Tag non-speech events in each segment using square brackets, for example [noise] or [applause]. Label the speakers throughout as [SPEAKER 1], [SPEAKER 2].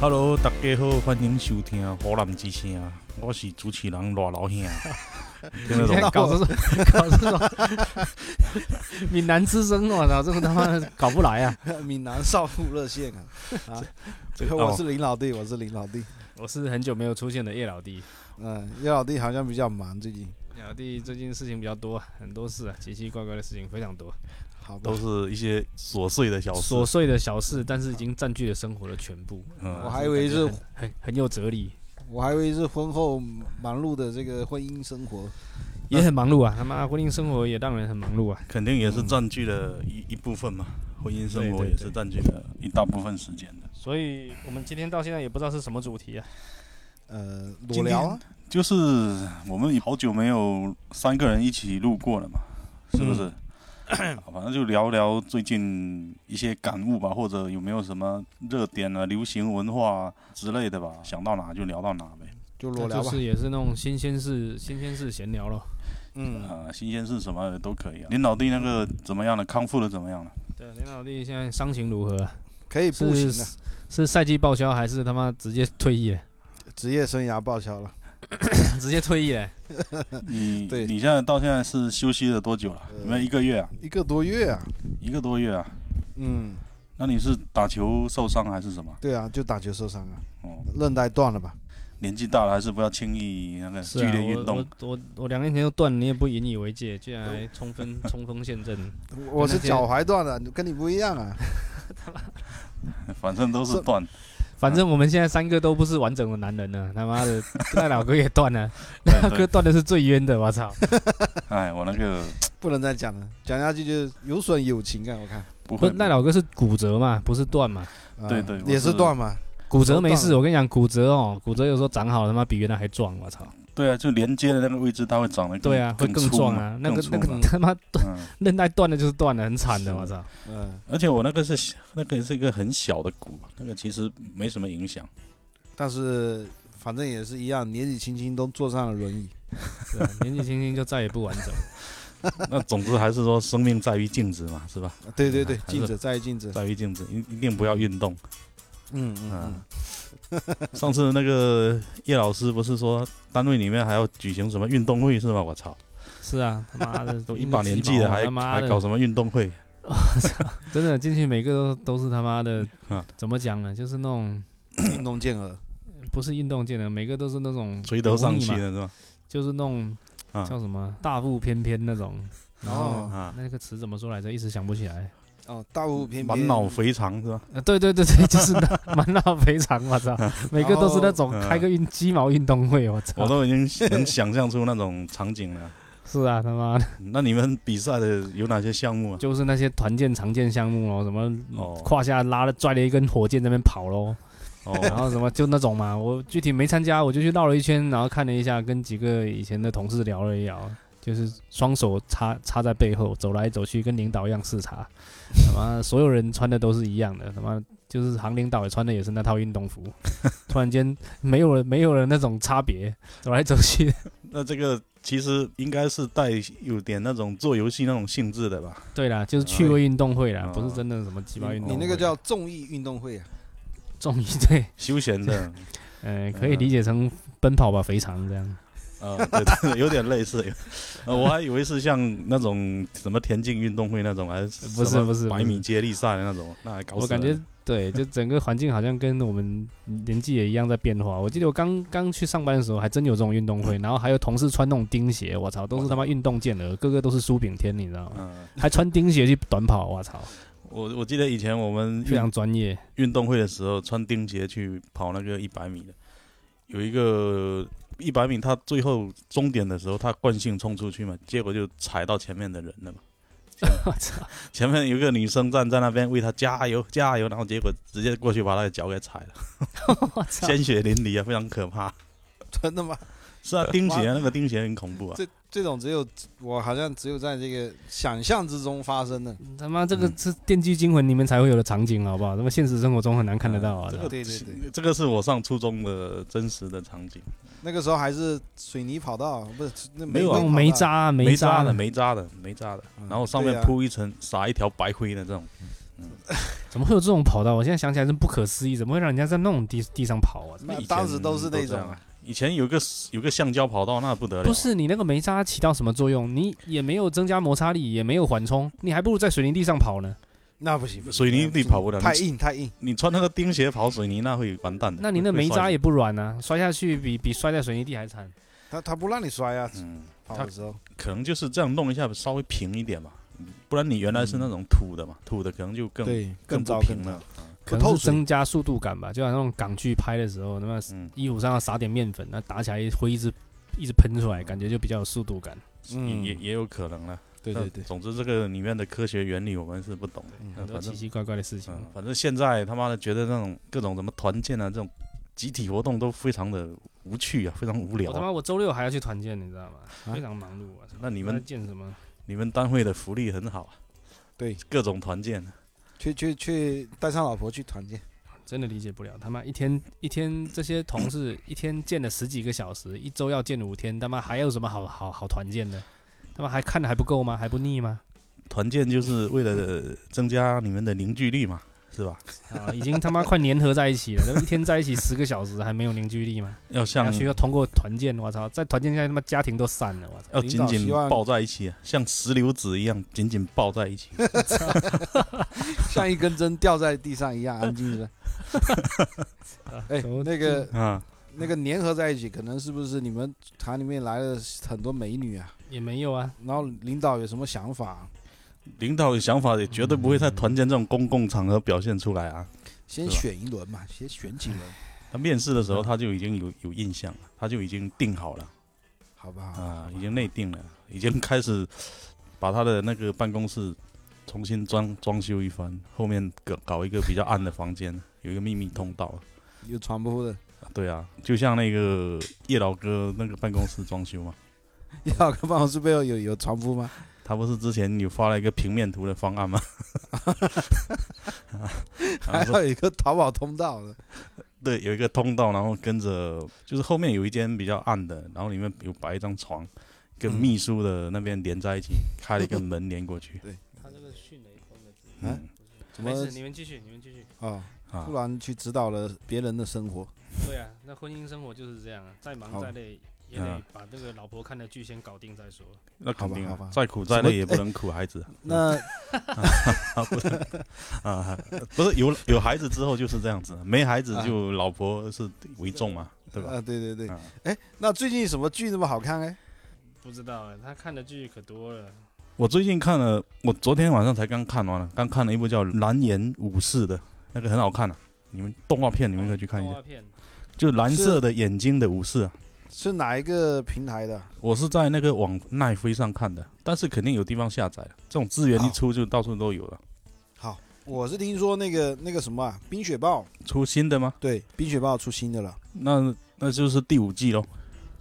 [SPEAKER 1] Hello，大家好，欢迎收听《湖南之声》，我是主持人热老 [laughs] 兄，听得
[SPEAKER 2] 你
[SPEAKER 1] 懂
[SPEAKER 2] 现在
[SPEAKER 1] 吗？
[SPEAKER 2] [laughs] 搞这种搞这种 [laughs] 闽南之声，我操，这个他妈搞不来啊！
[SPEAKER 3] [laughs] 闽南少妇热线 [laughs] 啊！
[SPEAKER 1] 这个
[SPEAKER 3] 我
[SPEAKER 1] 哦
[SPEAKER 3] 是林老弟，我是林老弟。
[SPEAKER 2] 我是很久没有出现的叶老弟，
[SPEAKER 3] 嗯，叶老弟好像比较忙最近，
[SPEAKER 2] 叶老弟最近事情比较多，很多事啊，奇奇怪怪的事情非常多，
[SPEAKER 3] 好吧
[SPEAKER 1] 都？是一些琐碎的小事
[SPEAKER 2] 琐。碎的小事，但是已经占据了生活的全部。
[SPEAKER 1] 嗯
[SPEAKER 3] 我还以为啊是
[SPEAKER 2] 这个感觉很很很有哲理，
[SPEAKER 3] 我还以为是婚后忙碌的这个婚姻生活。
[SPEAKER 2] 也很忙碌啊！他妈婚姻生活也让人很忙碌啊！
[SPEAKER 1] 肯定也是占据了一一部分嘛，婚姻生活
[SPEAKER 2] 对对
[SPEAKER 1] 也是占据了一大部分时间的。
[SPEAKER 2] 所以我们今天到现在也不知道是什么主题啊。
[SPEAKER 3] 呃，裸
[SPEAKER 1] 今天
[SPEAKER 3] 聊啊，
[SPEAKER 1] 就是我们好久没有三个人一起录过了嘛，是不是？好反正就聊聊最近一些感悟吧，或者有没有什么热点啊、流行文化啊之类的吧，想到哪就聊到哪呗。
[SPEAKER 3] 就裸
[SPEAKER 2] 那
[SPEAKER 3] 聊
[SPEAKER 2] 就
[SPEAKER 3] 吧。
[SPEAKER 2] 是也是那种新鲜事，新鲜事闲聊咯。
[SPEAKER 3] 嗯，
[SPEAKER 1] 啊、新鲜事什么的都可以啊。您老弟那个怎么样了？康复的怎么样了？
[SPEAKER 2] 对，林老弟现在伤情如何啊？
[SPEAKER 3] 可以步行
[SPEAKER 1] 啊
[SPEAKER 2] 是
[SPEAKER 3] 了，
[SPEAKER 2] 是赛季报销还是他妈直接退役了？ [laughs]
[SPEAKER 3] 职业生涯报销了。
[SPEAKER 2] 直接退役
[SPEAKER 1] 嗯
[SPEAKER 2] 了。
[SPEAKER 1] 你
[SPEAKER 3] 对
[SPEAKER 1] 你现在到现在是休息了多久了？
[SPEAKER 2] 呃
[SPEAKER 1] 有没有一个月啊？
[SPEAKER 3] 一个多月啊。
[SPEAKER 1] 一个多月啊？
[SPEAKER 3] 嗯，
[SPEAKER 1] 那你是打球受伤还是什么？
[SPEAKER 3] 对啊，就打球受伤了，
[SPEAKER 1] 哦，
[SPEAKER 3] 韧带断了吧？
[SPEAKER 1] 年纪大了还是不要轻易那个
[SPEAKER 2] 是
[SPEAKER 1] 剧
[SPEAKER 2] 啊
[SPEAKER 1] 烈，运动哦
[SPEAKER 2] 我。我我我两年前就断，你也不引以为戒，居然还
[SPEAKER 1] [laughs]
[SPEAKER 2] 冲锋冲锋陷
[SPEAKER 1] 啊
[SPEAKER 2] 阵。
[SPEAKER 3] 我我是
[SPEAKER 2] 那天
[SPEAKER 3] 脚踝断了，跟你不一样啊。
[SPEAKER 1] 反正都是断，
[SPEAKER 2] 反正我们现在三个都不是完整的男人了，他
[SPEAKER 1] [laughs]
[SPEAKER 2] 妈的，那老哥也断了， [laughs]
[SPEAKER 1] 对
[SPEAKER 2] 那哥
[SPEAKER 1] 对
[SPEAKER 2] 断的是最冤的，我操！
[SPEAKER 1] 哎，我那个
[SPEAKER 3] 不能再讲了，讲下去就有损友情啊！我看，
[SPEAKER 1] 不
[SPEAKER 2] 不
[SPEAKER 1] 会
[SPEAKER 2] 是，，那老哥是骨折嘛，不是断嘛。
[SPEAKER 3] 啊
[SPEAKER 1] 对对我
[SPEAKER 3] 也是
[SPEAKER 1] 是
[SPEAKER 3] 断嘛。
[SPEAKER 2] 骨折没事，我跟你讲，骨折哦，骨折有时候长好他妈比原来还壮，我操！
[SPEAKER 1] 对啊，就连接的那个位置它会长得更
[SPEAKER 2] 对啊，会
[SPEAKER 1] 更粗
[SPEAKER 2] 壮
[SPEAKER 1] 嘛
[SPEAKER 2] 啊，那
[SPEAKER 1] 更
[SPEAKER 2] 个
[SPEAKER 1] 粗
[SPEAKER 2] 那个
[SPEAKER 1] 嘛
[SPEAKER 2] 他妈
[SPEAKER 1] [laughs] 嗯，
[SPEAKER 2] 韧带断了就是断了，很惨的，
[SPEAKER 1] 是
[SPEAKER 2] 我操！
[SPEAKER 3] 嗯，
[SPEAKER 1] 而且我那个是那个是一个很小的骨，那个其实没什么影响。
[SPEAKER 3] 但是反正也是一样，年纪轻轻都坐上了轮椅。
[SPEAKER 2] 是啊，年纪轻轻就再也不完整。
[SPEAKER 1] 那总之还是说，生命在于静止嘛，是吧？
[SPEAKER 3] 对对对
[SPEAKER 1] 还，是
[SPEAKER 3] 镜子再镜子，
[SPEAKER 1] 在于静止，一一定不要运动。
[SPEAKER 3] 嗯
[SPEAKER 1] 嗯
[SPEAKER 3] 嗯
[SPEAKER 1] 上次那个叶老师不是说单位里面还要举行什么运动会是吗？我操，
[SPEAKER 2] 是啊，他妈的，
[SPEAKER 1] [laughs] 都一把年纪了还
[SPEAKER 2] 他啊妈
[SPEAKER 1] 还
[SPEAKER 2] 的
[SPEAKER 1] 搞什么运动会？
[SPEAKER 2] 真的进去每个都都是他
[SPEAKER 1] [laughs]
[SPEAKER 2] 妈的
[SPEAKER 1] 啊，
[SPEAKER 2] 怎么讲呢？就是那种
[SPEAKER 3] 嗯，运动健儿，
[SPEAKER 2] 不是运动界的，每个都是那种
[SPEAKER 1] 垂头丧气
[SPEAKER 2] 油腻嘛，
[SPEAKER 1] 的是吧？
[SPEAKER 2] 就是那种
[SPEAKER 1] 啊
[SPEAKER 2] 叫什么大腹翩翩那种。然后
[SPEAKER 3] 哦
[SPEAKER 1] 啊，
[SPEAKER 2] 那个词怎么说来着？一时想不起
[SPEAKER 1] [laughs]
[SPEAKER 2] 来。
[SPEAKER 3] 哦，大腹便便，
[SPEAKER 1] 嗯满脑肥肠是吧？
[SPEAKER 2] 呃，对对对 [laughs] 对，就是那满脑肥肠，我操，每个都是那种
[SPEAKER 1] 然后
[SPEAKER 2] 开个运鸡毛运动会，我
[SPEAKER 1] 嗯我
[SPEAKER 2] 操。
[SPEAKER 1] 都已经能想象出那种场景
[SPEAKER 2] [laughs]
[SPEAKER 1] 了。
[SPEAKER 2] 是啊，他妈的，
[SPEAKER 1] 那你们比赛的有哪些项目啊？
[SPEAKER 2] 就是那些团建常见项目咯，什么
[SPEAKER 1] 哦
[SPEAKER 2] 胯下拉了拽了一根火箭在那边跑咯。然
[SPEAKER 1] 哦，
[SPEAKER 2] 后什么就那种嘛，我具体没参加，我就去绕了一圈，然后看了一下，跟几个以前的同事聊了一聊，就是双手插插在背后走来走去，跟领导一样视察。他妈所有人穿的都是一样的，他妈就是行领导也穿的也是那套运动服。突然间没有了没有了那种差别，走来走去， [laughs]
[SPEAKER 1] 那这个其实应该是带有点那种做游戏那种性质的吧？
[SPEAKER 2] 对啦，就是趣味运动会啦
[SPEAKER 1] 哦，
[SPEAKER 2] 不是真的什么鸡巴运动
[SPEAKER 3] 你
[SPEAKER 2] 会。
[SPEAKER 3] 那个叫综艺运动会啊， [laughs]
[SPEAKER 2] 综艺对，
[SPEAKER 1] 休闲的，
[SPEAKER 2] 呃，可
[SPEAKER 3] 嗯
[SPEAKER 2] 以理解成奔跑吧肥肠这样。
[SPEAKER 1] 呃，对对，对有点类似。呃，我还以为是像那种什么田径运动会那种，还是
[SPEAKER 2] 不是
[SPEAKER 1] 什么
[SPEAKER 2] 不是
[SPEAKER 1] 百
[SPEAKER 2] 不是
[SPEAKER 1] 米接力赛的那种，那还搞死
[SPEAKER 2] 我感
[SPEAKER 1] 人 [laughs]
[SPEAKER 2] 觉对，就整个环境好像跟我们年纪也一样在变化。我记得我刚刚去上班的时候，还真有这种运动会，然后还有同事穿那种钉鞋，我操，都是他妈运动健儿，个个都是苏炳添，你知道吗？
[SPEAKER 1] 嗯，
[SPEAKER 2] [laughs] 还穿钉鞋去短跑，我
[SPEAKER 1] [laughs]
[SPEAKER 2] 操，
[SPEAKER 1] 我我记得以前我们
[SPEAKER 2] 非
[SPEAKER 1] 运
[SPEAKER 2] 常专业。
[SPEAKER 1] 运动会的时候穿钉鞋去跑那个一百米的，有一个一百米，他最后终点的时候他惯性冲出去嘛，结果就踩到前面的人了
[SPEAKER 2] [laughs]
[SPEAKER 1] 嘛。
[SPEAKER 2] 我操，
[SPEAKER 1] 前面有一个女生站在那边为他加油加油，然后结果直接过去把他的脚给踩了，
[SPEAKER 2] [laughs] 我操，
[SPEAKER 1] 鲜血淋漓啊，非常可怕。
[SPEAKER 3] 真的吗？
[SPEAKER 1] 是啊，钉鞋那个钉鞋很恐怖啊。
[SPEAKER 3] 这这种只有我好像只有在这个想象之中发生
[SPEAKER 1] 嗯
[SPEAKER 3] 的。
[SPEAKER 2] 他妈这个是《电锯惊魂》里面才会有的场景，好不好？那么现实生活中很难看得到啊。
[SPEAKER 1] 嗯这
[SPEAKER 2] 操
[SPEAKER 1] 个
[SPEAKER 3] 对对对，
[SPEAKER 1] 这个是我上初中的真实的场景，
[SPEAKER 3] 那个时候还是水泥跑道，不是那
[SPEAKER 1] 没有啊
[SPEAKER 3] 煤
[SPEAKER 2] 哦
[SPEAKER 3] 灰
[SPEAKER 2] 没
[SPEAKER 3] 跑道，
[SPEAKER 2] 渣，
[SPEAKER 1] 没
[SPEAKER 2] 渣
[SPEAKER 1] 的，没扎的没扎的，
[SPEAKER 3] 嗯
[SPEAKER 1] 然后上
[SPEAKER 3] 对
[SPEAKER 1] 面
[SPEAKER 3] 啊
[SPEAKER 1] 铺一层撒一条白灰的这种，
[SPEAKER 2] 怎么会有这种跑道？我现在想起来真不可思议，怎么会让人家在那种地地上跑啊？
[SPEAKER 1] 以
[SPEAKER 3] 那
[SPEAKER 1] 前
[SPEAKER 3] 当时都是那
[SPEAKER 1] 这
[SPEAKER 3] 种
[SPEAKER 1] 样
[SPEAKER 3] 啊，
[SPEAKER 1] 以前有个有个橡胶跑道，那不得了。
[SPEAKER 2] 不是你那个煤渣起到什么作用？你也没有增加摩擦力，也没有缓冲，你还不如在水泥地上跑呢。
[SPEAKER 3] 那不行，不行
[SPEAKER 1] 水泥地跑不了
[SPEAKER 3] 太硬太硬。
[SPEAKER 1] 你穿那个钉鞋跑水泥，那会完蛋的。
[SPEAKER 2] 那你那
[SPEAKER 1] 会
[SPEAKER 2] 煤渣，
[SPEAKER 1] 会
[SPEAKER 2] 也不软啊，摔下去比比摔在水泥地还惨。
[SPEAKER 3] 他他不让你摔啊
[SPEAKER 1] 摔，嗯，
[SPEAKER 3] 跑的时候
[SPEAKER 1] 可能就是这样弄一下，稍微平一点嘛。不然你原来是那种土的嘛，土的可能就更
[SPEAKER 3] 对
[SPEAKER 1] 更
[SPEAKER 3] 糟
[SPEAKER 1] 不
[SPEAKER 3] 更
[SPEAKER 1] 平了。
[SPEAKER 2] 可
[SPEAKER 3] 不
[SPEAKER 2] 能
[SPEAKER 3] 透
[SPEAKER 2] 是
[SPEAKER 3] 水。
[SPEAKER 2] 增加速度感吧，就像那种港剧拍的时候，那么
[SPEAKER 1] 嗯，
[SPEAKER 2] 衣服上要撒点面粉，那打起来会一直一直喷出来，感觉就比较有速度感。
[SPEAKER 3] 嗯
[SPEAKER 1] 也也也有可能了。
[SPEAKER 3] 对
[SPEAKER 2] 嗯
[SPEAKER 3] 对对
[SPEAKER 1] 但，总之这个里面的科学原理我们是不懂的。
[SPEAKER 3] 嗯
[SPEAKER 1] 那
[SPEAKER 2] 很多
[SPEAKER 1] 反
[SPEAKER 2] 奇
[SPEAKER 1] 正
[SPEAKER 2] 奇怪怪的事情，
[SPEAKER 1] 嗯，反正现在他妈的觉得那种各种什么团建啊，这种集体活动都非常的无趣啊，非常无聊
[SPEAKER 2] 我他
[SPEAKER 1] 啊、
[SPEAKER 2] 妈我周六还要去团建，你知道吗？
[SPEAKER 3] 啊
[SPEAKER 2] 非常忙碌啊。
[SPEAKER 1] 那你
[SPEAKER 2] 在
[SPEAKER 1] 们
[SPEAKER 2] 建什么？
[SPEAKER 1] 你们单位的福利很好啊，
[SPEAKER 3] 对，
[SPEAKER 1] 各种团建，
[SPEAKER 3] 去去去，带上老婆去团建， [laughs]
[SPEAKER 2] 真的理解不了，他妈一天一天这些同事一天见了十几个小时，一周要见五天，他妈还有什么好好好团建的？他妈还看的还不够吗？还不腻 [laughs] 吗？
[SPEAKER 1] 团建就是为了增加你们的凝聚力嘛，是吧？
[SPEAKER 2] 啊，已经他妈快粘合在一起了，那么一天在一起十个小时还没有凝聚力 [laughs] 吗？
[SPEAKER 1] 要
[SPEAKER 2] 要
[SPEAKER 1] 像
[SPEAKER 2] 需要通过团建，我操，在团建下他妈家庭都散了，我操。
[SPEAKER 1] 要
[SPEAKER 3] 领
[SPEAKER 1] 紧
[SPEAKER 3] 导
[SPEAKER 1] 紧
[SPEAKER 3] 希望
[SPEAKER 1] 抱在一起啊，像石榴籽一样紧紧抱在一起。
[SPEAKER 3] 像一根针掉在地上一样安静 [laughs] 是吧？哎
[SPEAKER 2] 怎么，
[SPEAKER 3] 那个
[SPEAKER 1] [laughs] 啊，
[SPEAKER 3] 那个粘合在一起，可能是不是你们厂里面来了很多美女啊？
[SPEAKER 2] 也没有啊，
[SPEAKER 3] 然后领导有什么想法，
[SPEAKER 1] 领导的想法也绝对不会在团建这种公共场合表现出来啊。
[SPEAKER 3] 先
[SPEAKER 1] 是吧
[SPEAKER 3] 选一轮嘛，先选几轮，
[SPEAKER 1] 他面试的时候他就已经有有印象了，他就已经定好了
[SPEAKER 3] 好不好？
[SPEAKER 1] 啊，已经内定了，已经开始把他的那个办公室重新装装修一番，后面搞搞一个比较暗的房间，有一个秘密通道。
[SPEAKER 3] 有闯不过的，
[SPEAKER 1] 对啊，就像那个叶老哥那个办公室装修嘛，
[SPEAKER 3] 要看办公室背后有有床铺吗？
[SPEAKER 1] 他不是之前有发了一个平面图的方案吗？然
[SPEAKER 3] [laughs] 还
[SPEAKER 1] 后说
[SPEAKER 3] 要有一个淘宝通道的，
[SPEAKER 1] 对，有一个通道，然后跟着就是后面有一间比较暗的，然后里面有摆一张床，跟
[SPEAKER 3] 嗯
[SPEAKER 1] 秘书的那边连在一起，开了一个门连过去。
[SPEAKER 2] 他这个迅雷锋的字，
[SPEAKER 3] 啊
[SPEAKER 1] 嗯，
[SPEAKER 3] 怎么
[SPEAKER 2] 你们继续，你们继续。
[SPEAKER 3] 哦，
[SPEAKER 1] 啊
[SPEAKER 3] 突，然去指导了别人的生活，
[SPEAKER 2] 对啊，那婚姻生活就是这样啊，再忙
[SPEAKER 3] 好
[SPEAKER 2] 再累也
[SPEAKER 1] 啊
[SPEAKER 2] 得把这个老婆看的剧先搞定再说。
[SPEAKER 1] 那肯定
[SPEAKER 3] 好吧好
[SPEAKER 1] 啊
[SPEAKER 3] 吧，
[SPEAKER 1] 再苦再累也不能苦孩子。 [laughs]
[SPEAKER 3] 那
[SPEAKER 1] 啊，不是有有孩子之后就是这样子，没孩子就老婆是为重嘛，对吧？
[SPEAKER 3] 啊，对对对
[SPEAKER 1] 啊，
[SPEAKER 3] 哎，那最近什么剧那么好看哎？
[SPEAKER 2] 不知道啊，他看的剧可多了。
[SPEAKER 1] 我最近看了，我昨天晚上才刚看完了，刚看了一部叫《蓝颜武士》的，那个很好看啊，你们动画片你们可以去看一
[SPEAKER 2] 动
[SPEAKER 1] 下
[SPEAKER 2] 画，片，
[SPEAKER 1] 就蓝色的眼睛的武士啊。
[SPEAKER 3] 是哪一个平台的？
[SPEAKER 1] 我是在那个网奈飞上看的，但是肯定有地方下载了，这种资源一出就到处都有了。
[SPEAKER 3] 好，我是听说那个那个什么啊，《冰雪暴》，
[SPEAKER 1] 出新的吗？
[SPEAKER 3] 对，《冰雪暴》出新的了，
[SPEAKER 1] 那那就是第五季喽，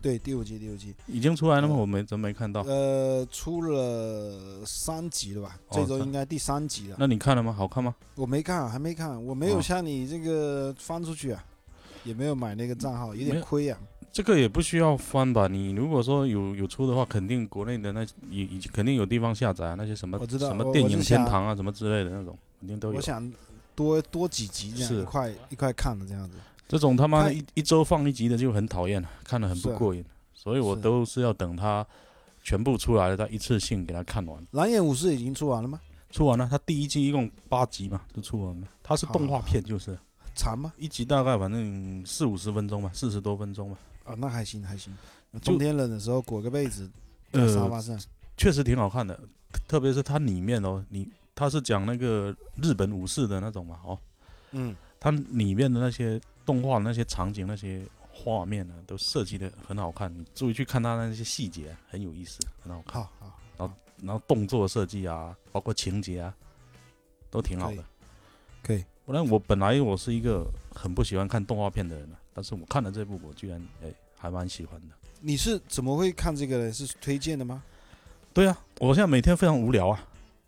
[SPEAKER 3] 对，第五季，第五季，
[SPEAKER 1] 已经出来了吗？
[SPEAKER 3] 嗯
[SPEAKER 1] 我没真没看到。
[SPEAKER 3] 呃，出了三集了吧？
[SPEAKER 1] 哦
[SPEAKER 3] 这周
[SPEAKER 1] 三
[SPEAKER 3] 应该第三集了。
[SPEAKER 1] 那你看了吗？好看吗？
[SPEAKER 3] 我没看，啊还没看，我没有
[SPEAKER 1] 哦
[SPEAKER 3] 像你这个翻出去啊，也没有买那个账号，有
[SPEAKER 1] 没
[SPEAKER 3] 点
[SPEAKER 1] 有
[SPEAKER 3] 亏啊。
[SPEAKER 1] 这个也不需要翻吧？你如果说有有出的话，肯定国内的那也也肯定有地方下载、啊，那些什么
[SPEAKER 3] 我知道
[SPEAKER 1] 什
[SPEAKER 3] 我
[SPEAKER 1] 么
[SPEAKER 3] 我
[SPEAKER 1] 电
[SPEAKER 3] 是
[SPEAKER 1] 影
[SPEAKER 3] 想
[SPEAKER 1] 天堂啊什么之类的那种，肯定都有
[SPEAKER 3] 我。想多多几集这样
[SPEAKER 1] 是
[SPEAKER 3] 一块一块看的这样子。
[SPEAKER 1] 这种他妈
[SPEAKER 3] 看
[SPEAKER 1] 一一周放一集的就很讨厌了，看得很不
[SPEAKER 3] 是啊
[SPEAKER 1] 过瘾，所以我
[SPEAKER 3] 是
[SPEAKER 1] 都是要等它全部出来了再一次性给它看完。
[SPEAKER 3] 蓝眼武士已经出完了吗？
[SPEAKER 1] 出完了，它第一季一共八集嘛，就出完了。它是动画片，就是
[SPEAKER 3] 长吗？
[SPEAKER 1] 一集大概反正四五十分钟吧，四十多分钟吧。
[SPEAKER 3] 啊，那还行还行。
[SPEAKER 1] 就
[SPEAKER 3] 冬天冷的时候裹个被子，在沙
[SPEAKER 1] 呃，
[SPEAKER 3] 发上。
[SPEAKER 1] 确实挺好看的，特特别是它里面哦，你它是讲那个日本武士的那种嘛，哦，
[SPEAKER 3] 嗯，
[SPEAKER 1] 它里面的那些动画那些场景那些画面呢，都设计的很好看，你注意去看它那些细节，啊很有意思，很好看。
[SPEAKER 3] 好好。
[SPEAKER 1] 然后动作设计啊，包括情节啊，都挺好的。
[SPEAKER 3] 可以，
[SPEAKER 1] 不然我本来我是一个很不喜欢看动画片的人啊，但是我看了这部，我居然哎还蛮喜欢的。
[SPEAKER 3] 你是怎么会看这个的？是推荐的吗？
[SPEAKER 1] 对啊，我现在每天非常无聊啊，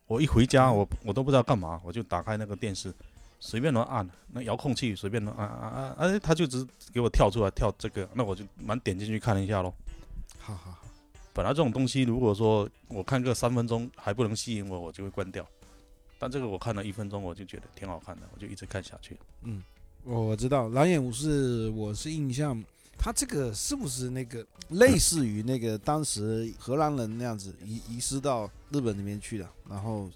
[SPEAKER 1] 我一回家我我都不知道干嘛，我就打开那个电视，随便乱按，那遥控器随便乱按按按，按哎它就只给我跳出来跳这个，那我就蛮点进去看一下咯。
[SPEAKER 3] 好好好，
[SPEAKER 1] 本来这种东西，如果说我看个三分钟还不能吸引我，我就会关掉。但这个我看了一分钟，我就觉得挺好看的，我就一直看下去。
[SPEAKER 4] 嗯，
[SPEAKER 3] 我知道《蓝眼武士》，我是印象，他这个是不是那个类似于那个当时荷兰人那样子移移师到日本那边去的？然后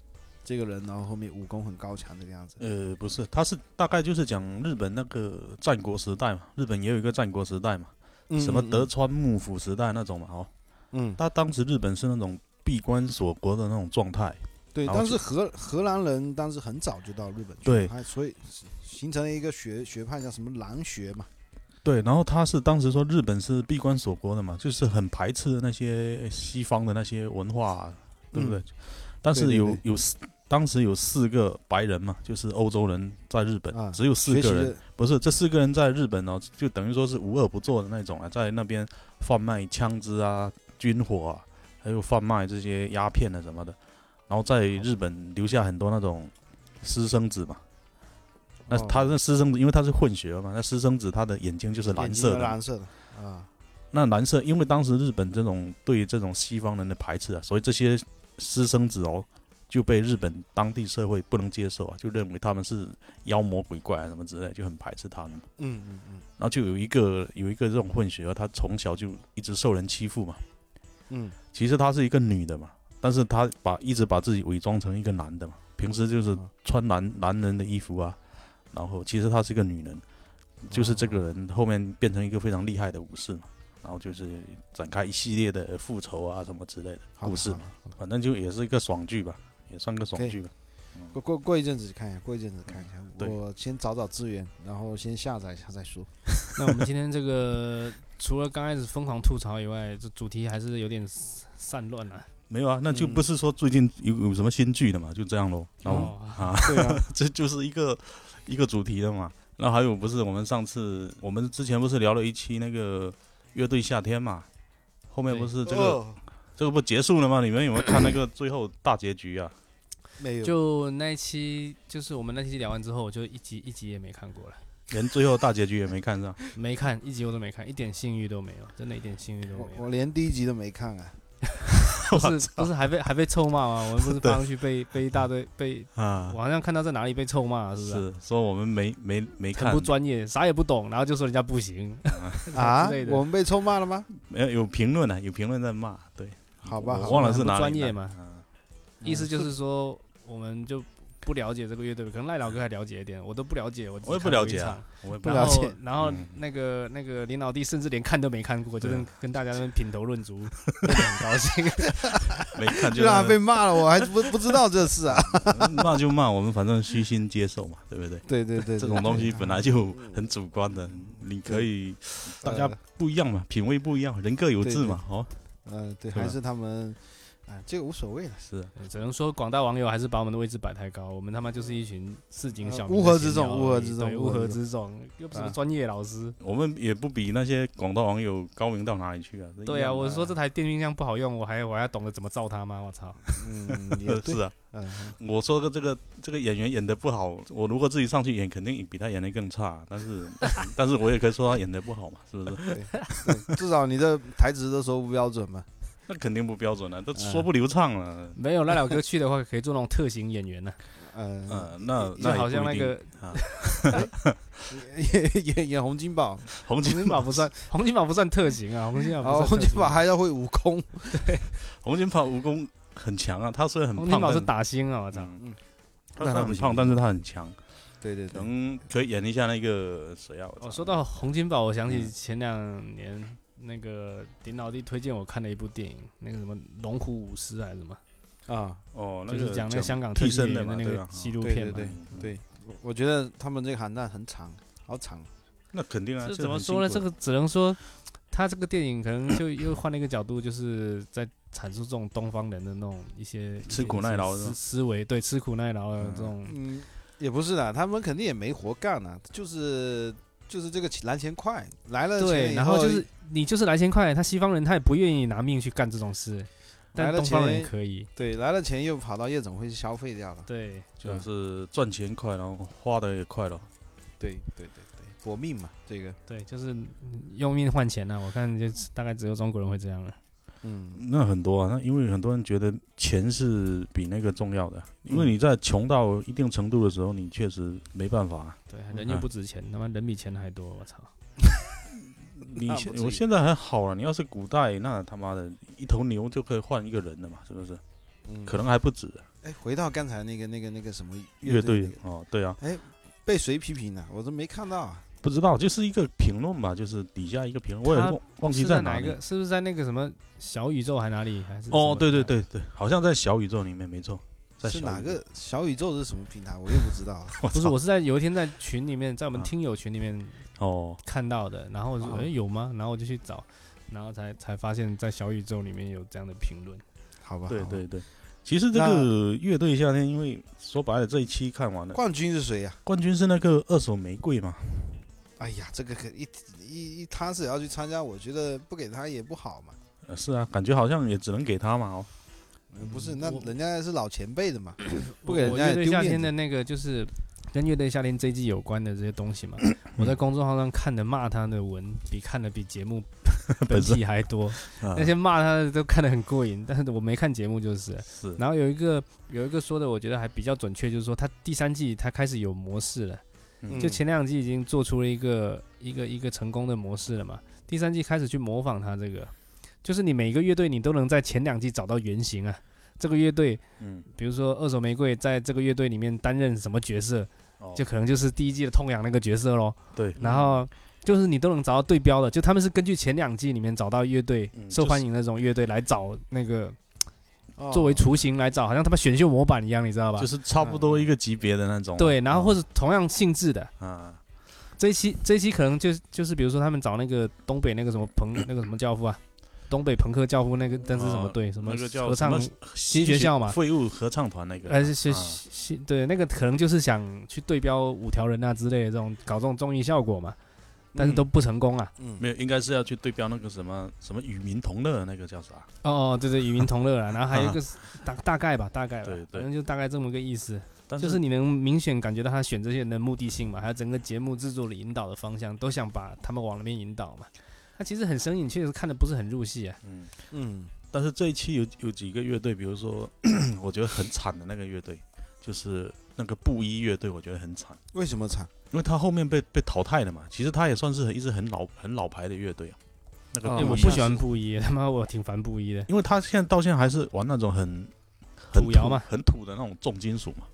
[SPEAKER 3] 这个人，然后后面武功很高强这个样子。
[SPEAKER 1] 呃，不是，它是大概就是讲日本那个战国时代嘛，日本也有一个战国时代嘛，
[SPEAKER 3] 嗯
[SPEAKER 1] 什么德，川幕府时代那种嘛，哦，
[SPEAKER 3] 嗯，嗯
[SPEAKER 1] 他当时日本是那种闭关锁国的那种状态，
[SPEAKER 3] 对，
[SPEAKER 1] 然后
[SPEAKER 3] 当
[SPEAKER 1] 就
[SPEAKER 3] 时荷荷兰人当时很早就到日本去，
[SPEAKER 1] 对
[SPEAKER 3] 他所以形成了一个学学派叫什么蓝学嘛，
[SPEAKER 1] 对，然后他是当时说日本是闭关锁国的嘛，就是很排斥那些西方的那些文化啊，对不对？但是
[SPEAKER 3] 嗯对对
[SPEAKER 1] 有
[SPEAKER 3] 对
[SPEAKER 1] 有四，当时有四个白人嘛，就是欧洲人在日本，
[SPEAKER 3] 啊
[SPEAKER 1] 呃只有四
[SPEAKER 3] 学习
[SPEAKER 1] 个人，
[SPEAKER 3] 的
[SPEAKER 1] 不是这四个人在日本哦，就等于说是无恶不作的那种啊，在那边贩卖枪支啊、军火啊，还有贩卖这些鸦片啊什么的，然后在日本留下很多那种私生子嘛。那
[SPEAKER 3] 哦
[SPEAKER 1] 他那私生子，因为他是混血嘛，那私生子他的眼睛就是蓝
[SPEAKER 3] 眼睛
[SPEAKER 1] 色
[SPEAKER 3] 的
[SPEAKER 1] 的嘛，
[SPEAKER 3] 蓝色的啊，
[SPEAKER 1] 那蓝色，因为当时日本这种对这种西方人的排斥啊，所以这些私生子哦就被日本当地社会不能接受啊，就认为他们是妖魔鬼怪啊什么之类，就很排斥他们。
[SPEAKER 3] 嗯嗯嗯
[SPEAKER 1] 然后就有一个有一个这种混血儿，他从小就一直受人欺负嘛。
[SPEAKER 3] 嗯，
[SPEAKER 1] 其实她是一个女的嘛，但是她把一直把自己伪装成一个男的嘛，平时就是
[SPEAKER 3] 啊
[SPEAKER 1] 穿男男人的衣服啊，然后其实她是个女人，就是这个人后面变成一个非常厉害的武士嘛，然后就是展开一系列的复仇啊什么之类的
[SPEAKER 3] 好的
[SPEAKER 1] 故事
[SPEAKER 3] 好
[SPEAKER 1] 嘛，反正就也是一个爽剧吧，也算个爽剧吧。
[SPEAKER 3] 过过过一阵子看一下，过一阵子看一下。
[SPEAKER 1] 对
[SPEAKER 3] 我先找找资源，然后先下载一下再说。
[SPEAKER 2] [laughs] 那我们今天这个除了刚开始疯狂吐槽以外，这主题还是有点散乱了、
[SPEAKER 1] 没有啊，那就不是说最近有有什么新剧的嘛，就这样咯。然后
[SPEAKER 2] 哦，
[SPEAKER 1] 啊，
[SPEAKER 3] 对啊，
[SPEAKER 1] [laughs] 这就是一个一个主题了嘛。那还有不是我们上次我们之前不是聊了一期那个乐队夏天嘛？后面不是这个、
[SPEAKER 3] 哦
[SPEAKER 1] 这个不结束了吗？你们有没有看那个最后大结局啊？
[SPEAKER 3] 没有，
[SPEAKER 2] 就那一期，就是我们那期聊完之后，我就一集一集也没看过了，
[SPEAKER 1] 连最后大结局也没看上。
[SPEAKER 2] 没看一集我都没看，一点性欲都没有，真的一点性欲都
[SPEAKER 3] 我
[SPEAKER 2] 没有。
[SPEAKER 3] 我连第一集都没看啊。
[SPEAKER 2] [laughs] 不是不是还被还被臭骂吗？我们不是发出去被被一大堆被，
[SPEAKER 1] 啊
[SPEAKER 2] 我，好像看到在哪里被臭骂，是不是？
[SPEAKER 1] 是说我们没没没
[SPEAKER 2] 很
[SPEAKER 1] 看
[SPEAKER 2] 不，专业，啥也不懂，然后就说人家
[SPEAKER 1] [laughs]
[SPEAKER 2] 不行 [laughs]
[SPEAKER 3] 啊
[SPEAKER 2] 之类，的
[SPEAKER 3] 我们被臭骂了吗？
[SPEAKER 1] 没有有评论啊，有评论在骂，对，
[SPEAKER 3] 好
[SPEAKER 1] 我
[SPEAKER 3] 吧，好吧
[SPEAKER 1] 忘了是哪里
[SPEAKER 2] 很不专业
[SPEAKER 1] 的
[SPEAKER 2] 嘛
[SPEAKER 1] 啊
[SPEAKER 2] 意思就是说，我们就不了解这个乐队，可能赖老哥还了解一点，我都不了解，我
[SPEAKER 1] 我也不了解啊。，我也不
[SPEAKER 3] 不
[SPEAKER 1] 了
[SPEAKER 3] 了解
[SPEAKER 2] 然后
[SPEAKER 1] 嗯
[SPEAKER 2] 那个那个林老弟甚至连看都没看过，就
[SPEAKER 1] 对啊
[SPEAKER 2] 跟跟大家那边品头论足， [laughs] 真的很高兴。
[SPEAKER 1] 没看
[SPEAKER 3] [laughs] 居
[SPEAKER 1] 就
[SPEAKER 3] 啊然还被骂了，我还不不知道这事
[SPEAKER 1] [laughs]
[SPEAKER 3] 啊。
[SPEAKER 1] 骂就骂，我们反正虚心接受嘛，对不对？
[SPEAKER 3] 对对对，
[SPEAKER 1] 这种东西本来就很主观的，你可以大家不一样嘛，品味不一样，人各有志嘛。哦，
[SPEAKER 3] 呃，对，
[SPEAKER 1] 对吧
[SPEAKER 3] 还是他们，啊，这个无所谓了。
[SPEAKER 1] 是啊，
[SPEAKER 2] 只能说广大网友还是把我们的位置摆太高，我们他妈就是一群市井小民
[SPEAKER 3] 乌
[SPEAKER 2] 的闲聊而已，
[SPEAKER 3] 合之众乌合之众
[SPEAKER 2] 对
[SPEAKER 3] 乌合
[SPEAKER 2] 乌合
[SPEAKER 3] 之
[SPEAKER 2] 之众，又不是什么
[SPEAKER 3] 啊
[SPEAKER 2] 专业老师。
[SPEAKER 1] 我们也不比那些广大网友高明到哪里去啊。是一样的
[SPEAKER 2] 对啊，我说这台电冰箱不好用，我还我还懂得怎么造它吗？我操！
[SPEAKER 3] 嗯，也
[SPEAKER 1] [laughs]
[SPEAKER 3] 对
[SPEAKER 1] 是，啊，
[SPEAKER 3] 嗯，
[SPEAKER 1] 我说的这个这个演员演的不好，我如果自己上去演，肯定比他演的更差。但是 [laughs] 但是我也可以说他演的不好嘛，是不是？
[SPEAKER 3] [laughs] 对至少你的台词都说不标准嘛。
[SPEAKER 1] 那肯定不标准了，都
[SPEAKER 3] 嗯
[SPEAKER 1] 说不流畅啊了。
[SPEAKER 2] [laughs] 没有赖老哥去的话，可以做那种特型演员呢、
[SPEAKER 3] 嗯，
[SPEAKER 1] 嗯，那
[SPEAKER 2] [laughs] 就
[SPEAKER 1] 那也
[SPEAKER 2] 好像
[SPEAKER 1] 不
[SPEAKER 2] 那
[SPEAKER 1] 一定
[SPEAKER 2] 个 [laughs]
[SPEAKER 3] 演演演洪金宝，
[SPEAKER 1] 洪
[SPEAKER 2] 洪
[SPEAKER 1] 金
[SPEAKER 2] 金宝不算，洪金宝不算特型啊，洪金宝
[SPEAKER 3] 然
[SPEAKER 2] 不算
[SPEAKER 3] 后
[SPEAKER 2] 特
[SPEAKER 3] 洪金
[SPEAKER 2] 型
[SPEAKER 3] 宝还要会武功，
[SPEAKER 1] 洪金宝武功很强啊，他虽然很
[SPEAKER 2] 洪
[SPEAKER 1] 胖，
[SPEAKER 2] 金宝是
[SPEAKER 1] 但
[SPEAKER 2] 打星啊，我操！
[SPEAKER 1] 嗯
[SPEAKER 3] 嗯
[SPEAKER 1] 他
[SPEAKER 3] 那
[SPEAKER 1] 虽
[SPEAKER 3] 他
[SPEAKER 1] 然
[SPEAKER 3] 不
[SPEAKER 1] 很
[SPEAKER 3] 行
[SPEAKER 1] 胖，但是他很强。
[SPEAKER 3] 对对对，
[SPEAKER 1] 能可以演一下那个谁啊？
[SPEAKER 2] 哦，说到洪金宝，我想
[SPEAKER 1] 嗯
[SPEAKER 2] 起前两年那个林老弟推荐我看的一部电影，那个什么《龙虎舞狮》还是什么，
[SPEAKER 3] 啊，
[SPEAKER 1] 哦，那
[SPEAKER 2] 就
[SPEAKER 1] 个
[SPEAKER 2] 是讲那个香港特
[SPEAKER 1] 替
[SPEAKER 2] 技演
[SPEAKER 1] 身的
[SPEAKER 2] 员
[SPEAKER 1] 嘛，
[SPEAKER 2] 的那
[SPEAKER 1] 对
[SPEAKER 2] 个
[SPEAKER 1] 吧？
[SPEAKER 2] 纪
[SPEAKER 1] 哦
[SPEAKER 2] 录
[SPEAKER 3] 对
[SPEAKER 2] 片
[SPEAKER 3] 对
[SPEAKER 2] 嘛。
[SPEAKER 3] 对
[SPEAKER 1] 嗯
[SPEAKER 3] 对，我我觉得他们这个喊蛋很长，好长，
[SPEAKER 1] 那肯定啊。
[SPEAKER 2] 这怎么说呢？这
[SPEAKER 1] 个
[SPEAKER 2] 个只能说，他这个电影可能就又换了一个角度，就是在阐述这种东方人的那种一些
[SPEAKER 1] 吃苦耐劳
[SPEAKER 2] 一些
[SPEAKER 1] 是吧
[SPEAKER 2] 思思维，对，吃苦耐劳的啊这种。
[SPEAKER 3] 嗯，也不是的，他们肯定也没活干啊，就是就是这个来钱快，来了钱
[SPEAKER 2] 对，
[SPEAKER 3] 以
[SPEAKER 2] 然后就是你就是来钱快，他西方人他也不愿意拿命去干这种事，
[SPEAKER 3] 来
[SPEAKER 2] 但
[SPEAKER 3] 了
[SPEAKER 2] 东方人
[SPEAKER 3] 钱
[SPEAKER 2] 可以。
[SPEAKER 3] 对来了钱又跑到夜总会去消费掉了，
[SPEAKER 2] 对，
[SPEAKER 1] 就是赚钱快，然后花的也快了。
[SPEAKER 3] 对对对对，搏命嘛，这个
[SPEAKER 2] 对，就是嗯用命换钱呐、我看就大概只有中国人会这样了。
[SPEAKER 3] 嗯，
[SPEAKER 1] 那很多啊，那因为很多人觉得钱是比那个重要的，因为你在穷到一定程度的时候，你确实没办法啊。
[SPEAKER 2] 对，人又不值钱，
[SPEAKER 1] 嗯
[SPEAKER 2] 他妈人比钱还多，我操！嗯
[SPEAKER 1] 你
[SPEAKER 3] 那
[SPEAKER 1] 现
[SPEAKER 3] 不至于
[SPEAKER 1] 我现在还好啊了，你要是古代，那他妈的一头牛就可以换一个人了嘛，是不是？
[SPEAKER 3] 嗯
[SPEAKER 1] 可能还不止啊
[SPEAKER 3] 哎，回到刚才那个那个那个什么
[SPEAKER 1] 乐
[SPEAKER 3] 队
[SPEAKER 1] 队
[SPEAKER 3] 那个，
[SPEAKER 1] 哦，对啊，
[SPEAKER 3] 被谁批评了？我都没看到啊。
[SPEAKER 1] 不知道就是一个评论吧，就是底下一个评论，我也
[SPEAKER 2] 他
[SPEAKER 1] 忘忘记
[SPEAKER 2] 是
[SPEAKER 1] 在
[SPEAKER 2] 哪一
[SPEAKER 1] 里
[SPEAKER 2] 个？。是不是在那个什么小宇宙还哪里？还是什
[SPEAKER 1] 哦
[SPEAKER 2] 么，
[SPEAKER 1] 对对，对对，好像在小宇宙里面，没错，在小
[SPEAKER 3] 是
[SPEAKER 1] 宇
[SPEAKER 3] 哪
[SPEAKER 1] 宙？
[SPEAKER 3] 个小宇宙是什么平台？我又不知道啊。
[SPEAKER 1] [laughs] 我
[SPEAKER 2] 不是，
[SPEAKER 1] 操
[SPEAKER 2] 我是在有一天在群里面，在我们
[SPEAKER 1] 啊
[SPEAKER 2] 听友群里面
[SPEAKER 1] 哦，
[SPEAKER 2] 看到的，然后我说
[SPEAKER 1] 哦
[SPEAKER 2] 哎有吗？然后我就去找，然后才才发现，在小宇宙里面有这样的评论。
[SPEAKER 3] 好吧，
[SPEAKER 1] 对
[SPEAKER 3] 好吧。
[SPEAKER 1] 对对。其实这个乐队夏天，因为说白了这一期看完了，
[SPEAKER 3] 冠军是谁呀？
[SPEAKER 1] 冠军是那个二手玫瑰嘛，
[SPEAKER 3] 哎呀，这个可一一一他是要去参加，我觉得不给他也不好嘛。
[SPEAKER 1] 呃是啊，感觉好像也只能给他嘛哦。
[SPEAKER 2] 嗯
[SPEAKER 3] 不是，那
[SPEAKER 2] 我
[SPEAKER 3] 人家是老前辈的嘛。不
[SPEAKER 2] 我
[SPEAKER 3] 给人
[SPEAKER 2] 我
[SPEAKER 3] 家
[SPEAKER 2] 乐队
[SPEAKER 3] 丢
[SPEAKER 2] 夏
[SPEAKER 3] 面
[SPEAKER 2] 天
[SPEAKER 3] 子
[SPEAKER 2] 的那个就是跟乐队夏天这一季有关的这些东西
[SPEAKER 3] [clears throat]
[SPEAKER 2] 嘛，我在公众号上看的骂他的文，比看的比节
[SPEAKER 3] [laughs]
[SPEAKER 2] 目本体还多。
[SPEAKER 1] 啊
[SPEAKER 2] 那些骂他的都看得很过瘾，但是我没看节目就是。
[SPEAKER 1] 是
[SPEAKER 2] 然后有一个有一个说的，我觉得还比较准确，就是说他第三季他开始有模式了，
[SPEAKER 1] 嗯
[SPEAKER 2] 就前两季已经做出了一个一个一个成功的模式了嘛，第三季开始去模仿他这个，就是你每一个乐队你都能在前两季找到原型啊。这个乐队，
[SPEAKER 1] 嗯，
[SPEAKER 2] 比如说二手玫瑰，在这个乐队里面担任什么角色，
[SPEAKER 1] 哦嗯
[SPEAKER 2] 就可能就是第一季的痛痒那个角色咯。
[SPEAKER 1] 对，
[SPEAKER 2] 然后就是你都能找到对标的，就他们是根据前两季里面找到乐队、
[SPEAKER 1] 嗯
[SPEAKER 2] 受欢
[SPEAKER 1] 就
[SPEAKER 2] 迎的那种乐队来找那个
[SPEAKER 3] 哦
[SPEAKER 2] 作为雏形来找，好像他们选秀模板一样，你知道吧
[SPEAKER 1] 就？是嗯差不多一个级别的那种。
[SPEAKER 2] 对，然后或
[SPEAKER 1] 者
[SPEAKER 2] 者同样性质的，
[SPEAKER 1] 啊，
[SPEAKER 2] 这一期这一期可能就是就是比如说他们找那个东北那个什么朋那个什么教父啊，东北朋克教父那个，但是什么
[SPEAKER 1] 哦
[SPEAKER 2] 队什么
[SPEAKER 1] 那个叫
[SPEAKER 2] 合唱
[SPEAKER 1] 什么
[SPEAKER 2] 新学校嘛，呃
[SPEAKER 1] 废物合唱团那个，
[SPEAKER 2] 还是是
[SPEAKER 1] 啊
[SPEAKER 2] 是对那个可能就是想去对标五条人啊之类的这种搞这种综艺效果嘛，但是都不成功啊。
[SPEAKER 3] 嗯
[SPEAKER 1] 没有，应该是要去对标那个什么什么与民同乐的那个叫啥？
[SPEAKER 2] 哦哦，对对，与民同乐了，然后还有一个大大概吧，大概吧
[SPEAKER 1] 对对，
[SPEAKER 2] 反正就大概这么个意思。
[SPEAKER 1] 但
[SPEAKER 2] 就是你能明显感觉到他选这些人的目的性嘛，还有整个节目制作里引导的方向，都想把他们往那边引导嘛。他其实很生硬，确实看的不是很入戏啊。
[SPEAKER 1] 嗯，
[SPEAKER 3] 嗯，
[SPEAKER 1] 但是这一期有有几个乐队，比如说 [clears throat] 我觉得很惨的那个乐队，就是那个布衣乐队，我觉得很惨，
[SPEAKER 3] 为什么惨？
[SPEAKER 1] 因为他后面被被淘汰了嘛。其实他也算是一支很老很老牌的乐队啊，那个
[SPEAKER 3] 哦
[SPEAKER 1] 布
[SPEAKER 2] 因
[SPEAKER 1] 衣、
[SPEAKER 2] 为我
[SPEAKER 3] 一
[SPEAKER 2] 不
[SPEAKER 3] 样
[SPEAKER 2] 喜欢布衣，他妈我挺烦布衣的。
[SPEAKER 1] 因为他现在到现在还是玩那种很很
[SPEAKER 2] 土摇嘛
[SPEAKER 1] 很土的那种重金属嘛，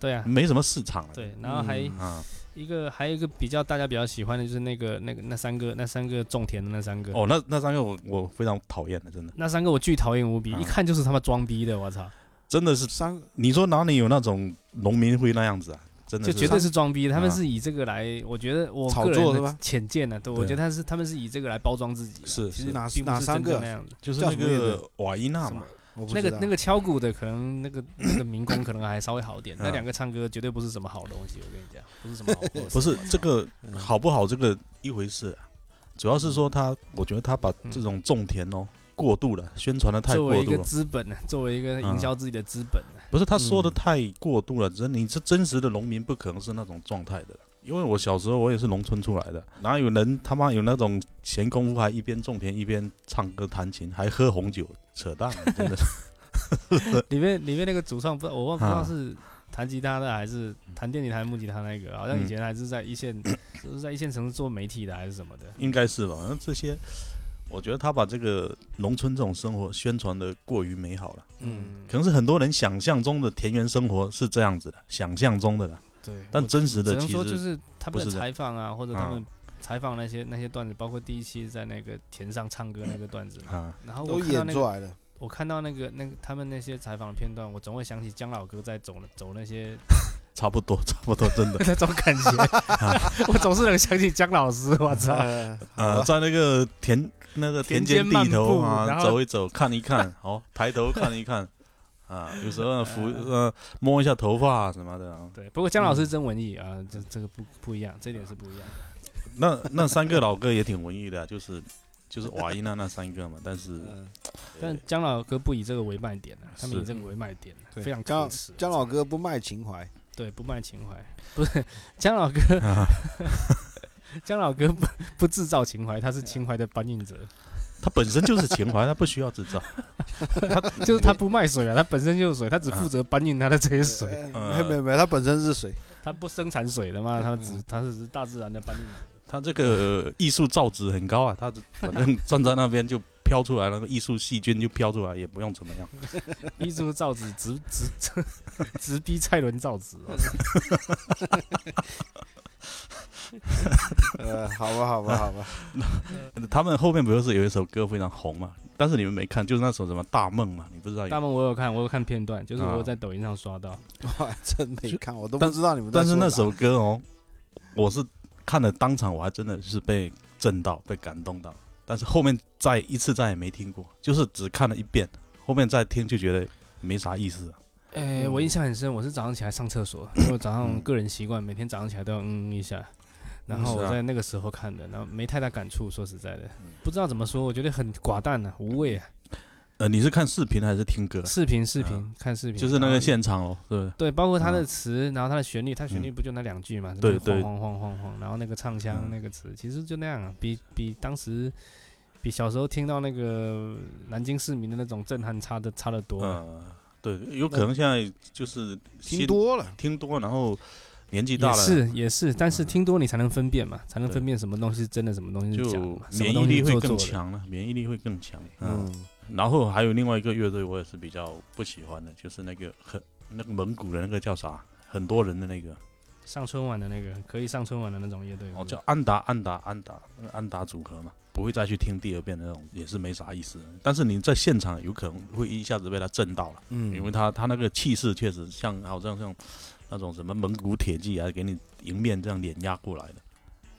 [SPEAKER 2] 对啊，
[SPEAKER 1] 没什么市场了。
[SPEAKER 2] 对，然后还
[SPEAKER 3] 嗯
[SPEAKER 1] 啊，
[SPEAKER 2] 一个还有一个比较大家比较喜欢的就是那个那个那三个那三个种田的那三个，
[SPEAKER 1] 哦，那那三个我我非常讨厌的，真的
[SPEAKER 2] 那三个我巨讨厌无比，
[SPEAKER 1] 啊
[SPEAKER 2] 一看就是他妈装逼的，我操，
[SPEAKER 1] 真的是，
[SPEAKER 3] 三
[SPEAKER 1] 你说哪里有那种农民会那样子啊？真的
[SPEAKER 2] 就是绝对是装逼的。他们
[SPEAKER 1] 啊
[SPEAKER 2] 是以这个来，我觉得我
[SPEAKER 3] 炒
[SPEAKER 2] 个
[SPEAKER 3] 作
[SPEAKER 2] 人
[SPEAKER 3] 是
[SPEAKER 2] 的
[SPEAKER 3] 吧
[SPEAKER 2] 浅见呢，对，我
[SPEAKER 1] 对啊
[SPEAKER 2] 觉得他是他们是以这个来包装自己的，
[SPEAKER 1] 是
[SPEAKER 2] 其
[SPEAKER 1] 是
[SPEAKER 2] 实
[SPEAKER 3] 哪
[SPEAKER 2] 并不
[SPEAKER 3] 哪
[SPEAKER 2] 是
[SPEAKER 3] 三
[SPEAKER 2] 真正
[SPEAKER 3] 个
[SPEAKER 2] 那样的。
[SPEAKER 1] 就是
[SPEAKER 3] 叫
[SPEAKER 1] 那
[SPEAKER 3] 什么乐
[SPEAKER 1] 个瓦伊纳
[SPEAKER 2] 什
[SPEAKER 1] 嘛
[SPEAKER 2] 么，
[SPEAKER 3] 我不
[SPEAKER 2] 那
[SPEAKER 3] 知
[SPEAKER 2] 个
[SPEAKER 3] 道
[SPEAKER 2] 那个敲鼓的可能那个那个民工可能还稍微好点，那
[SPEAKER 1] 嗯
[SPEAKER 2] 两个唱歌绝对不是什么好东西，我跟你讲，不是什么好货色。
[SPEAKER 1] 不是这个
[SPEAKER 3] 嗯
[SPEAKER 1] 好不好这个一回事、啊，主要是说他，我觉得他把这种种田哦过度了，宣传的太
[SPEAKER 2] 作
[SPEAKER 1] 过
[SPEAKER 2] 为一
[SPEAKER 1] 度
[SPEAKER 2] 个
[SPEAKER 1] 了，
[SPEAKER 2] 资本呢，啊作为一个营销自己的资本啊呢，
[SPEAKER 1] 不是他说的太过度
[SPEAKER 2] 嗯
[SPEAKER 1] 了，真你是真实的农民不可能是那种状态的。因为我小时候我也是农村出来的，哪有人他妈有那种闲工夫还一边种田一边唱歌弹琴还喝红酒？扯淡，啊
[SPEAKER 2] [laughs]
[SPEAKER 1] 真的是
[SPEAKER 2] 里面里面那个主唱不知道我忘不知道
[SPEAKER 1] 啊
[SPEAKER 2] 是弹吉他的还是弹电吉他、木吉他那个，好像以
[SPEAKER 1] 嗯
[SPEAKER 2] 前还是在
[SPEAKER 1] [coughs]
[SPEAKER 2] 一线，就是在一线城市做媒体的还是什么的。
[SPEAKER 1] 应该是吧？那这些，我觉得他把这个农村这种生活宣传的过于美好了。
[SPEAKER 2] 嗯，
[SPEAKER 1] 可能是很多人想象中的田园生活是这样子的，想象中的啦，
[SPEAKER 2] 对，
[SPEAKER 1] 但
[SPEAKER 2] 我
[SPEAKER 1] 真实
[SPEAKER 2] 只
[SPEAKER 1] 的
[SPEAKER 2] 能
[SPEAKER 1] 其
[SPEAKER 2] 说就
[SPEAKER 1] 实
[SPEAKER 2] 是他
[SPEAKER 1] 不
[SPEAKER 2] 们的
[SPEAKER 1] 是这样
[SPEAKER 2] 采访啊，或者他
[SPEAKER 1] 啊
[SPEAKER 2] 们采访那些那些段子，包括第一期在那个田上唱歌那个段子嘛，
[SPEAKER 1] [coughs] 啊，
[SPEAKER 2] 然后我
[SPEAKER 3] 都
[SPEAKER 2] 看到
[SPEAKER 3] 演
[SPEAKER 2] 那个
[SPEAKER 3] 出来了。
[SPEAKER 2] 我看到那个那个他们那些采访的片段，我总会想起姜老哥在走走那
[SPEAKER 1] [laughs]
[SPEAKER 2] 些 [laughs]
[SPEAKER 1] 差不多，差不多，真的。
[SPEAKER 2] 那种感
[SPEAKER 1] [laughs]
[SPEAKER 2] 觉，我总是能想起姜老师，我操！
[SPEAKER 3] 呃好
[SPEAKER 1] 呃，
[SPEAKER 3] 吧
[SPEAKER 1] 在那个田那个
[SPEAKER 2] 田
[SPEAKER 1] 田
[SPEAKER 2] 间
[SPEAKER 1] 间地头
[SPEAKER 2] 漫步然
[SPEAKER 1] 啊，
[SPEAKER 2] 后
[SPEAKER 1] 走一走，看一
[SPEAKER 2] [laughs]
[SPEAKER 1] 看，哦，抬头看一看，啊，有时候扶呃摸一下头发什么的啊。
[SPEAKER 2] 对，不过姜老师真文艺啊，这这个不不一样，这点是不一样。
[SPEAKER 1] 那那三个老哥也挺文艺的啊，就是就是瓦伊娜那三个嘛，但
[SPEAKER 2] [laughs]
[SPEAKER 1] 是
[SPEAKER 3] 嗯
[SPEAKER 2] 但姜老哥不以这个为卖点的，啊他们以
[SPEAKER 1] 是
[SPEAKER 2] 这个为卖点的，
[SPEAKER 3] 对
[SPEAKER 2] 非常
[SPEAKER 3] 姜
[SPEAKER 2] 可耻。啊
[SPEAKER 3] 姜老哥不卖情怀，
[SPEAKER 2] 对不卖情怀，不是
[SPEAKER 1] [laughs]
[SPEAKER 2] 姜老哥，
[SPEAKER 1] [laughs]
[SPEAKER 2] 姜老哥不不制造情怀，他是情怀的搬运者。
[SPEAKER 1] 它本身就是情怀，它不需要制造。
[SPEAKER 2] 就是他不卖水了，啊他本身就是水，他
[SPEAKER 1] 啊
[SPEAKER 2] 只负责搬运他的这些水，
[SPEAKER 1] 呃
[SPEAKER 3] 没 [laughs] 有没有没有，它本身是水，
[SPEAKER 2] 他不生产水的嘛，他只
[SPEAKER 1] 嗯
[SPEAKER 2] 他是大自然的搬运。
[SPEAKER 1] 它这个艺术造诣很高啊，它反正站在那边就飘出来了，那个艺术细菌就飘出来，也不用怎么样。 [laughs]
[SPEAKER 2] 一株造纸直直直直逼蔡伦造纸哦，
[SPEAKER 3] [laughs] 呃，好吧好吧好吧， [laughs]
[SPEAKER 1] 他们后面不是有一首歌非常红嘛？但是你们没看，就是那首什么《大梦》嘛，你不知道有
[SPEAKER 2] 大梦我有看，我有看片段，就是
[SPEAKER 1] 啊
[SPEAKER 2] 我有在抖音上刷到。
[SPEAKER 3] 我还真没看，我都不
[SPEAKER 1] 但
[SPEAKER 3] 知道你们在
[SPEAKER 1] 但是
[SPEAKER 3] 说
[SPEAKER 1] 那
[SPEAKER 3] 啥
[SPEAKER 1] 首歌哦，我是看了当场，我还真的是被震到，被感动到。但是后面再一次再也没听过，就是只看了一遍，后面再听就觉得没啥意思。
[SPEAKER 2] 哎，
[SPEAKER 1] 嗯
[SPEAKER 2] 我印象很深，我是早上起来上厕
[SPEAKER 1] [coughs]
[SPEAKER 2] 所，因为我早上个人习惯，每天早上起来都要嗯嗯一下。然后
[SPEAKER 1] 嗯是
[SPEAKER 2] 我
[SPEAKER 1] 啊嗯
[SPEAKER 2] 在那个时候看的，然后没太大感触，说实在的，不知道怎么说，我觉得很寡淡呢、无味啊。
[SPEAKER 1] 呃，你是看视频还是听歌？
[SPEAKER 2] 视频视频看视频，
[SPEAKER 1] 嗯
[SPEAKER 2] 啊
[SPEAKER 1] 就是那
[SPEAKER 2] 然后
[SPEAKER 1] 个现场咯，是不是？
[SPEAKER 2] 对，包括它的
[SPEAKER 1] 嗯
[SPEAKER 2] 词，然后它的旋律，它旋律
[SPEAKER 1] 嗯
[SPEAKER 2] 不就那两句嘛？
[SPEAKER 1] 对
[SPEAKER 2] 什么
[SPEAKER 1] 对
[SPEAKER 2] 晃晃晃晃晃，然后那个唱腔
[SPEAKER 1] 嗯
[SPEAKER 2] 那个词，其实就那样啊，比比当时比小时候听到那个南京市民的那种震撼差的差得多啊。
[SPEAKER 1] 嗯，对，有可能现在就是
[SPEAKER 3] 听
[SPEAKER 1] 新
[SPEAKER 3] 多了，
[SPEAKER 1] 听多，然后年纪大
[SPEAKER 2] 也
[SPEAKER 1] 了，
[SPEAKER 2] 是也是，但是
[SPEAKER 1] 嗯
[SPEAKER 2] 听多你才能分辨嘛，才能
[SPEAKER 1] 对
[SPEAKER 2] 分辨什么东西是真的，什么东西是
[SPEAKER 1] 就
[SPEAKER 2] 假的嘛，什么
[SPEAKER 1] 免
[SPEAKER 2] 东
[SPEAKER 1] 疫
[SPEAKER 2] 西
[SPEAKER 1] 力
[SPEAKER 2] 是
[SPEAKER 1] 会
[SPEAKER 2] 做
[SPEAKER 1] 更
[SPEAKER 2] 作的。
[SPEAKER 1] 强了，免疫力会更强。嗯，
[SPEAKER 3] 嗯，
[SPEAKER 1] 然后还有另外一个乐队，我也是比较不喜欢的，就是那个很那个蒙古的那个叫啥，很多人的那个，
[SPEAKER 2] 上春晚的那个可以上春晚的那种乐队，
[SPEAKER 1] 哦，
[SPEAKER 2] 是
[SPEAKER 1] 叫
[SPEAKER 2] 吧
[SPEAKER 1] 安达安达安达那个安达组合嘛，不会再去听第二遍的那种，也是没啥意思的。但是你在现场有可能会一下子被他震到了，
[SPEAKER 3] 嗯
[SPEAKER 1] 因为他他那个气势确实像好像像那种什么蒙古铁骑啊，给你迎面这样碾压过来的。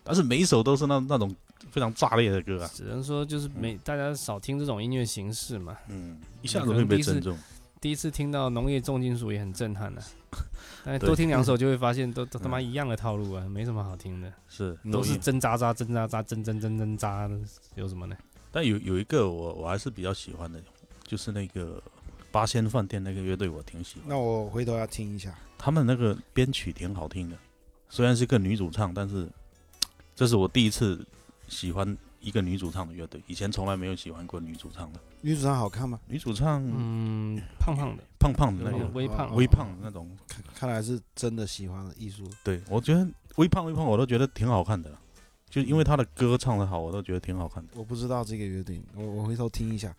[SPEAKER 1] 但是每一首都是那那种非常炸裂的歌啊，
[SPEAKER 2] 只能说就是没大家少听这种音乐形式嘛。
[SPEAKER 1] 嗯，一下子会被震中。
[SPEAKER 2] 第一次听到农业重金属也很震撼的、但是
[SPEAKER 1] 对
[SPEAKER 2] 多听两首就会发现都都他妈一样的套路啊，没什么好听的，
[SPEAKER 1] 是，
[SPEAKER 2] 都
[SPEAKER 1] 一
[SPEAKER 2] 是
[SPEAKER 1] 样
[SPEAKER 2] 针扎扎、针扎扎、针针针针扎的，有什么呢？
[SPEAKER 1] 但有有一个我我还是比较喜欢的，就是那个八仙饭店那个乐队，我挺喜欢。
[SPEAKER 3] 那我回头要听一下，
[SPEAKER 1] 他们那个编曲挺好听的，虽然是个女主唱，但是这是我第一次喜欢一个女主唱的乐队，以前从来没有喜欢过女主唱的。
[SPEAKER 3] 女主唱好看吗？
[SPEAKER 1] 女主唱
[SPEAKER 2] 嗯，胖胖的，
[SPEAKER 1] 胖胖的
[SPEAKER 2] 有
[SPEAKER 1] 那
[SPEAKER 2] 点
[SPEAKER 1] 个，
[SPEAKER 2] 微胖，
[SPEAKER 1] 微胖的那种，
[SPEAKER 3] 嗯哦看看来是真的喜欢了艺术，
[SPEAKER 1] 对我觉得微胖微胖我都觉得挺好看的了，就因为她的歌唱得好，我都觉得挺好看的。
[SPEAKER 3] 我不知道这个乐队，我我回头听一下，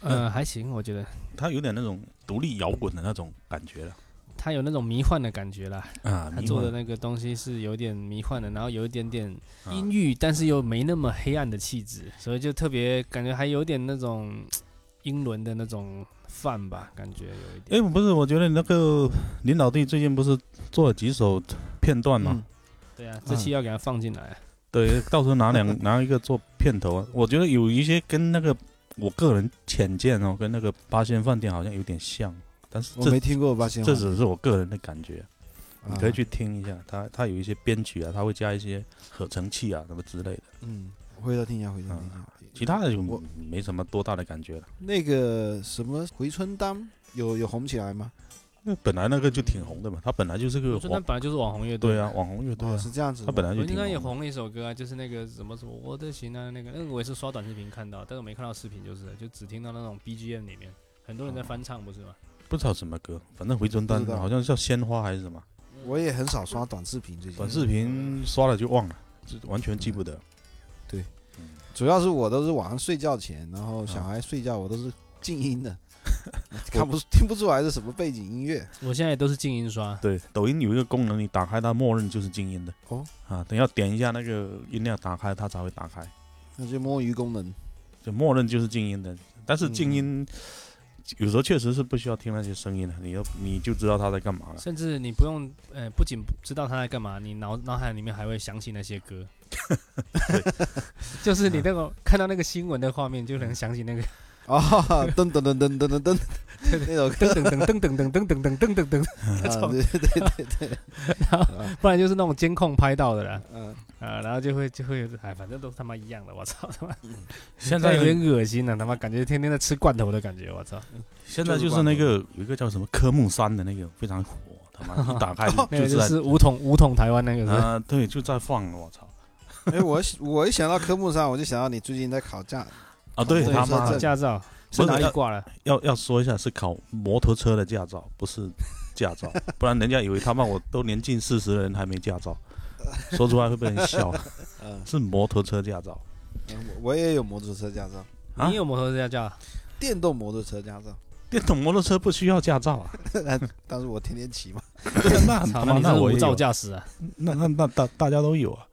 [SPEAKER 2] 呃，还行，我觉得
[SPEAKER 1] 她有点那种独立摇滚的那种感觉了
[SPEAKER 2] 他有那种迷幻的感觉啦，
[SPEAKER 1] 啊，
[SPEAKER 2] 他
[SPEAKER 1] 迷
[SPEAKER 2] 做
[SPEAKER 1] 幻
[SPEAKER 2] 的那个东西是有点迷幻的，然后有一点点
[SPEAKER 1] 啊
[SPEAKER 2] 阴郁，但是又没那么黑暗的气质，所以就特别感觉还有点那种英伦的那种范吧，感觉有一
[SPEAKER 1] 哎、
[SPEAKER 2] 点。
[SPEAKER 1] 不是，我觉得你那个林老弟最近不是做了几首片段嘛？
[SPEAKER 3] 嗯
[SPEAKER 2] 对啊，这期要给他放进来。啊
[SPEAKER 1] 啊对，到时候拿
[SPEAKER 3] [laughs]
[SPEAKER 1] 两拿一个做片头啊。我觉得有一些跟那个我个人浅见哦，跟那个八仙饭店好像有点像，但是
[SPEAKER 3] 我
[SPEAKER 1] 这
[SPEAKER 3] 没听过八仙
[SPEAKER 1] 这
[SPEAKER 3] 花，
[SPEAKER 1] 只是我个人的感觉，
[SPEAKER 3] 啊
[SPEAKER 1] 你可以，去听一下。他他有一些编曲啊，他会加一些合成器啊什么之类的，
[SPEAKER 3] 嗯，回头听一下，回头听一下。
[SPEAKER 1] 其他的就
[SPEAKER 3] 我
[SPEAKER 1] 没什么多大的感觉了。
[SPEAKER 3] 那个什么回春丹有有红起来吗？
[SPEAKER 1] 因为本来那个就挺红的嘛，他本来就是个
[SPEAKER 2] 我说那
[SPEAKER 1] 网
[SPEAKER 2] 本来就是网红乐队
[SPEAKER 1] 对啊，网红乐队
[SPEAKER 3] 哦，
[SPEAKER 1] 啊，
[SPEAKER 3] 是这样子
[SPEAKER 1] 他。本来就
[SPEAKER 2] 我应
[SPEAKER 1] 挺
[SPEAKER 2] 该也
[SPEAKER 1] 红的。
[SPEAKER 2] 红了一首歌啊，就是那个什么什么我的心啊，那个那个我也是刷短视频看到，但是我没看到视频，就是就只听到那种 BGM 里面很多人
[SPEAKER 1] 哦
[SPEAKER 2] 在翻唱，不是吗？
[SPEAKER 1] 不知道什么歌，反正回春丹
[SPEAKER 3] 不知道嗯
[SPEAKER 1] 好像叫鲜花还是什么。
[SPEAKER 3] 我也很少刷短视频，最近
[SPEAKER 1] 短视频刷了就忘了，就完全记不得。
[SPEAKER 3] 主要是我都是晚上睡觉前，然
[SPEAKER 1] 啊
[SPEAKER 3] 后小孩睡觉我都是静
[SPEAKER 1] [laughs]
[SPEAKER 3] 音的，看不听不出来是什么背景音乐。
[SPEAKER 2] 我现在都是静音刷，
[SPEAKER 1] 对，抖音有一个功能，你打开它，默认就是静音的。
[SPEAKER 3] 哦，
[SPEAKER 1] 啊，等要点一下那个音量，打开它才会打开，
[SPEAKER 3] 那就摸鱼功能，
[SPEAKER 1] 就默认就是静音的。但是
[SPEAKER 2] 嗯
[SPEAKER 1] 静音、有时候确实是不需要听那些声音的，你要你就知道他在干嘛了。
[SPEAKER 2] 甚至你不用呃，不仅知道他在干嘛，你脑脑海里面还会想起那些歌。就是你那个看到那个新闻的画面，就能想起那个
[SPEAKER 3] [laughs] 啊，噔噔噔噔噔噔噔，
[SPEAKER 1] [laughs]
[SPEAKER 3] 那首歌
[SPEAKER 2] 噔噔噔噔噔噔噔噔噔噔噔，
[SPEAKER 3] 啊，对对对对
[SPEAKER 1] [laughs]
[SPEAKER 3] 对，
[SPEAKER 2] 不然就是那种监控拍到的啦，
[SPEAKER 3] 嗯，
[SPEAKER 2] 啊，然后就会就会哎，反正都他妈一样的，我操他妈！
[SPEAKER 1] 现
[SPEAKER 2] 那
[SPEAKER 1] 在
[SPEAKER 2] 有点恶心了、他妈感觉天天在吃罐头的感觉，我操！
[SPEAKER 1] 现在就是那个有一个叫什么科目三的那个非常火，他妈一打
[SPEAKER 2] [laughs]
[SPEAKER 1] 开就
[SPEAKER 2] 那个
[SPEAKER 1] 是
[SPEAKER 2] 就
[SPEAKER 1] 在
[SPEAKER 2] 是五桶五桶台湾那个是吧？
[SPEAKER 1] 啊，对，就在放，我操。
[SPEAKER 3] 哎，我我一想到科目三，我就想到你最近在考驾
[SPEAKER 1] 啊，对
[SPEAKER 3] 对
[SPEAKER 1] 他
[SPEAKER 3] 在
[SPEAKER 1] 妈
[SPEAKER 3] 这
[SPEAKER 1] 的
[SPEAKER 2] 驾照
[SPEAKER 1] 不是
[SPEAKER 2] 是哪里
[SPEAKER 1] 要
[SPEAKER 2] 挂了？
[SPEAKER 1] 要要说一下，是考摩托车的驾照，不是驾照，不然人家以为他妈我都年近四十的人还没驾照，说出来会被人
[SPEAKER 2] [laughs]
[SPEAKER 1] 笑。
[SPEAKER 3] 嗯，
[SPEAKER 1] 是摩托车驾照
[SPEAKER 3] 我我也有摩托车驾照，
[SPEAKER 1] 啊
[SPEAKER 2] 你，有摩托车驾照？
[SPEAKER 3] 电动摩托车驾照，
[SPEAKER 1] 电动摩托车不需要驾照
[SPEAKER 2] [laughs]
[SPEAKER 1] 啊，
[SPEAKER 3] 但是我天天骑嘛。
[SPEAKER 1] 那 [laughs] 他
[SPEAKER 2] 操那
[SPEAKER 1] 妈
[SPEAKER 2] 你
[SPEAKER 1] 那
[SPEAKER 2] 是
[SPEAKER 1] 我
[SPEAKER 2] 无
[SPEAKER 1] 也
[SPEAKER 2] 照
[SPEAKER 1] 有，
[SPEAKER 2] 驾驶啊？
[SPEAKER 1] 那那那大大家都有啊。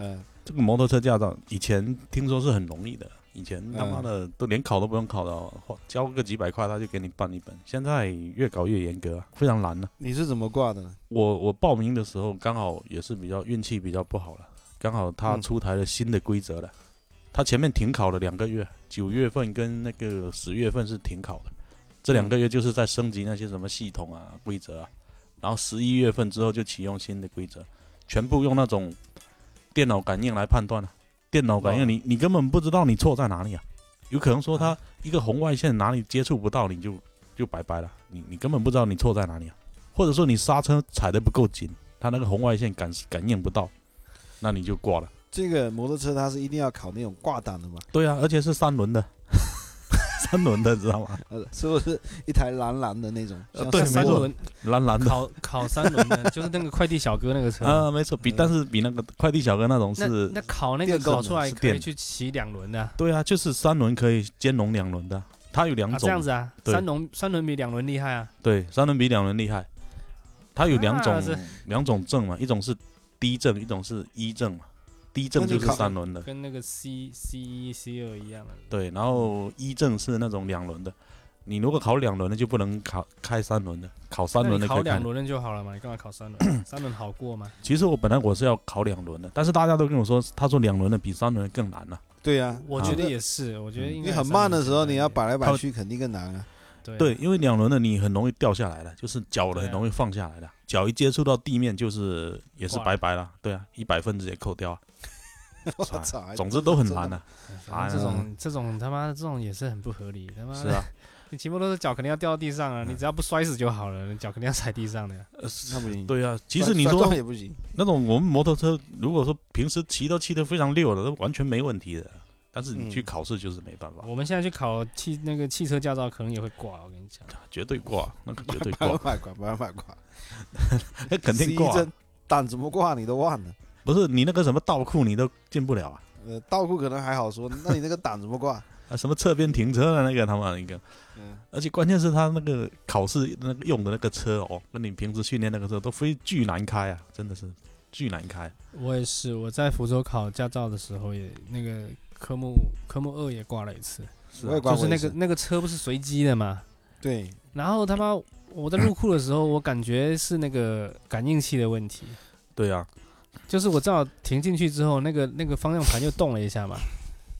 [SPEAKER 3] 嗯，
[SPEAKER 1] 这个摩托车驾照以前听说是很容易的，以前他妈的都连考都不用考的、哦，花交个几百块他就给你办一本。现在越搞越严格啊，非常难了、
[SPEAKER 3] 你是怎么挂的呢？
[SPEAKER 1] 我我报名的时候刚好也是比较运气比较不好了，刚好他
[SPEAKER 3] 嗯
[SPEAKER 1] 出台了新的规则了，他前面停考了两个月，九月份跟那个十月份是停考的，这两个月就是在升级那些什么系统啊规则啊，然后十一月份之后就启用新的规则，全部用那种电脑感应来判断了、电脑感应你你根本不知道你错在哪里啊，有可能说他一个红外线哪里接触不到你就就拜拜了，你你根本不知道你错在哪里啊。或者说你刹车踩的不够紧，它那个红外线感感应不到，那你就挂了。
[SPEAKER 3] 这个摩托车它是一定要考那种挂档的嘛？
[SPEAKER 1] 对啊，而且是三轮的， [laughs] 三轮的知道吗？
[SPEAKER 3] 呃， [laughs] 是不是一台蓝蓝的那种？
[SPEAKER 1] 呃
[SPEAKER 3] 像
[SPEAKER 1] 对
[SPEAKER 3] 三
[SPEAKER 2] 三
[SPEAKER 1] 没错
[SPEAKER 3] 轮
[SPEAKER 1] 蓝
[SPEAKER 2] 轮
[SPEAKER 1] 蓝的 [laughs]
[SPEAKER 2] 考考三轮的，就是那个快递小哥那个车。
[SPEAKER 1] 啊，没错，比但是比那个快递小哥那种
[SPEAKER 2] 那
[SPEAKER 1] 是
[SPEAKER 2] 那，考那个
[SPEAKER 3] 电动
[SPEAKER 2] 考
[SPEAKER 3] 的
[SPEAKER 2] 出来
[SPEAKER 1] 是
[SPEAKER 2] 可以
[SPEAKER 1] 电
[SPEAKER 2] 去骑两轮的啊，
[SPEAKER 1] 对啊，就是三轮可以兼容两轮的，它有两
[SPEAKER 2] 啊这
[SPEAKER 1] 种，
[SPEAKER 2] 样子啊，
[SPEAKER 1] 对
[SPEAKER 2] 三轮三轮比两轮厉害啊。
[SPEAKER 1] 对，三轮比两轮厉害，它有两种、
[SPEAKER 2] 啊
[SPEAKER 3] 嗯
[SPEAKER 2] 是
[SPEAKER 1] 两种证嘛，一种是 D 证，一种是 E 证嘛，D 证
[SPEAKER 3] 那你
[SPEAKER 1] 就是
[SPEAKER 3] 考
[SPEAKER 1] 三轮的，
[SPEAKER 2] 跟那个 C C 一 C 二一样啊的。
[SPEAKER 1] 对，然后一证是那种两轮的，你如果考两轮的就不能考开三轮的，考三
[SPEAKER 2] 那
[SPEAKER 1] 轮
[SPEAKER 2] 你
[SPEAKER 1] 的可
[SPEAKER 2] 考
[SPEAKER 1] 以啊开
[SPEAKER 2] 两。轮的就好了嘛，你干嘛考
[SPEAKER 1] [coughs]
[SPEAKER 2] 三轮？三轮好过吗？
[SPEAKER 1] 其实我本来我是要考两轮的，但是大家都跟我说，他说两轮的比三轮的更难了、
[SPEAKER 3] 对呀，啊
[SPEAKER 2] 我觉得也是，我觉得应该
[SPEAKER 3] 你
[SPEAKER 2] 有
[SPEAKER 3] 很
[SPEAKER 2] 三
[SPEAKER 3] 慢
[SPEAKER 2] 轮
[SPEAKER 3] 的时候，
[SPEAKER 2] 才
[SPEAKER 3] 你要
[SPEAKER 2] 对
[SPEAKER 3] 摆来摆
[SPEAKER 1] 嗯靠
[SPEAKER 3] 去，肯定更难啊。
[SPEAKER 1] [laughs]
[SPEAKER 2] 对啊
[SPEAKER 1] 对，因为两轮的你很容易掉下来了，就是脚
[SPEAKER 2] 对啊
[SPEAKER 1] 很容易放下来了，脚一接触到地面就是也是
[SPEAKER 2] 挂了
[SPEAKER 1] 拜拜了。对啊，一百分直接扣掉啊。
[SPEAKER 3] [laughs] 我
[SPEAKER 1] 是吧
[SPEAKER 3] 操，还
[SPEAKER 1] 总之都很难啊。
[SPEAKER 2] 反正这种这种他妈这种也是很不合理，他妈
[SPEAKER 1] 是啊，
[SPEAKER 2] [laughs]
[SPEAKER 1] 哎
[SPEAKER 2] 你骑摩托车脚肯定要掉到地上啊，你只要不摔死就好了，你脚肯定要踩地上的呀。
[SPEAKER 1] 呃是
[SPEAKER 3] 那不行。
[SPEAKER 1] 对啊，其
[SPEAKER 3] 摔，
[SPEAKER 1] 实你
[SPEAKER 3] 摔
[SPEAKER 1] 说
[SPEAKER 3] 断也不行，
[SPEAKER 1] 那种我们摩托车，如果说平时骑都骑得非常溜的，都完全没问题的。但是你去
[SPEAKER 3] 嗯
[SPEAKER 1] 考试就是没办法，
[SPEAKER 2] 我们现在去考汽那个汽车驾照，可能也会挂，我跟你讲。
[SPEAKER 1] 绝对挂，那个绝对
[SPEAKER 3] 百
[SPEAKER 1] 挂，
[SPEAKER 3] 挂挂，百挂挂，
[SPEAKER 1] 那 [laughs] 肯定挂
[SPEAKER 3] 11。针。档怎么挂你都忘了，
[SPEAKER 1] 不是你那个什么倒库你都进不了啊，
[SPEAKER 3] 呃，倒库可能还好
[SPEAKER 1] [laughs]
[SPEAKER 3] 说，那你那个档怎么挂？
[SPEAKER 1] 啊什么侧边停车的那个他妈一个，
[SPEAKER 3] 嗯，
[SPEAKER 1] 而且关键是他那个考试那个用的那个车哦，跟你平时训练那个车都非巨难开啊，真的是巨难开。
[SPEAKER 2] 我也是，我在福州考驾照的时候也那个科目科目二也挂了一次，
[SPEAKER 1] 是啊
[SPEAKER 3] 我也挂
[SPEAKER 2] 就
[SPEAKER 3] 过
[SPEAKER 2] 是
[SPEAKER 3] 一
[SPEAKER 2] 那
[SPEAKER 3] 次
[SPEAKER 2] 个那个车不是随机的嘛，
[SPEAKER 3] 对，
[SPEAKER 2] 然后他妈我在入库的时候，我感觉是那个感应器的问题，
[SPEAKER 1] 对啊，
[SPEAKER 2] 就是我正好停进去之后，那个那个方向盘就动了一下嘛，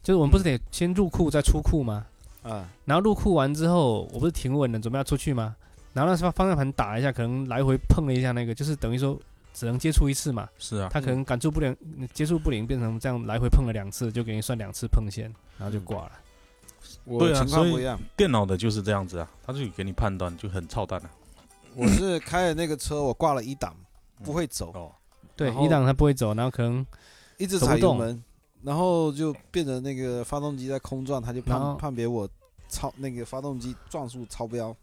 [SPEAKER 2] 就是我们不是得先入库再出库吗？
[SPEAKER 3] 啊，
[SPEAKER 2] 然后入库完之后，我不是停稳了，准备要出去吗？然后那时候方向盘打一下，可能来回碰了一下那个，就是等于说只能接触一次嘛，
[SPEAKER 1] 是啊，
[SPEAKER 2] 他可能感触不良，接触不灵，变成这样来回碰了两次，就给你算两次碰线，然后就挂了。
[SPEAKER 3] 我
[SPEAKER 1] 对啊
[SPEAKER 3] 情况
[SPEAKER 1] 所以
[SPEAKER 3] 不
[SPEAKER 1] [clears throat]
[SPEAKER 3] 一样，
[SPEAKER 1] 电脑的就是这样子啊，他就给你判断就很操蛋啊。
[SPEAKER 3] 我是开了那个车，我挂了一档，不会走，
[SPEAKER 1] 哦，
[SPEAKER 2] 对
[SPEAKER 3] 然，后
[SPEAKER 2] 一档它不会走，然后可能
[SPEAKER 3] 一直
[SPEAKER 2] 走不
[SPEAKER 3] 踩油
[SPEAKER 2] 动
[SPEAKER 3] 门，然后就变成那个发动机在空转，它就
[SPEAKER 2] 然后
[SPEAKER 3] 判判别我超那个发动机转速超标，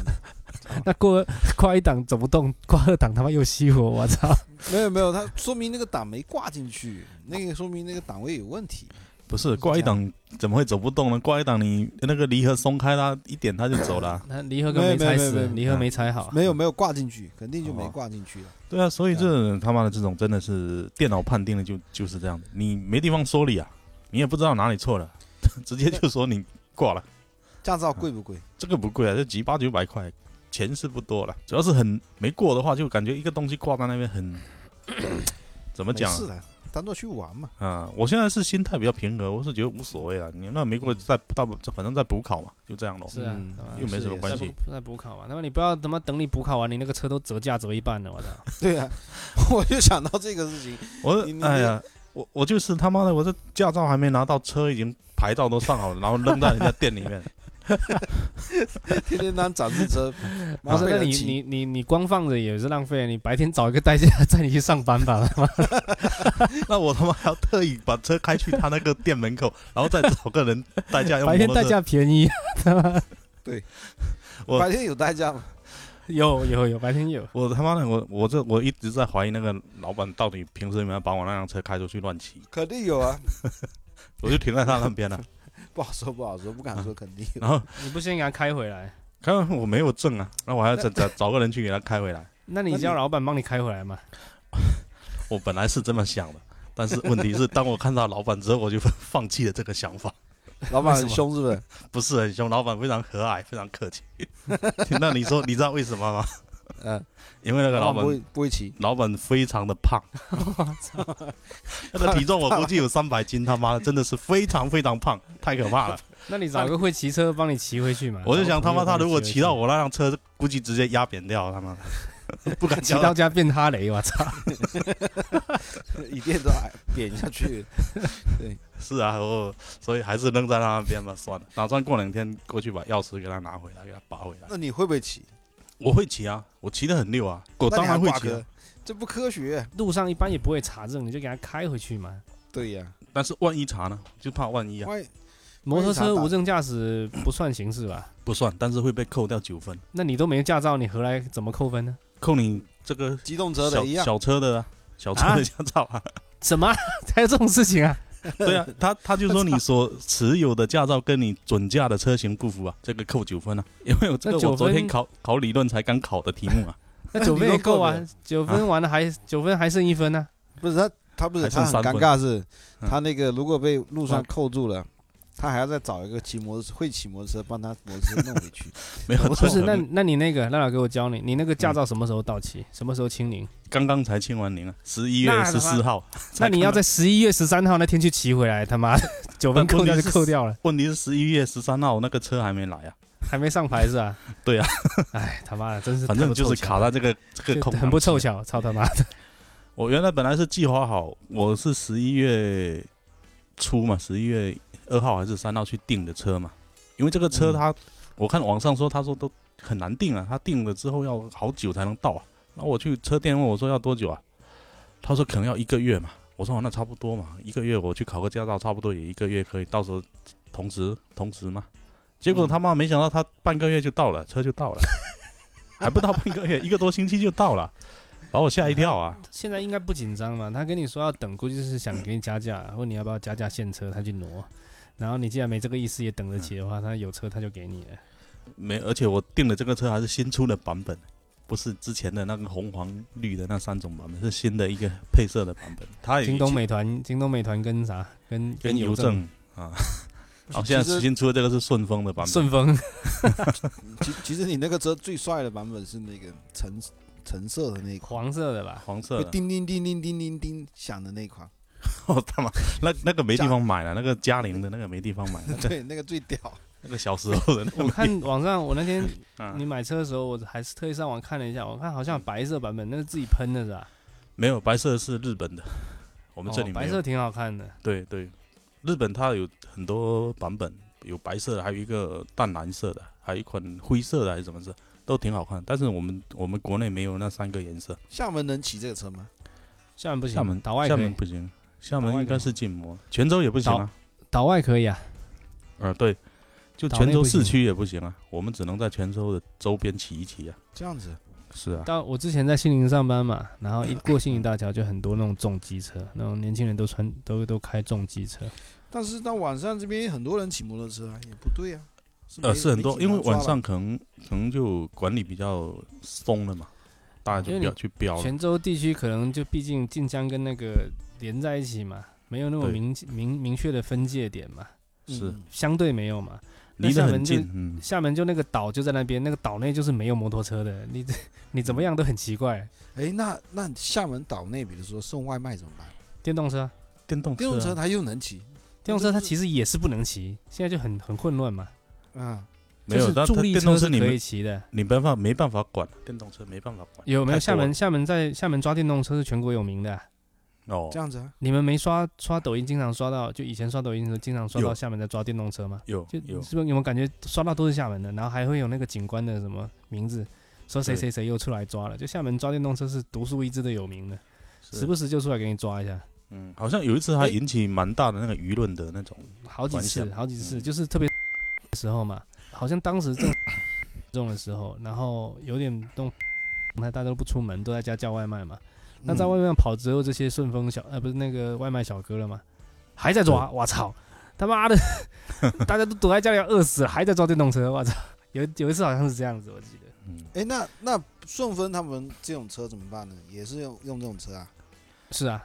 [SPEAKER 2] [laughs] 那过挂一档走不动， [laughs] 挂二档他妈又熄火，我操！
[SPEAKER 3] 没有没有，它说明那个档没挂进去，那个说明那个档位有问题。
[SPEAKER 1] 不是挂一档怎么会走不动呢？挂一档你那个离合松开啦，一点他就走了啊、
[SPEAKER 2] [laughs] 那离合根本
[SPEAKER 3] 没
[SPEAKER 2] 没踩
[SPEAKER 3] 没
[SPEAKER 2] 死
[SPEAKER 3] 没，没
[SPEAKER 2] 离合没踩好。
[SPEAKER 3] 没有没有挂进去，肯定就没
[SPEAKER 1] 哦
[SPEAKER 3] 挂进去了。
[SPEAKER 1] 对啊，所以这他妈的这种真的是电脑判定的就就是这样的，你没地方说理啊，你也不知道哪里错了， [laughs] 直接就说你挂了。
[SPEAKER 3] 驾照贵不贵？
[SPEAKER 1] 这个不贵啊，这几八九百块，钱是不多了，主要是很没过的话，就感觉一个东西挂在那边很，怎么
[SPEAKER 3] 没
[SPEAKER 1] 讲
[SPEAKER 3] 事的，当做去玩嘛。
[SPEAKER 1] 啊、我现在是心态比较平和，我是觉得无所谓了，你那没过再大不，反正再补考嘛，就这样咯。
[SPEAKER 2] 是啊
[SPEAKER 3] 嗯，
[SPEAKER 2] 对吧
[SPEAKER 1] 又没什么
[SPEAKER 3] 是
[SPEAKER 1] 关
[SPEAKER 2] 再
[SPEAKER 1] 系，
[SPEAKER 2] 补再补考嘛，他妈你不要他妈等你补考完，你那个车都折价折一半了，我 [laughs] 操！
[SPEAKER 5] [laughs]
[SPEAKER 3] 对啊，我就想到这个事情。
[SPEAKER 1] 我
[SPEAKER 3] 你你
[SPEAKER 1] 哎呀，我我就是他妈的，我这驾照还没拿到，车已经牌照都上好了，然后扔在人家店里面，
[SPEAKER 3] 天天当展示
[SPEAKER 1] [laughs]
[SPEAKER 3] 车，
[SPEAKER 2] 我
[SPEAKER 3] 妈
[SPEAKER 2] 说
[SPEAKER 3] 被
[SPEAKER 2] 那
[SPEAKER 3] 人
[SPEAKER 2] 你 [laughs]
[SPEAKER 3] 骑
[SPEAKER 2] 你你你光放着也是浪费，你白天找一个代驾载你去上班吧，他妈
[SPEAKER 1] [laughs] 那我他妈还要特意把车开去他那个店门口，然后再找个人代
[SPEAKER 2] [laughs]
[SPEAKER 1] 驾，用
[SPEAKER 2] 白天
[SPEAKER 1] 摩托
[SPEAKER 2] 代
[SPEAKER 1] 车
[SPEAKER 2] 驾便宜，
[SPEAKER 1] 我
[SPEAKER 5] 白天有代驾吗？
[SPEAKER 2] [laughs] 有有有，白天有。
[SPEAKER 1] 我他妈的，我我这我一直在怀疑那个老板到底平时有没有把我那辆车开出去乱骑，
[SPEAKER 5] 肯定有啊， [laughs]
[SPEAKER 1] 我就停在他那边啊
[SPEAKER 2] [laughs]
[SPEAKER 1] 了。
[SPEAKER 5] 不好说，不好说，不敢说肯
[SPEAKER 1] [laughs]
[SPEAKER 5] 定有。
[SPEAKER 1] 然后
[SPEAKER 2] 你不先给他开回来，
[SPEAKER 1] 开完我没有证啊，那我还要找找找个人去给他开回来。
[SPEAKER 2] 那你叫老板帮你开回来嘛？
[SPEAKER 1] 我本来是这么想的，但是问题是，当我看到老板之后，我就放弃了这个想法。 [laughs]
[SPEAKER 5] 老板很凶是不是？
[SPEAKER 1] 不是很凶，老板非常和蔼，非常
[SPEAKER 2] [laughs]
[SPEAKER 1] 客气。那你说，你知道为什么吗？
[SPEAKER 5] 嗯，
[SPEAKER 1] 因为那个老板
[SPEAKER 5] 不会不会骑， [laughs]
[SPEAKER 1] 老板非常的胖，那个体重我估计有三百斤，他妈的真的是非常非常胖，太
[SPEAKER 5] [laughs]
[SPEAKER 1] 可怕了。
[SPEAKER 2] 那你找个会骑车帮你骑回去嘛？
[SPEAKER 1] 我就想他妈他如果骑到
[SPEAKER 2] 我
[SPEAKER 1] 我那辆车，估计直接压扁掉，他妈 [laughs] 的不敢
[SPEAKER 2] 骑
[SPEAKER 1] 叫
[SPEAKER 2] 到
[SPEAKER 1] 他。
[SPEAKER 2] 家变哈雷，我操！
[SPEAKER 5] 椅垫都矮扁下去。 [laughs]
[SPEAKER 1] 是啊，我所以还是扔在他那边吧，算了，打算过两天过去把钥匙给他拿回来，给他拔回来。
[SPEAKER 5] 那你会不会骑？
[SPEAKER 1] 我会骑啊，我骑得很溜啊，我
[SPEAKER 5] 那
[SPEAKER 1] 当
[SPEAKER 5] 你还
[SPEAKER 1] 然会
[SPEAKER 5] 挂
[SPEAKER 1] 骑、啊
[SPEAKER 5] 科。，这不科学。
[SPEAKER 2] 路上一般也不会查证，你就给他开回去嘛。
[SPEAKER 5] 对呀，
[SPEAKER 1] 但是万一查呢，就怕万一啊，
[SPEAKER 5] 万一
[SPEAKER 2] 摩托车无证驾驶不算刑事吧？
[SPEAKER 1] 不算，但是会被扣掉九分，
[SPEAKER 2] 那你都没驾照，你何来怎么扣分呢？
[SPEAKER 1] 扣你这个
[SPEAKER 5] 机动车
[SPEAKER 1] 小
[SPEAKER 5] 的一样，
[SPEAKER 1] 小车的、啊、小车的驾照啊。
[SPEAKER 2] 什么？ [laughs] 还有这种事情啊？ [laughs]
[SPEAKER 1] 对啊，他他就说你所持有的驾照跟你准驾的车型不
[SPEAKER 2] [laughs]
[SPEAKER 1] 符啊，这个扣九分啊，因为我这
[SPEAKER 2] 那
[SPEAKER 1] 个
[SPEAKER 2] 九
[SPEAKER 1] 我昨天
[SPEAKER 2] 分
[SPEAKER 1] 考考理论才刚考的题
[SPEAKER 2] [laughs]
[SPEAKER 1] 目啊，
[SPEAKER 2] 那九分也够
[SPEAKER 5] 你
[SPEAKER 2] 啊
[SPEAKER 5] 都，
[SPEAKER 2] 九分完了还九分还剩一分呢。
[SPEAKER 5] 不是他，他不是
[SPEAKER 1] 还
[SPEAKER 5] 他
[SPEAKER 1] 剩
[SPEAKER 5] 很
[SPEAKER 1] 三
[SPEAKER 5] 尴
[SPEAKER 1] 分
[SPEAKER 5] 尬是，
[SPEAKER 1] 嗯
[SPEAKER 5] 他那个如果被路上
[SPEAKER 1] 嗯
[SPEAKER 5] 扣住了，他还要再找一个骑摩托会骑摩托车帮他摩托车弄回去。
[SPEAKER 1] 没有
[SPEAKER 2] 不
[SPEAKER 1] 错，
[SPEAKER 2] 是，那嗯那你那个，那老给我教你，你那个驾照什么时候到期？什么时候清零？
[SPEAKER 1] 刚刚才清完零啊，十一
[SPEAKER 2] 那
[SPEAKER 1] 月
[SPEAKER 2] 他
[SPEAKER 1] 十
[SPEAKER 2] 妈
[SPEAKER 1] 四号，
[SPEAKER 2] 那
[SPEAKER 1] 才
[SPEAKER 2] 你
[SPEAKER 1] 看
[SPEAKER 2] 要
[SPEAKER 1] 到
[SPEAKER 2] 在十一月十三号那天去骑回来，他妈九分扣就是扣掉了，
[SPEAKER 1] 问题是十一月十三号那个车还没来啊，
[SPEAKER 2] 还没上牌是吧？
[SPEAKER 1] 对啊，
[SPEAKER 2] [laughs] 哎，他妈的，真是
[SPEAKER 1] 反正
[SPEAKER 2] 太不
[SPEAKER 1] 就
[SPEAKER 2] 凑
[SPEAKER 1] 是
[SPEAKER 2] 巧
[SPEAKER 1] 卡在这个这个
[SPEAKER 2] 就
[SPEAKER 1] 空，
[SPEAKER 2] 很不凑。巧，操他妈
[SPEAKER 1] [laughs]
[SPEAKER 2] 的！
[SPEAKER 1] 我哦原来本来是计划好，我是十一月初嘛，十一月二号还是三号去订的车嘛，因为这个车
[SPEAKER 5] 嗯
[SPEAKER 1] 它，我看网上说他说都很难订啊，他订了之后要好久才能到啊。然后我去车店问我说要多久啊，他说可能要一个月嘛。我说、哦、那差不多嘛，一个月我去考个驾照，差不多也一个月可以，到时候同时同时嘛。结果他妈没想到他半个月就到了，车就到了，还不到半个月，一个多星期就到了，把我吓一跳啊！
[SPEAKER 2] 现在应该不紧张吧？他跟你说要等，估计是想给你加价，问你要不要加价现车，他去挪。然后你既然没这个意思，也等得起的话，他有车他就给你了。
[SPEAKER 1] 没，而且我订的这个车还是新出的版本，不是之前的那个红黄绿的那三种版本，是新的一个配色的版本。它也
[SPEAKER 2] 京东美团，京东美团跟啥？跟
[SPEAKER 1] 哎跟邮
[SPEAKER 2] 政、
[SPEAKER 1] 政啊，哦， [laughs] 现在新出的这个是顺丰的版本，
[SPEAKER 2] 顺丰。
[SPEAKER 5] 其其实你那个车最帅的版本是那个橙橙色的那一款，
[SPEAKER 2] 黄色
[SPEAKER 1] [laughs]
[SPEAKER 2] 的吧？
[SPEAKER 1] 黄色
[SPEAKER 5] 会
[SPEAKER 1] 的。
[SPEAKER 5] 叮叮叮叮叮叮叮响的那一
[SPEAKER 1] [laughs]
[SPEAKER 5] 款。
[SPEAKER 1] 我他妈，那那个没地方买了，那个嘉陵的那个没地方买，
[SPEAKER 2] [laughs]
[SPEAKER 1] 那个
[SPEAKER 5] 对，那个最屌。
[SPEAKER 1] 那个小时候的那
[SPEAKER 2] 我
[SPEAKER 1] 个
[SPEAKER 2] 看网上，我
[SPEAKER 1] [laughs]
[SPEAKER 2] 那天
[SPEAKER 1] 啊
[SPEAKER 2] 你买车的时候，我还是特意上网看了一下，我看好像有白色版本那是自己喷的是吧？
[SPEAKER 1] 没有白色是日本的，我
[SPEAKER 2] 我
[SPEAKER 1] 们这里
[SPEAKER 2] 哦白
[SPEAKER 1] 没
[SPEAKER 2] 色
[SPEAKER 1] 有。
[SPEAKER 2] 挺好看的，
[SPEAKER 1] 对对，日本它有很多版本，有白色的，还有一个淡蓝色的，还有一款灰色的还是什么色，都挺好看。但是我们我们国内没有那三个颜色。
[SPEAKER 5] 厦门能骑这个车吗？
[SPEAKER 2] 厦门不行，
[SPEAKER 1] 厦门
[SPEAKER 2] 嗯岛外
[SPEAKER 1] 厦
[SPEAKER 2] 可
[SPEAKER 1] 门
[SPEAKER 2] 以，
[SPEAKER 1] 不行，厦
[SPEAKER 2] 岛
[SPEAKER 1] 门
[SPEAKER 2] 外
[SPEAKER 1] 应
[SPEAKER 2] 可
[SPEAKER 1] 该
[SPEAKER 2] 以
[SPEAKER 1] 是禁摩，泉州也不行啊。
[SPEAKER 2] 岛外可以啊。
[SPEAKER 1] 呃，对，就
[SPEAKER 2] 岛
[SPEAKER 1] 泉
[SPEAKER 2] 内
[SPEAKER 1] 州
[SPEAKER 2] 不行
[SPEAKER 1] 市区也不行啊，我们只能在泉州的周边骑一骑啊。
[SPEAKER 5] 这样子，
[SPEAKER 1] 是啊，
[SPEAKER 2] 到我之前在西宁上班嘛，然后一过西宁大桥就很多那种重机车，
[SPEAKER 1] [laughs]
[SPEAKER 2] 那种年轻人都穿都都开重机车，
[SPEAKER 5] 但是到晚上这边很多人骑摩托车啊，也不对啊。
[SPEAKER 1] 呃，
[SPEAKER 5] 没
[SPEAKER 1] 是很多，
[SPEAKER 5] 没几
[SPEAKER 1] 因
[SPEAKER 5] 个
[SPEAKER 1] 为
[SPEAKER 5] 人抓
[SPEAKER 1] 晚
[SPEAKER 5] 吧
[SPEAKER 1] 上可能可能就管理比较松了嘛，大家
[SPEAKER 2] 因
[SPEAKER 1] 就不
[SPEAKER 2] 为
[SPEAKER 1] 要
[SPEAKER 2] 你
[SPEAKER 1] 去飙了。
[SPEAKER 2] 泉州地区可能就毕竟晋江跟那个连在一起嘛，没有那么
[SPEAKER 1] 对
[SPEAKER 2] 明明明确的分界点嘛，
[SPEAKER 1] 是
[SPEAKER 5] 嗯
[SPEAKER 2] 相对没有嘛。那
[SPEAKER 1] 离得
[SPEAKER 2] 厦
[SPEAKER 1] 很
[SPEAKER 2] 门就
[SPEAKER 1] 近，嗯，
[SPEAKER 2] 厦门就那个岛就在那边，那个岛内就是没有摩托车的，你 [laughs] 你怎么样都很奇怪。
[SPEAKER 5] 哎，那那厦门岛内，比如说送外卖怎么办？
[SPEAKER 2] 电动车，啊
[SPEAKER 1] 电动
[SPEAKER 5] 电动
[SPEAKER 1] 车
[SPEAKER 5] 车
[SPEAKER 1] 啊
[SPEAKER 5] 它又能骑
[SPEAKER 2] 电动车它其实也是不能骑，现在就很很混乱嘛。
[SPEAKER 5] 啊，
[SPEAKER 1] 没有，
[SPEAKER 2] 就是
[SPEAKER 1] 但
[SPEAKER 2] 助
[SPEAKER 1] 它
[SPEAKER 2] 力
[SPEAKER 1] 电
[SPEAKER 2] 车
[SPEAKER 1] 动
[SPEAKER 2] 是
[SPEAKER 1] 车你
[SPEAKER 2] 可以
[SPEAKER 1] 们
[SPEAKER 2] 骑的。
[SPEAKER 1] 你没办法没办法管，电动车没办法管。
[SPEAKER 2] 有没有
[SPEAKER 1] 太
[SPEAKER 2] 厦
[SPEAKER 1] 多
[SPEAKER 2] 门？厦门在厦门抓电动车是全国有名的啊、
[SPEAKER 1] 哦
[SPEAKER 5] 这，样子啊，
[SPEAKER 2] 你们没刷刷抖音，经常刷到，就以前刷抖音的时候，经常刷到
[SPEAKER 1] 有
[SPEAKER 2] 厦门在抓电动车吗？
[SPEAKER 1] 有
[SPEAKER 2] 就
[SPEAKER 1] 有，
[SPEAKER 2] 是不是有没有感觉刷到都是厦门的，然后还会有那个警官的什么名字，说谁
[SPEAKER 1] 对
[SPEAKER 2] 谁谁又出来抓了，就厦门抓电动车是独树一帜的有名的，时
[SPEAKER 1] 是
[SPEAKER 2] 不时就出来给你抓一下。
[SPEAKER 1] 嗯，好像有一次还引起蛮大的那个舆论的那种，
[SPEAKER 2] 好几
[SPEAKER 1] 玩
[SPEAKER 2] 次，
[SPEAKER 1] 笑嗯
[SPEAKER 2] 好几次，就是特别时候嘛，好像当时正 [coughs] 中的时候，然后有点动，那大家都不出门，都在家叫外卖嘛。那
[SPEAKER 5] 嗯
[SPEAKER 3] 嗯
[SPEAKER 2] 在外面跑之后，这些顺丰小呃不是那个外卖小哥了嘛，还在抓，我操，他妈的， [laughs] 大家都躲在家里要饿死了，还在抓电动车，我操，有有一次好像是这样子，我记得。
[SPEAKER 1] 嗯，
[SPEAKER 3] 哎，那那顺丰他们这种车怎么办呢？也是用用这种车啊？
[SPEAKER 2] 是啊，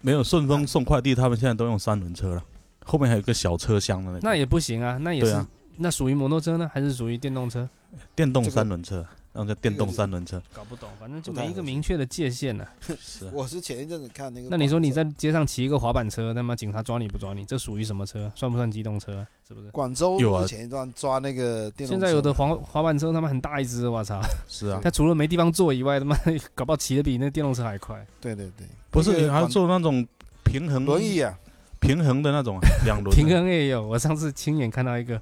[SPEAKER 1] 没有顺丰送快递，他们现在都用三轮车了，后面还有一个小车厢的那种
[SPEAKER 2] 那也不行啊，那也
[SPEAKER 1] 对
[SPEAKER 2] 是，
[SPEAKER 1] 啊，
[SPEAKER 2] 那属于摩托车呢，还是属于电动车？
[SPEAKER 1] 电动
[SPEAKER 3] 这个
[SPEAKER 1] 三轮车，那叫电动三轮车，
[SPEAKER 2] 搞不懂，反正就
[SPEAKER 3] 不太
[SPEAKER 2] 没一个
[SPEAKER 3] 合适
[SPEAKER 2] 明确的界限呢、
[SPEAKER 1] 是啊
[SPEAKER 3] 我是前一阵子看那个广告，
[SPEAKER 2] 那你说你在街上骑一个滑板车，他妈警察抓你不抓你？这属于什么车？算不算机动车？是不是？
[SPEAKER 3] 广州
[SPEAKER 1] 有啊
[SPEAKER 3] 之前一段抓那个
[SPEAKER 2] 现
[SPEAKER 3] 电动车嘛，
[SPEAKER 2] 在有的滑滑板车他妈很大一只，我
[SPEAKER 3] [laughs]
[SPEAKER 2] 操！
[SPEAKER 1] 是啊，
[SPEAKER 2] 它除了没地方坐以外，他妈搞不好骑的比那电动车还快。
[SPEAKER 3] 对对对，
[SPEAKER 1] 不是
[SPEAKER 3] 那个
[SPEAKER 1] 你还
[SPEAKER 3] 广
[SPEAKER 1] 坐那种平衡
[SPEAKER 3] 轮椅啊，
[SPEAKER 1] 平衡的那
[SPEAKER 2] [laughs]
[SPEAKER 1] 种啊两轮的
[SPEAKER 2] 平衡也有，我上次亲眼看到一个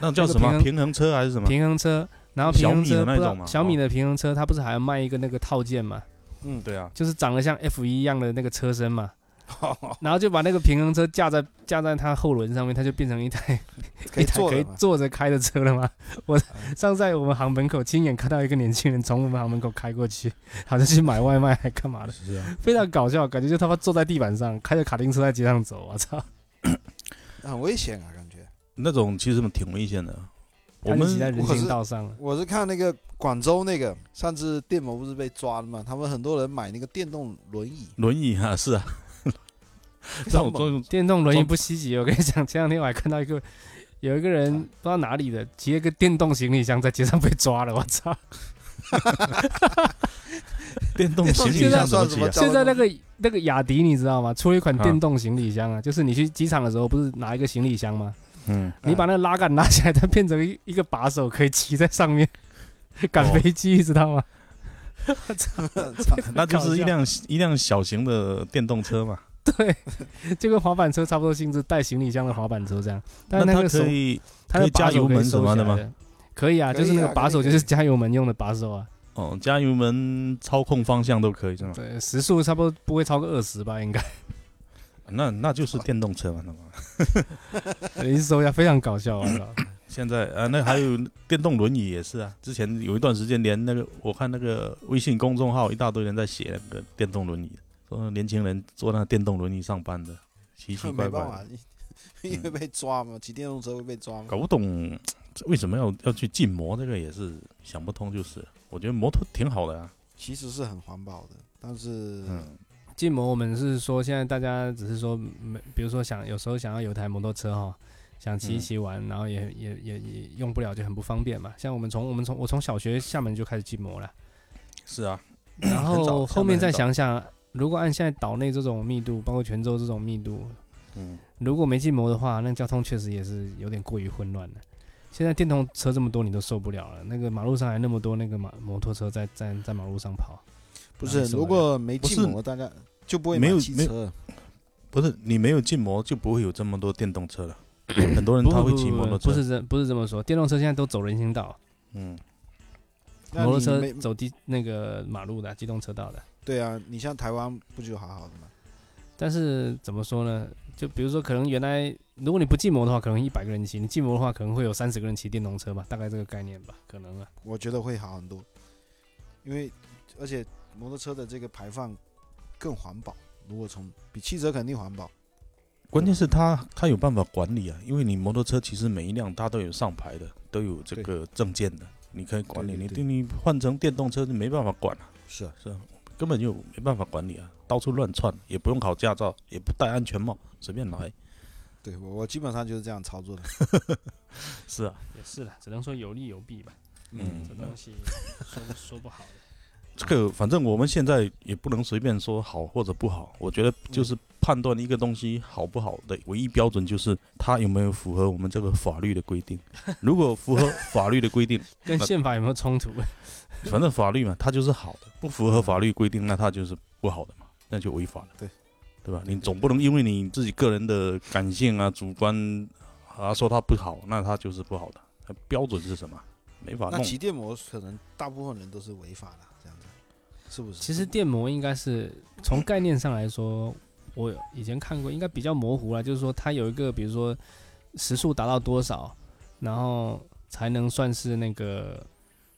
[SPEAKER 1] 那叫什么
[SPEAKER 2] 那个平
[SPEAKER 1] 平
[SPEAKER 2] 衡
[SPEAKER 1] 衡车还是什么？
[SPEAKER 2] 平衡车，然后平衡
[SPEAKER 1] 小米
[SPEAKER 2] 车
[SPEAKER 1] 的
[SPEAKER 2] 不
[SPEAKER 1] 那
[SPEAKER 2] 知
[SPEAKER 1] 种
[SPEAKER 2] 道
[SPEAKER 1] 吗哦
[SPEAKER 2] 小米的平衡车，它不是还要卖一个那个套件嘛？
[SPEAKER 1] 嗯对
[SPEAKER 3] [laughs]
[SPEAKER 1] 啊，
[SPEAKER 2] 就是长得像 F 一一样的那个车身嘛。
[SPEAKER 1] 哦
[SPEAKER 2] 然后就把那个平衡车架在架在它后轮上面，它就变成一台
[SPEAKER 3] 可以
[SPEAKER 2] 一台
[SPEAKER 3] 坐
[SPEAKER 2] 可
[SPEAKER 3] 的
[SPEAKER 2] 以
[SPEAKER 3] 嘛，
[SPEAKER 2] 坐着开的车了
[SPEAKER 1] [laughs]
[SPEAKER 2] 吗？我上次在我们行门口亲眼看到一个年轻人从我们行门口开过去，好像去买外卖还干嘛
[SPEAKER 1] [laughs]
[SPEAKER 2] 的，
[SPEAKER 1] 是啊，
[SPEAKER 2] 非常搞笑，感觉就他妈坐在地板上，开着卡丁车在街上走，我操！
[SPEAKER 3] 很危险啊，感觉。
[SPEAKER 1] 那种其实挺危险的。我
[SPEAKER 2] 他就挤在
[SPEAKER 1] 们
[SPEAKER 2] 人行道上了，
[SPEAKER 3] 我是看那个广州那个上次电摩不是被抓了嘛，他们很多人买那个电动轮椅，
[SPEAKER 1] 轮椅啊，
[SPEAKER 2] [laughs]
[SPEAKER 1] 是啊， [laughs] 这种这种
[SPEAKER 2] 电动轮椅不稀奇。我跟你讲，前两天我还看到一个有一个
[SPEAKER 1] 啊
[SPEAKER 2] 人不知道哪里的骑了个电动行李箱在街上被抓了，我操！
[SPEAKER 1] 啊电动行李箱
[SPEAKER 2] [laughs]
[SPEAKER 1] 怎么骑啊？
[SPEAKER 2] [laughs]
[SPEAKER 3] 交通
[SPEAKER 2] 现在那个那个雅迪你知道吗？出了一款电动行李箱啊，就是你去机场的时候不是拿一个行李箱吗？
[SPEAKER 1] 嗯，
[SPEAKER 2] 你把那个拉杆拿起来，它变成一一个把手，可以骑在上面 [laughs] 赶飞机，知道吗？
[SPEAKER 1] [laughs] 那就是一辆一辆小型的电动车嘛。
[SPEAKER 2] 对，就跟滑板车差不多性质，带行李箱的滑板车这样。 [laughs] 但是
[SPEAKER 1] 那
[SPEAKER 2] 那
[SPEAKER 1] 它
[SPEAKER 2] 个手
[SPEAKER 1] 可，以
[SPEAKER 2] 它的
[SPEAKER 1] 可以加
[SPEAKER 2] 把手
[SPEAKER 1] 油门
[SPEAKER 2] 可以收
[SPEAKER 1] 什么的
[SPEAKER 2] 起来
[SPEAKER 1] 吗
[SPEAKER 2] 的？可以啊，
[SPEAKER 3] 可
[SPEAKER 2] 就
[SPEAKER 3] 以啊
[SPEAKER 2] 是那个把手
[SPEAKER 3] 可以
[SPEAKER 2] 就是加油门用的把手啊。
[SPEAKER 1] 哦，加油门、操控方向都可以是吗？
[SPEAKER 2] 对，呃时速差不多不会超过二十吧，应该。
[SPEAKER 1] 那那就是电动车嘛，那么
[SPEAKER 2] 你搜一下，非常搞笑啊！ [coughs]
[SPEAKER 1] 现在啊，那还有电动轮椅也是啊。之前有一段时间，连那个我看那个微信公众号一大堆人在写那个电动轮椅，说年轻人坐那电动轮椅上班的，奇奇怪
[SPEAKER 3] 没
[SPEAKER 1] 怪
[SPEAKER 3] 办
[SPEAKER 1] 的嗯
[SPEAKER 3] 法，因为被抓嘛，骑电动车会被抓嘛。
[SPEAKER 1] 搞不懂为什么要要去禁摩，这个也是想不通。就是我觉得摩托挺好的啊，
[SPEAKER 3] 其实是很环保的，但是、
[SPEAKER 1] 嗯，
[SPEAKER 2] 禁摩我们是说，现在大家只是说没，比如说想有时候想要有台摩托车哈，想骑一
[SPEAKER 1] 嗯
[SPEAKER 2] 骑玩，然后也也也也用不了，就很不方便嘛。像我们从我们从我从小学厦门就开始禁
[SPEAKER 1] [coughs]
[SPEAKER 2] 摩了，
[SPEAKER 1] 是啊，
[SPEAKER 2] 然
[SPEAKER 1] 很早
[SPEAKER 2] 后
[SPEAKER 1] 厦
[SPEAKER 2] 后
[SPEAKER 1] 门
[SPEAKER 2] 面
[SPEAKER 1] 很
[SPEAKER 2] 再
[SPEAKER 1] 早
[SPEAKER 2] 想想，如果按现在岛内这种密度，包括泉州这种密度，
[SPEAKER 1] 嗯，
[SPEAKER 2] 如果没禁摩的话，那交通确实也是有点过于混乱了。现在电动车这么多，你都受不了了。那个马路上还那么多那个马摩托车在在在马路上跑，
[SPEAKER 3] 不
[SPEAKER 2] 哪
[SPEAKER 3] 是
[SPEAKER 2] 里？受得
[SPEAKER 3] 如果没
[SPEAKER 1] 不是
[SPEAKER 3] 禁摩，大家就不会
[SPEAKER 1] 没有
[SPEAKER 3] 买汽
[SPEAKER 1] 没有
[SPEAKER 3] 车。
[SPEAKER 1] 不是你没有禁摩就不会有这么多电动
[SPEAKER 2] [coughs]
[SPEAKER 1] 车了。很多人他会骑摩托车，
[SPEAKER 2] 不是这不是这么说，电动车现在都走人行道，
[SPEAKER 1] 嗯，
[SPEAKER 3] 那
[SPEAKER 2] 摩托
[SPEAKER 3] 你
[SPEAKER 2] 车
[SPEAKER 3] 没
[SPEAKER 2] 走地那个马路的机动车道的。
[SPEAKER 3] 对啊，你像台湾不就好好的吗？
[SPEAKER 2] 但是怎么说呢？就比如说，可能原来如果你不禁摩的话，可能一百个人骑；你禁摩的话，可能会有三十个人骑电动车吧，大概这个概念吧，可能啊。
[SPEAKER 3] 我觉得会好很多，因为而且摩托车的这个排放更环保，如果从比汽车肯定环保。
[SPEAKER 1] 关键是他他有办法管理啊，因为你摩托车其实每一辆它都有上牌的，都有这个证件的，你可以管理。
[SPEAKER 3] 对对对
[SPEAKER 1] 你你换成电动车就没办法管了、
[SPEAKER 3] 是啊，
[SPEAKER 1] 是啊，根本就没办法管理啊，到处乱窜，也不用考驾照，也不戴安全帽，随便来。
[SPEAKER 3] 对我我基本上就是这样操作的。
[SPEAKER 1] 是啊，
[SPEAKER 2] 也是啦，只能说有利有弊吧。
[SPEAKER 1] 嗯
[SPEAKER 2] 这东
[SPEAKER 1] [laughs]
[SPEAKER 2] 西说说不好的。
[SPEAKER 1] 这个反正我们现在也不能随便说好或者不好，我觉得就是判断一个东西好不好的唯一标准就是它有没有符合我们这个法律的规定。如果符合法律的规定，
[SPEAKER 2] 跟宪法有没有冲突？
[SPEAKER 1] 反正法律嘛，它就是好的；不符合法律规定，那它就是不好的嘛，那就违法了。
[SPEAKER 3] 对，
[SPEAKER 1] 对吧？你总不能因为你自己个人的感性啊、主观啊说它不好，那它就是不好的。那标准是什么？没法
[SPEAKER 3] 那
[SPEAKER 1] 弄。
[SPEAKER 3] 骑电摩可能大部分人都是违法的，这样子，是不是？
[SPEAKER 2] 其实电摩应该是从概念上来说，我以前看过，应该比较模糊了，就是说它有一个，比如说时速达到多少，然后才能算是那个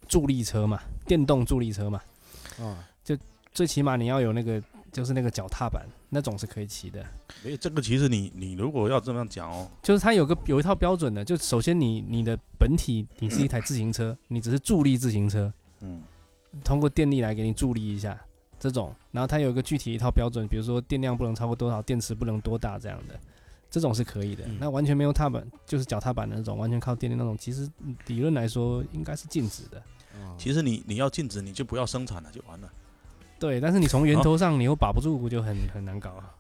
[SPEAKER 2] 助力车嘛，电动助力车嘛，
[SPEAKER 3] 啊，
[SPEAKER 2] 最起码你要有那个就是那个脚踏板，那种是可以骑的。
[SPEAKER 1] 没有这个，其实你你如果要这么样讲哦，
[SPEAKER 2] 就是它有个有一套标准的，就首先你你的本体你是一台自行车，你只是助力自行车，
[SPEAKER 1] 嗯，
[SPEAKER 2] 通过电力来给你助力一下这种，然后它有一个具体一套标准，比如说电量不能超过多少，电池不能多大这样的，这种是可以的。
[SPEAKER 1] 嗯
[SPEAKER 2] 那完全没有踏板，就是脚踏板的那种，完全靠电力那种，其实嗯理论来说应该是禁止的。
[SPEAKER 3] 嗯
[SPEAKER 1] 其实你你要禁止，你就不要生产了，就完了。
[SPEAKER 2] 对，但是你从源头上你又把不住，就很很难搞啊。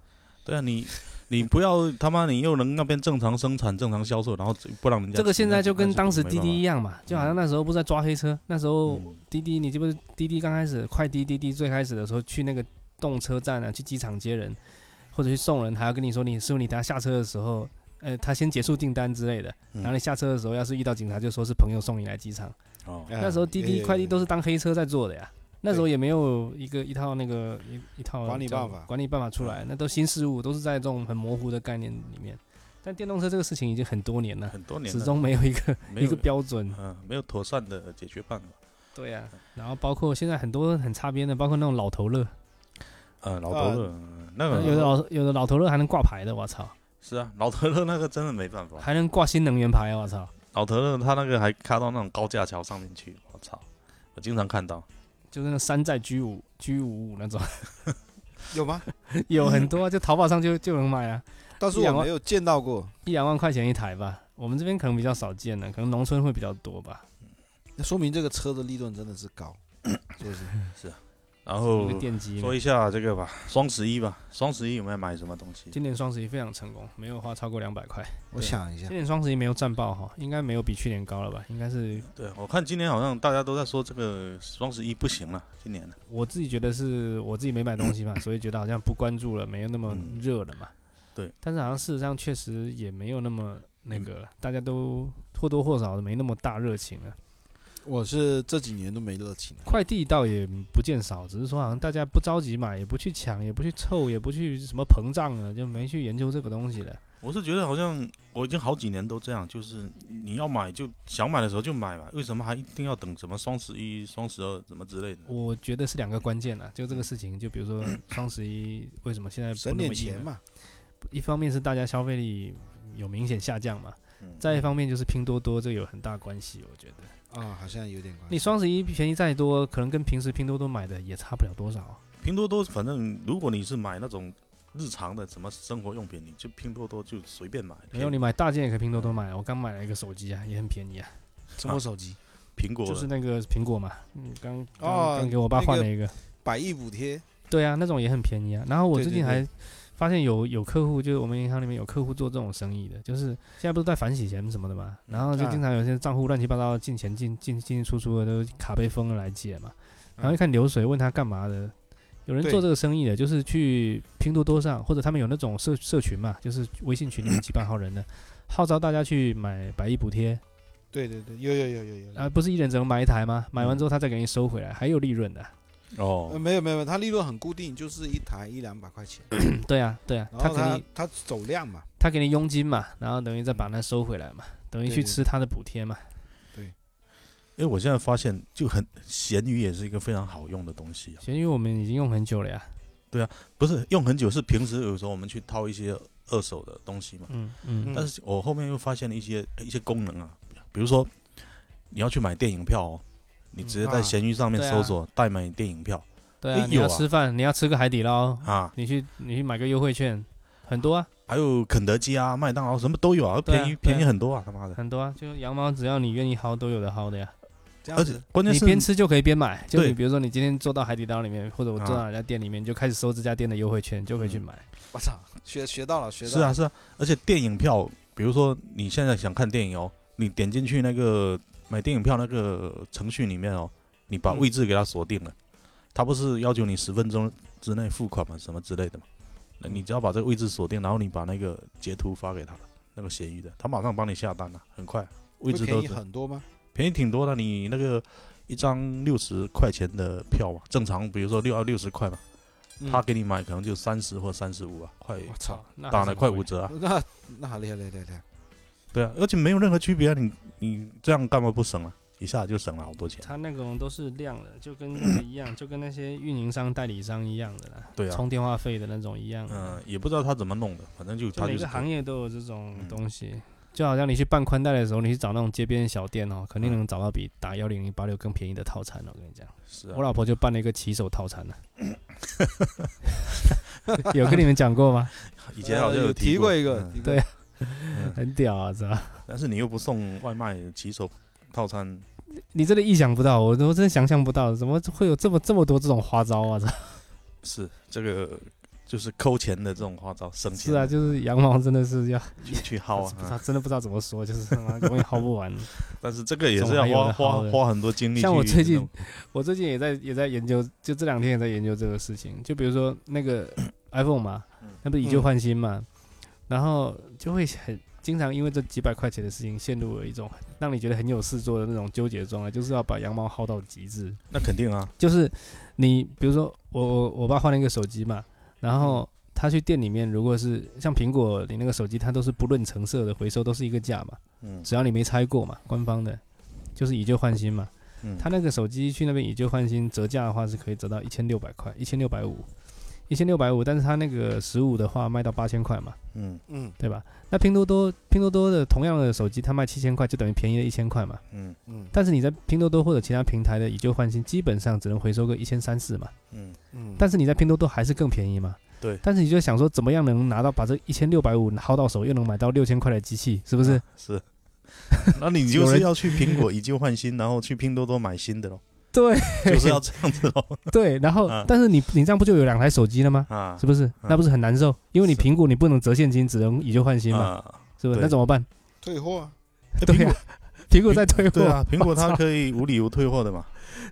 [SPEAKER 1] 对啊，你你不要他妈你又能那边正常生产、正常销售，然后不让人家
[SPEAKER 2] 这个现在就跟当时 E
[SPEAKER 1] 那是
[SPEAKER 2] 滴
[SPEAKER 1] 没办法
[SPEAKER 2] 滴一样嘛，就好像那时候不是在抓黑车，那时候
[SPEAKER 1] 嗯
[SPEAKER 2] 滴滴，你记不记得滴滴刚开始快滴滴滴最开始的时候，去那个动车站啊，去机场接人，或者去送人，还要跟你说你师傅，你等下下车的时候，呃，他先结束订单之类的，
[SPEAKER 1] 嗯
[SPEAKER 2] 然后你下车的时候，要是遇到警察，就说是朋友送你来机场。
[SPEAKER 3] 啊
[SPEAKER 1] 哦，
[SPEAKER 3] 哎
[SPEAKER 2] 那时候滴滴快递都是当黑车在做的呀，那时候也没有一个一套那个一一套
[SPEAKER 3] 管理
[SPEAKER 2] 叫
[SPEAKER 3] 办法嗯
[SPEAKER 2] 管理办法出来，那都新事物，都是在这种很模糊的概念里面。但电动车这个事情已经很多年了，
[SPEAKER 1] 很多年了
[SPEAKER 2] 始终没有一个
[SPEAKER 1] 没
[SPEAKER 2] 一
[SPEAKER 1] 有
[SPEAKER 2] 个标准。
[SPEAKER 1] 嗯没有妥善的解决办法。
[SPEAKER 2] 对呀、然后包括现在很多很擦边的，包括那种老头乐，
[SPEAKER 1] 呃，老头乐、嗯那个
[SPEAKER 2] 啊有的老有的老头乐还能挂牌的，我操，
[SPEAKER 1] 是啊，老头乐那个真的没办法，
[SPEAKER 2] 还能挂新能源牌，我操，
[SPEAKER 1] 老头乐他那个还开到那种高架桥上面去，我操！我经常看到，
[SPEAKER 2] 就是那山寨 G 五 G 五五那种， [laughs]
[SPEAKER 3] 有吗？
[SPEAKER 2] 有很多、啊，就淘宝上就就能买啊，
[SPEAKER 3] 但是我没有见到过，
[SPEAKER 2] 一两万块钱一台吧。我们这边可能比较少见了，可能农村会比较多吧。
[SPEAKER 3] 那说明这个车的利润真的是
[SPEAKER 2] [coughs]
[SPEAKER 3] 高，是不是？
[SPEAKER 1] 然
[SPEAKER 2] 一
[SPEAKER 1] 后
[SPEAKER 2] 个电机嘛，
[SPEAKER 1] 说一下这个吧，双十一吧，双十一有没有买什么东西？
[SPEAKER 2] 今年双十一非常成功，没有花超过两百块。
[SPEAKER 3] 我想一下
[SPEAKER 2] 今，年双十一没有战报哈，应该没有比去年高了吧？应该是
[SPEAKER 1] 对我看今年好像大家都在说这个双十一不行了，今年的
[SPEAKER 2] 我自己觉得是我自己没买东西
[SPEAKER 3] [coughs]
[SPEAKER 2] 嘛，所以觉得好像不关注了，没有那么
[SPEAKER 1] 嗯
[SPEAKER 2] 热了嘛。
[SPEAKER 1] 对，
[SPEAKER 2] 但是好像事实上确实也没有那么那个，
[SPEAKER 3] 嗯
[SPEAKER 2] 大家都或多或少没那么大热情了。
[SPEAKER 3] 我是这几年都没热情了。
[SPEAKER 2] 快递倒也不见少，只是说好像大家不着急买，也不去抢，也不去凑，也不去什么膨胀了，就没去研究这个东西了。
[SPEAKER 3] 嗯
[SPEAKER 1] 我是觉得好像我已经好几年都这样，就是你要买就想买的时候就买吧，为什么还一定要等什么双十一、双十二什么之类的？
[SPEAKER 2] 我觉得是两个关键啊，就这个事情，就比如说 [coughs] 双十一为什么现在不
[SPEAKER 3] 嗯省
[SPEAKER 2] 那
[SPEAKER 3] 点
[SPEAKER 2] 么硬
[SPEAKER 3] 钱
[SPEAKER 2] 了？
[SPEAKER 3] 嘛，
[SPEAKER 2] 一方面是大家消费力有明显下降嘛，
[SPEAKER 1] 嗯
[SPEAKER 2] 再一方面就是拼多多这有很大关系，我觉得。
[SPEAKER 3] 啊，好像有点关系。啊
[SPEAKER 2] 你双十一便宜再多，可能跟平时拼多多买的也差不了多少。
[SPEAKER 1] 拼多多，反正如果你是买那种日常的什么生活用品，你就拼多多就随便买。
[SPEAKER 2] 没有，你买大件也可以拼多多买。我刚买了一个手机啊，也很便宜啊，
[SPEAKER 3] 什么手机？
[SPEAKER 1] 苹果的
[SPEAKER 2] 就是那个苹果嘛，嗯，刚刚
[SPEAKER 3] 哦
[SPEAKER 2] 刚给我爸
[SPEAKER 3] 那个
[SPEAKER 2] 换了一个，
[SPEAKER 3] 百亿补贴，
[SPEAKER 2] 对啊，那种也很便宜啊。然后我
[SPEAKER 3] 对
[SPEAKER 2] 最
[SPEAKER 3] 对
[SPEAKER 2] 近
[SPEAKER 3] 对
[SPEAKER 2] 还发现有有客户，就是我们银行里面有客户做这种生意的，就是现在不是在反洗钱什么的嘛，然后就
[SPEAKER 3] 啊
[SPEAKER 2] 经常有些账户乱七八糟进钱进进进进出出的都卡被封了来解嘛，
[SPEAKER 3] 嗯
[SPEAKER 2] 然后一看流水，问他干嘛的。有人
[SPEAKER 3] 对
[SPEAKER 2] 做这个生意的，就是去拼多多上，或者他们有那种社社群嘛，就是微信群里面几百号人的，号召大家去买百亿补贴，
[SPEAKER 3] 对对对，有有有有有。
[SPEAKER 2] 啊、不是一人只能买一台吗？买完之后他再给你收回来，还有利润的。
[SPEAKER 3] 呃，
[SPEAKER 1] 哦，
[SPEAKER 3] 没有没有，没有它利润很固定，就是一台一两百块钱，
[SPEAKER 2] 嗯对啊，对啊，
[SPEAKER 3] 然
[SPEAKER 2] 他
[SPEAKER 3] 后
[SPEAKER 2] 给
[SPEAKER 3] 它
[SPEAKER 2] 你
[SPEAKER 3] 它走量嘛，
[SPEAKER 2] 他给你佣金嘛，然后等于再把那收回来嘛，等于
[SPEAKER 3] 对
[SPEAKER 2] 去
[SPEAKER 3] 对
[SPEAKER 2] 吃他的补贴嘛。
[SPEAKER 1] 因为我现在发现就很闲鱼也是一个非常好用的东西啊，
[SPEAKER 2] 闲鱼我们已经用很久了呀，
[SPEAKER 1] 不是用很久，是平时有时候我们去掏一些二手的东西嘛。
[SPEAKER 2] 嗯嗯
[SPEAKER 3] 嗯
[SPEAKER 1] 但是我后面又发现了一些一些功能啊，比如说你要去买电影票哦，你直接在
[SPEAKER 3] 啊
[SPEAKER 1] 闲鱼上面
[SPEAKER 2] 对啊
[SPEAKER 1] 搜索代买电影票
[SPEAKER 2] 对
[SPEAKER 1] 诶
[SPEAKER 2] 啊，你
[SPEAKER 1] 有
[SPEAKER 2] 要
[SPEAKER 1] 啊
[SPEAKER 2] 吃饭，你要吃个海底捞，
[SPEAKER 1] 啊，
[SPEAKER 2] 你去你去买个优惠券，很多啊，
[SPEAKER 1] 还有肯德基啊、麦当劳什么都有啊，
[SPEAKER 2] 对啊
[SPEAKER 1] 便宜
[SPEAKER 2] 对啊
[SPEAKER 1] 便宜很多啊，他妈的！
[SPEAKER 2] 很多啊，就羊毛只要你愿意薅都有的薅的呀。
[SPEAKER 3] 这
[SPEAKER 1] 而
[SPEAKER 3] 样
[SPEAKER 1] 且
[SPEAKER 3] 子。
[SPEAKER 1] 关键
[SPEAKER 2] 你
[SPEAKER 1] 是
[SPEAKER 2] 边吃就可以边买，就
[SPEAKER 1] 对
[SPEAKER 2] 你比如说你今天坐到海底捞里面，或者我坐到哪家店里面，就开始收这家店的优惠券，就可以去买。
[SPEAKER 3] 我操，学学到了，学到
[SPEAKER 1] 是啊
[SPEAKER 3] 了。
[SPEAKER 1] 是啊，而且电影票，比如说你现在想看电影哦，你点进去那个买电影票那个程序里面哦，你把
[SPEAKER 2] 嗯
[SPEAKER 1] 位置给它锁定了，它不是要求你十分钟之内付款嘛，什么之类的嘛，那你只要把这个位置锁定，然后你把那个截图发给他，那个闲鱼的，他马上帮你下单了、很快，位
[SPEAKER 3] 会
[SPEAKER 1] 置
[SPEAKER 3] 便
[SPEAKER 1] 都
[SPEAKER 3] 宜很多吗？
[SPEAKER 1] 便宜挺多的，啊你那个一张六十块钱的票嘛，正常比如说六到六十块嘛，
[SPEAKER 2] 嗯
[SPEAKER 1] 他给你买可能就三十或三十五啊，快
[SPEAKER 5] 我操
[SPEAKER 2] 操，，那
[SPEAKER 1] 打
[SPEAKER 2] 还
[SPEAKER 1] 了
[SPEAKER 2] 是
[SPEAKER 1] 快
[SPEAKER 2] 不
[SPEAKER 1] 五
[SPEAKER 2] 会，
[SPEAKER 1] 折啊，
[SPEAKER 3] 那那好厉害厉害厉害厉害，
[SPEAKER 1] 对啊，而且没有任何区别啊，你你这样干嘛不省啊？一下就省了好多钱，
[SPEAKER 2] 他那种都是量的，就跟那个一样，就跟那些运营商、代理商一样的啦，
[SPEAKER 1] 对啊，
[SPEAKER 2] 充电话费的那种一样的。
[SPEAKER 1] 嗯，也不知道他怎么弄的，反正就
[SPEAKER 2] 就
[SPEAKER 1] 他
[SPEAKER 2] 每
[SPEAKER 1] 就是
[SPEAKER 2] 个行业都有这种
[SPEAKER 1] 嗯
[SPEAKER 2] 东西，就好像你去办宽带的时候，你去找那种街边小店哦，
[SPEAKER 1] 嗯
[SPEAKER 2] 肯定能找到比打幺零零八六更便宜的套餐哦。我跟你讲，
[SPEAKER 1] 是啊
[SPEAKER 2] 我老婆就办了一个 [laughs] 骑手套餐呢、有跟你们讲过吗？
[SPEAKER 1] 以前好像
[SPEAKER 3] 啊
[SPEAKER 5] 呃有
[SPEAKER 1] 提
[SPEAKER 5] 过一个，
[SPEAKER 1] 嗯
[SPEAKER 5] 提过
[SPEAKER 2] 对
[SPEAKER 1] 嗯
[SPEAKER 2] 很屌啊，是吧？
[SPEAKER 1] 但是你又不送外卖骑手套餐，
[SPEAKER 2] 你真的意想不到，我都真的想象不到，怎么会有这么这么多这种花招啊？是吧
[SPEAKER 1] 是这个就是抠钱的这种花招，省钱
[SPEAKER 2] 是啊，就是羊毛真的是要，
[SPEAKER 1] 去去薅
[SPEAKER 2] [laughs] 不知
[SPEAKER 1] 啊
[SPEAKER 2] 道，真的不知道怎么说，就是他妈永远薅不完。
[SPEAKER 1] 但是这个也
[SPEAKER 2] 总
[SPEAKER 1] 是要
[SPEAKER 2] 还有
[SPEAKER 1] 花
[SPEAKER 2] 的薅
[SPEAKER 1] 花
[SPEAKER 2] 的
[SPEAKER 1] 花很多精力去
[SPEAKER 2] 像
[SPEAKER 1] 弄。
[SPEAKER 2] 我最近我最近也在也在研究，就这两天也在研究这个事情。就比如说那个 iPhone 嘛，那不是以旧换新嘛，然后就会很经常因为这几百块钱的事情，陷入了一种让你觉得很有事做的那种纠结状态，就是要把羊毛薅到极致。
[SPEAKER 1] 那肯定啊，
[SPEAKER 2] 就是你比如说我我我爸换了一个手机嘛，然后他去店里面，如果是像苹果你那个手机，它都是不论成色的回收，都是一个价嘛，
[SPEAKER 1] 嗯
[SPEAKER 2] 只要你没拆过嘛，官方的，就是以旧换新嘛。
[SPEAKER 1] 嗯，
[SPEAKER 2] 他那个手机去那边以旧换新，折价的话是可以折到一千六百块，一千六百五，一千六百五。但是他那个十五的话卖到八千块嘛，
[SPEAKER 1] 嗯
[SPEAKER 3] 嗯
[SPEAKER 2] 对吧？那拼多多拼多多的同样的手机，它卖七千块，就等于便宜了一千块嘛。
[SPEAKER 1] 嗯
[SPEAKER 3] 嗯
[SPEAKER 2] 但是你在拼多多或者其他平台的以旧换新，基本上只能回收个一千三四嘛。 [laughs]
[SPEAKER 1] 嗯，
[SPEAKER 3] 嗯，
[SPEAKER 2] 但是你在拼多多还是更便宜嘛。
[SPEAKER 1] 对
[SPEAKER 2] 但是你就想说，怎么样能拿到把这一千六百五薅到手，又能买到六千块的机器，是不是？
[SPEAKER 1] 是。那你
[SPEAKER 2] 有
[SPEAKER 1] 就是
[SPEAKER 2] 人
[SPEAKER 1] 要去苹果以旧换新，然后去拼多多买新的咯，
[SPEAKER 2] [laughs] 对
[SPEAKER 1] 就是要这样子咯。 [laughs]
[SPEAKER 2] 对，然后、
[SPEAKER 1] 啊
[SPEAKER 2] 但是你你这样不就有两台手机了吗？
[SPEAKER 1] 啊
[SPEAKER 2] 是，不是？那不是很难受？因为你
[SPEAKER 1] 是
[SPEAKER 2] 评估你不能折现金，只能以旧换新嘛，
[SPEAKER 1] 啊，
[SPEAKER 2] [laughs] 是不
[SPEAKER 1] 对
[SPEAKER 2] 是？
[SPEAKER 1] 哎
[SPEAKER 2] 那怎么办？
[SPEAKER 3] 退货啊，
[SPEAKER 2] 对呀，苹果在退货，
[SPEAKER 1] 对啊，苹果它
[SPEAKER 2] 我操
[SPEAKER 1] 可以无理由退货的嘛，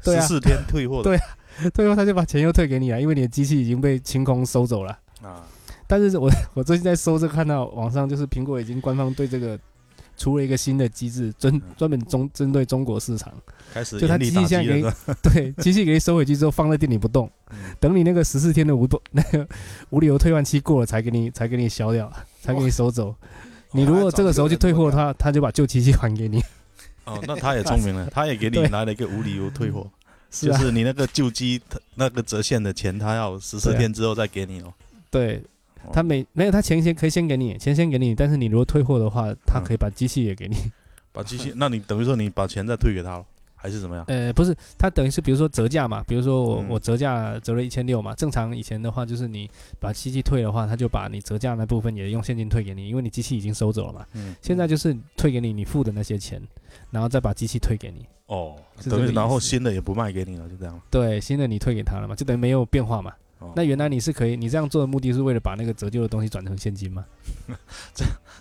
[SPEAKER 2] 对
[SPEAKER 1] 十
[SPEAKER 2] 啊
[SPEAKER 1] 四天退货的
[SPEAKER 2] 对退货他就把钱又退给你了，因为你的机器已经被清空收走了。
[SPEAKER 1] 啊，
[SPEAKER 2] 但是我我最近在搜这个看到网上就是苹果已经官方对这个出了一个新的机制，专
[SPEAKER 1] 嗯
[SPEAKER 2] 专门中针对中国市场， [laughs]
[SPEAKER 1] 开始
[SPEAKER 2] 就它
[SPEAKER 1] 严厉
[SPEAKER 2] 机
[SPEAKER 1] 打
[SPEAKER 2] 器
[SPEAKER 1] 击
[SPEAKER 2] 现在
[SPEAKER 1] 了
[SPEAKER 2] 给
[SPEAKER 1] 是吧。
[SPEAKER 2] 对，机器给你收回去之后放在店里不动，
[SPEAKER 1] 嗯
[SPEAKER 2] 等你那个十四天的无不那个无理由退换期过了才给你才给你消掉，才给你收走。你如果这个时候去退
[SPEAKER 3] 哦
[SPEAKER 2] 货，他他就把旧机器还给你。
[SPEAKER 1] [laughs] 哦，那他也聪明
[SPEAKER 2] [laughs]
[SPEAKER 1] 了，他也给你
[SPEAKER 2] 对
[SPEAKER 1] 来了一个无理由退 [laughs] 货，
[SPEAKER 2] 是
[SPEAKER 1] 就
[SPEAKER 2] 啊，
[SPEAKER 1] 是你那个旧机它那个折现的钱，他要十四
[SPEAKER 2] 对啊
[SPEAKER 1] 天之后再给你哦。
[SPEAKER 2] 对
[SPEAKER 1] 哦
[SPEAKER 2] 他每没有他钱先可以先给你，钱先给你，但是你如果退货的话，他可以把机器也给你。
[SPEAKER 1] 把机器，那你等于说你把钱再退给他了，还是怎么样？
[SPEAKER 2] [laughs] 呃，不是，他等于是比如说折价嘛，比如说我、
[SPEAKER 1] 嗯
[SPEAKER 2] 我折价折了一千六嘛，正常以前的话就是你把机器退的话，他就把你折价那部分也用现金退给你，因为你机器已经收走了嘛。
[SPEAKER 1] 嗯，
[SPEAKER 2] 现在就是退给你你付的那些钱，然后再把机器退给你。
[SPEAKER 1] 哦，
[SPEAKER 2] 是这
[SPEAKER 1] 等
[SPEAKER 2] 个
[SPEAKER 1] 于
[SPEAKER 2] 意
[SPEAKER 1] 然后
[SPEAKER 2] 思
[SPEAKER 1] 新的也不卖给你了，就这样了。
[SPEAKER 2] 对，新的你退给他了嘛，就等于没有变化嘛。
[SPEAKER 1] 哦
[SPEAKER 2] 那原来你是可以，你这样做的目的是为了把那个折旧的东西转成现金吗？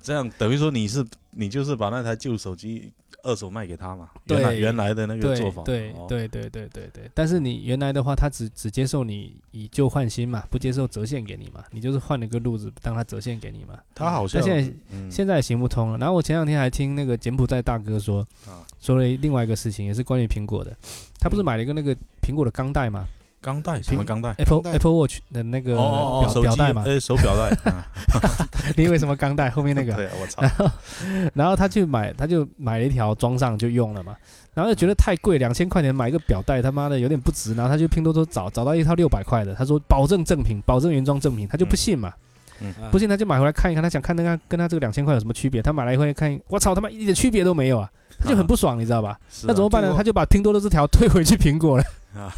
[SPEAKER 1] 这样等于说你是你就是把那台旧手机二手卖给他嘛？
[SPEAKER 2] 对
[SPEAKER 1] 原来原来的那个
[SPEAKER 2] 对
[SPEAKER 1] 做法。
[SPEAKER 2] 对
[SPEAKER 1] 哦，
[SPEAKER 2] 对对对对对，但是你原来的话，他只只接受你以旧换新嘛，不接受折现给你嘛，你就是换了个路子让他折现给你嘛。
[SPEAKER 1] 他好像
[SPEAKER 2] 那现在
[SPEAKER 1] 嗯
[SPEAKER 2] 现在也行不通了。然后我前两天还听那个柬埔寨大哥说
[SPEAKER 1] 啊，
[SPEAKER 2] 说了另外一个事情，也是关于苹果的。他不是买了一个那个苹果的钢带嘛
[SPEAKER 1] 钢带什么钢带？
[SPEAKER 2] ，Apple
[SPEAKER 3] 带
[SPEAKER 2] Apple Watch 的那个表
[SPEAKER 1] 哦手
[SPEAKER 2] 表
[SPEAKER 1] 机
[SPEAKER 2] 带嘛？
[SPEAKER 1] 呃，手表
[SPEAKER 2] [laughs]
[SPEAKER 1] 带。啊
[SPEAKER 2] 你以为什么钢带后面那
[SPEAKER 1] [laughs]
[SPEAKER 2] 个？
[SPEAKER 1] 对啊，我操！
[SPEAKER 2] 然后他去买，他就买了一条装上就用了嘛，然后就觉得太贵，两千块钱买一个表带，他妈的有点不值。然后他去拼多多找，找到一套六百块的，他说保证正品，保证原装正品，他就不信嘛，
[SPEAKER 3] 啊
[SPEAKER 2] 不信他就买回来看一看，他想看那个跟他这个两千块有什么区别。他买来一回看，我操他妈一点区别都没有啊，他就很不嗯爽，你知道吧？
[SPEAKER 1] 是
[SPEAKER 2] 那怎
[SPEAKER 1] 啊
[SPEAKER 2] 么办呢
[SPEAKER 3] 最？后
[SPEAKER 2] 他就把拼多多这条退回去苹 [laughs] 果了
[SPEAKER 1] 啊。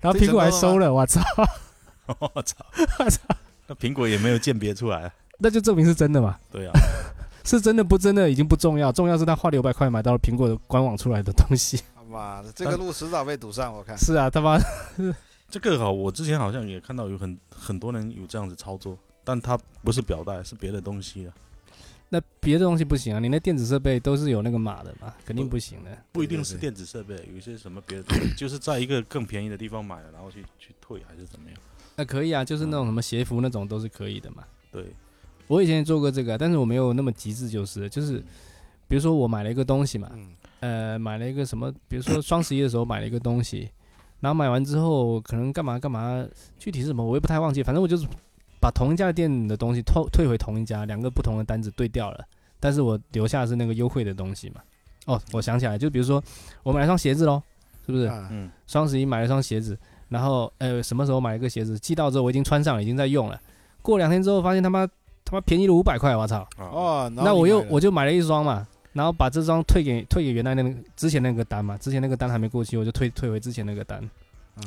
[SPEAKER 2] 然后苹果还收了，我操！
[SPEAKER 1] [laughs] 我
[SPEAKER 2] [laughs]
[SPEAKER 1] 操！那苹果也没有鉴别出来。啊
[SPEAKER 2] 那就证明是真的嘛？
[SPEAKER 1] 对啊，
[SPEAKER 2] [laughs] 是真的不真的已经不重要，重要是他花六百块买到了苹果的官网出来的东 [laughs] 西。
[SPEAKER 3] 他妈的，这个路迟早被堵上，我看。
[SPEAKER 2] 是啊，他妈
[SPEAKER 1] 这个哈，我之前好像也看到有很很多人有这样子操作，但它不是表带，是别的东西啊，
[SPEAKER 2] 那别的东西不行啊，你那电子设备都是有那个码的嘛，肯定不行的。
[SPEAKER 1] 不一定是电子设备，有一些什么别的东西，就是在一个更便宜的地方买了，然后去去退还是怎么样？
[SPEAKER 2] 那可以啊，就是那种什么鞋服那种都是可以的嘛。
[SPEAKER 1] 对，
[SPEAKER 2] 我以前也做过这个啊，但是我没有那么极致，就是了就是，比如说我买了一个东西嘛，
[SPEAKER 3] 嗯
[SPEAKER 2] 呃，买了一个什么，比如说双十一的时候买了一个东西，然后买完之后可能干嘛干嘛，具体是什么我也不太忘记，反正我就是把同一家店的东西退退回同一家，两个不同的单子对调了，但是我留下的是那个优惠的东西嘛。哦，我想起来，就比如说我买了双鞋子喽，是不是？
[SPEAKER 3] 啊
[SPEAKER 1] 嗯，
[SPEAKER 2] 双十一买了双鞋子，然后呃什么时候买一个鞋子，寄到之后我已经穿上了，已经在用了。过两天之后发现他妈他妈便宜了五百块，我操！
[SPEAKER 1] 哦，
[SPEAKER 3] 哦，然后
[SPEAKER 2] 那
[SPEAKER 3] 你
[SPEAKER 2] 我又
[SPEAKER 3] 买了
[SPEAKER 2] 我就买了一双嘛，然后把这双退给退给原来那个之前那个单嘛，之前那个单还没过期，我就退退回之前那个单，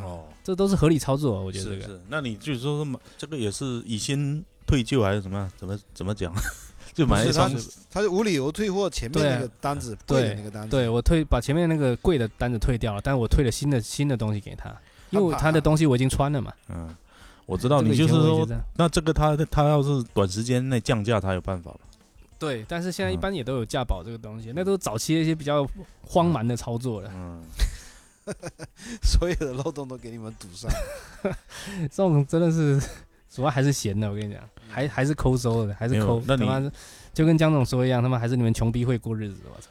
[SPEAKER 1] 哦，
[SPEAKER 2] 这都是合理操作，我觉得这
[SPEAKER 1] 是
[SPEAKER 2] 个
[SPEAKER 1] 是，那你就是说买这个也是以先退旧还是怎么样？怎么怎么讲？ [laughs] 就买
[SPEAKER 3] 不
[SPEAKER 1] 一
[SPEAKER 3] 是他
[SPEAKER 1] 双
[SPEAKER 3] 他就无理由退货前面
[SPEAKER 2] 对啊
[SPEAKER 3] 那个单子
[SPEAKER 2] 对
[SPEAKER 3] 贵的那个单子，
[SPEAKER 2] 对我退把前面那个贵的单子退掉了，但我退了新的新的东西给他，因为
[SPEAKER 3] 他怕
[SPEAKER 2] 他的东西我已经穿了嘛。
[SPEAKER 1] 嗯，我知道
[SPEAKER 2] 这
[SPEAKER 1] 你
[SPEAKER 2] 个以
[SPEAKER 1] 就是
[SPEAKER 2] 前我也
[SPEAKER 1] 说
[SPEAKER 2] 这，样
[SPEAKER 1] 那这个他他要是短时间内降价，他有办法了。
[SPEAKER 2] 对，但是现在一
[SPEAKER 1] 嗯
[SPEAKER 2] 般也都有价保这个东西，那都是早期的一些比较荒蛮的操作了。
[SPEAKER 1] 嗯，
[SPEAKER 3] 所有的漏洞都给你们堵上。
[SPEAKER 2] 这种真的是 [laughs] 主要还是闲的，我跟你讲，还还是抠搜的，还是
[SPEAKER 1] 没有
[SPEAKER 2] 抠。
[SPEAKER 1] 那
[SPEAKER 2] 他妈
[SPEAKER 1] 你
[SPEAKER 2] 是就跟江总说一样，他妈还是你们穷逼会过日子，我操！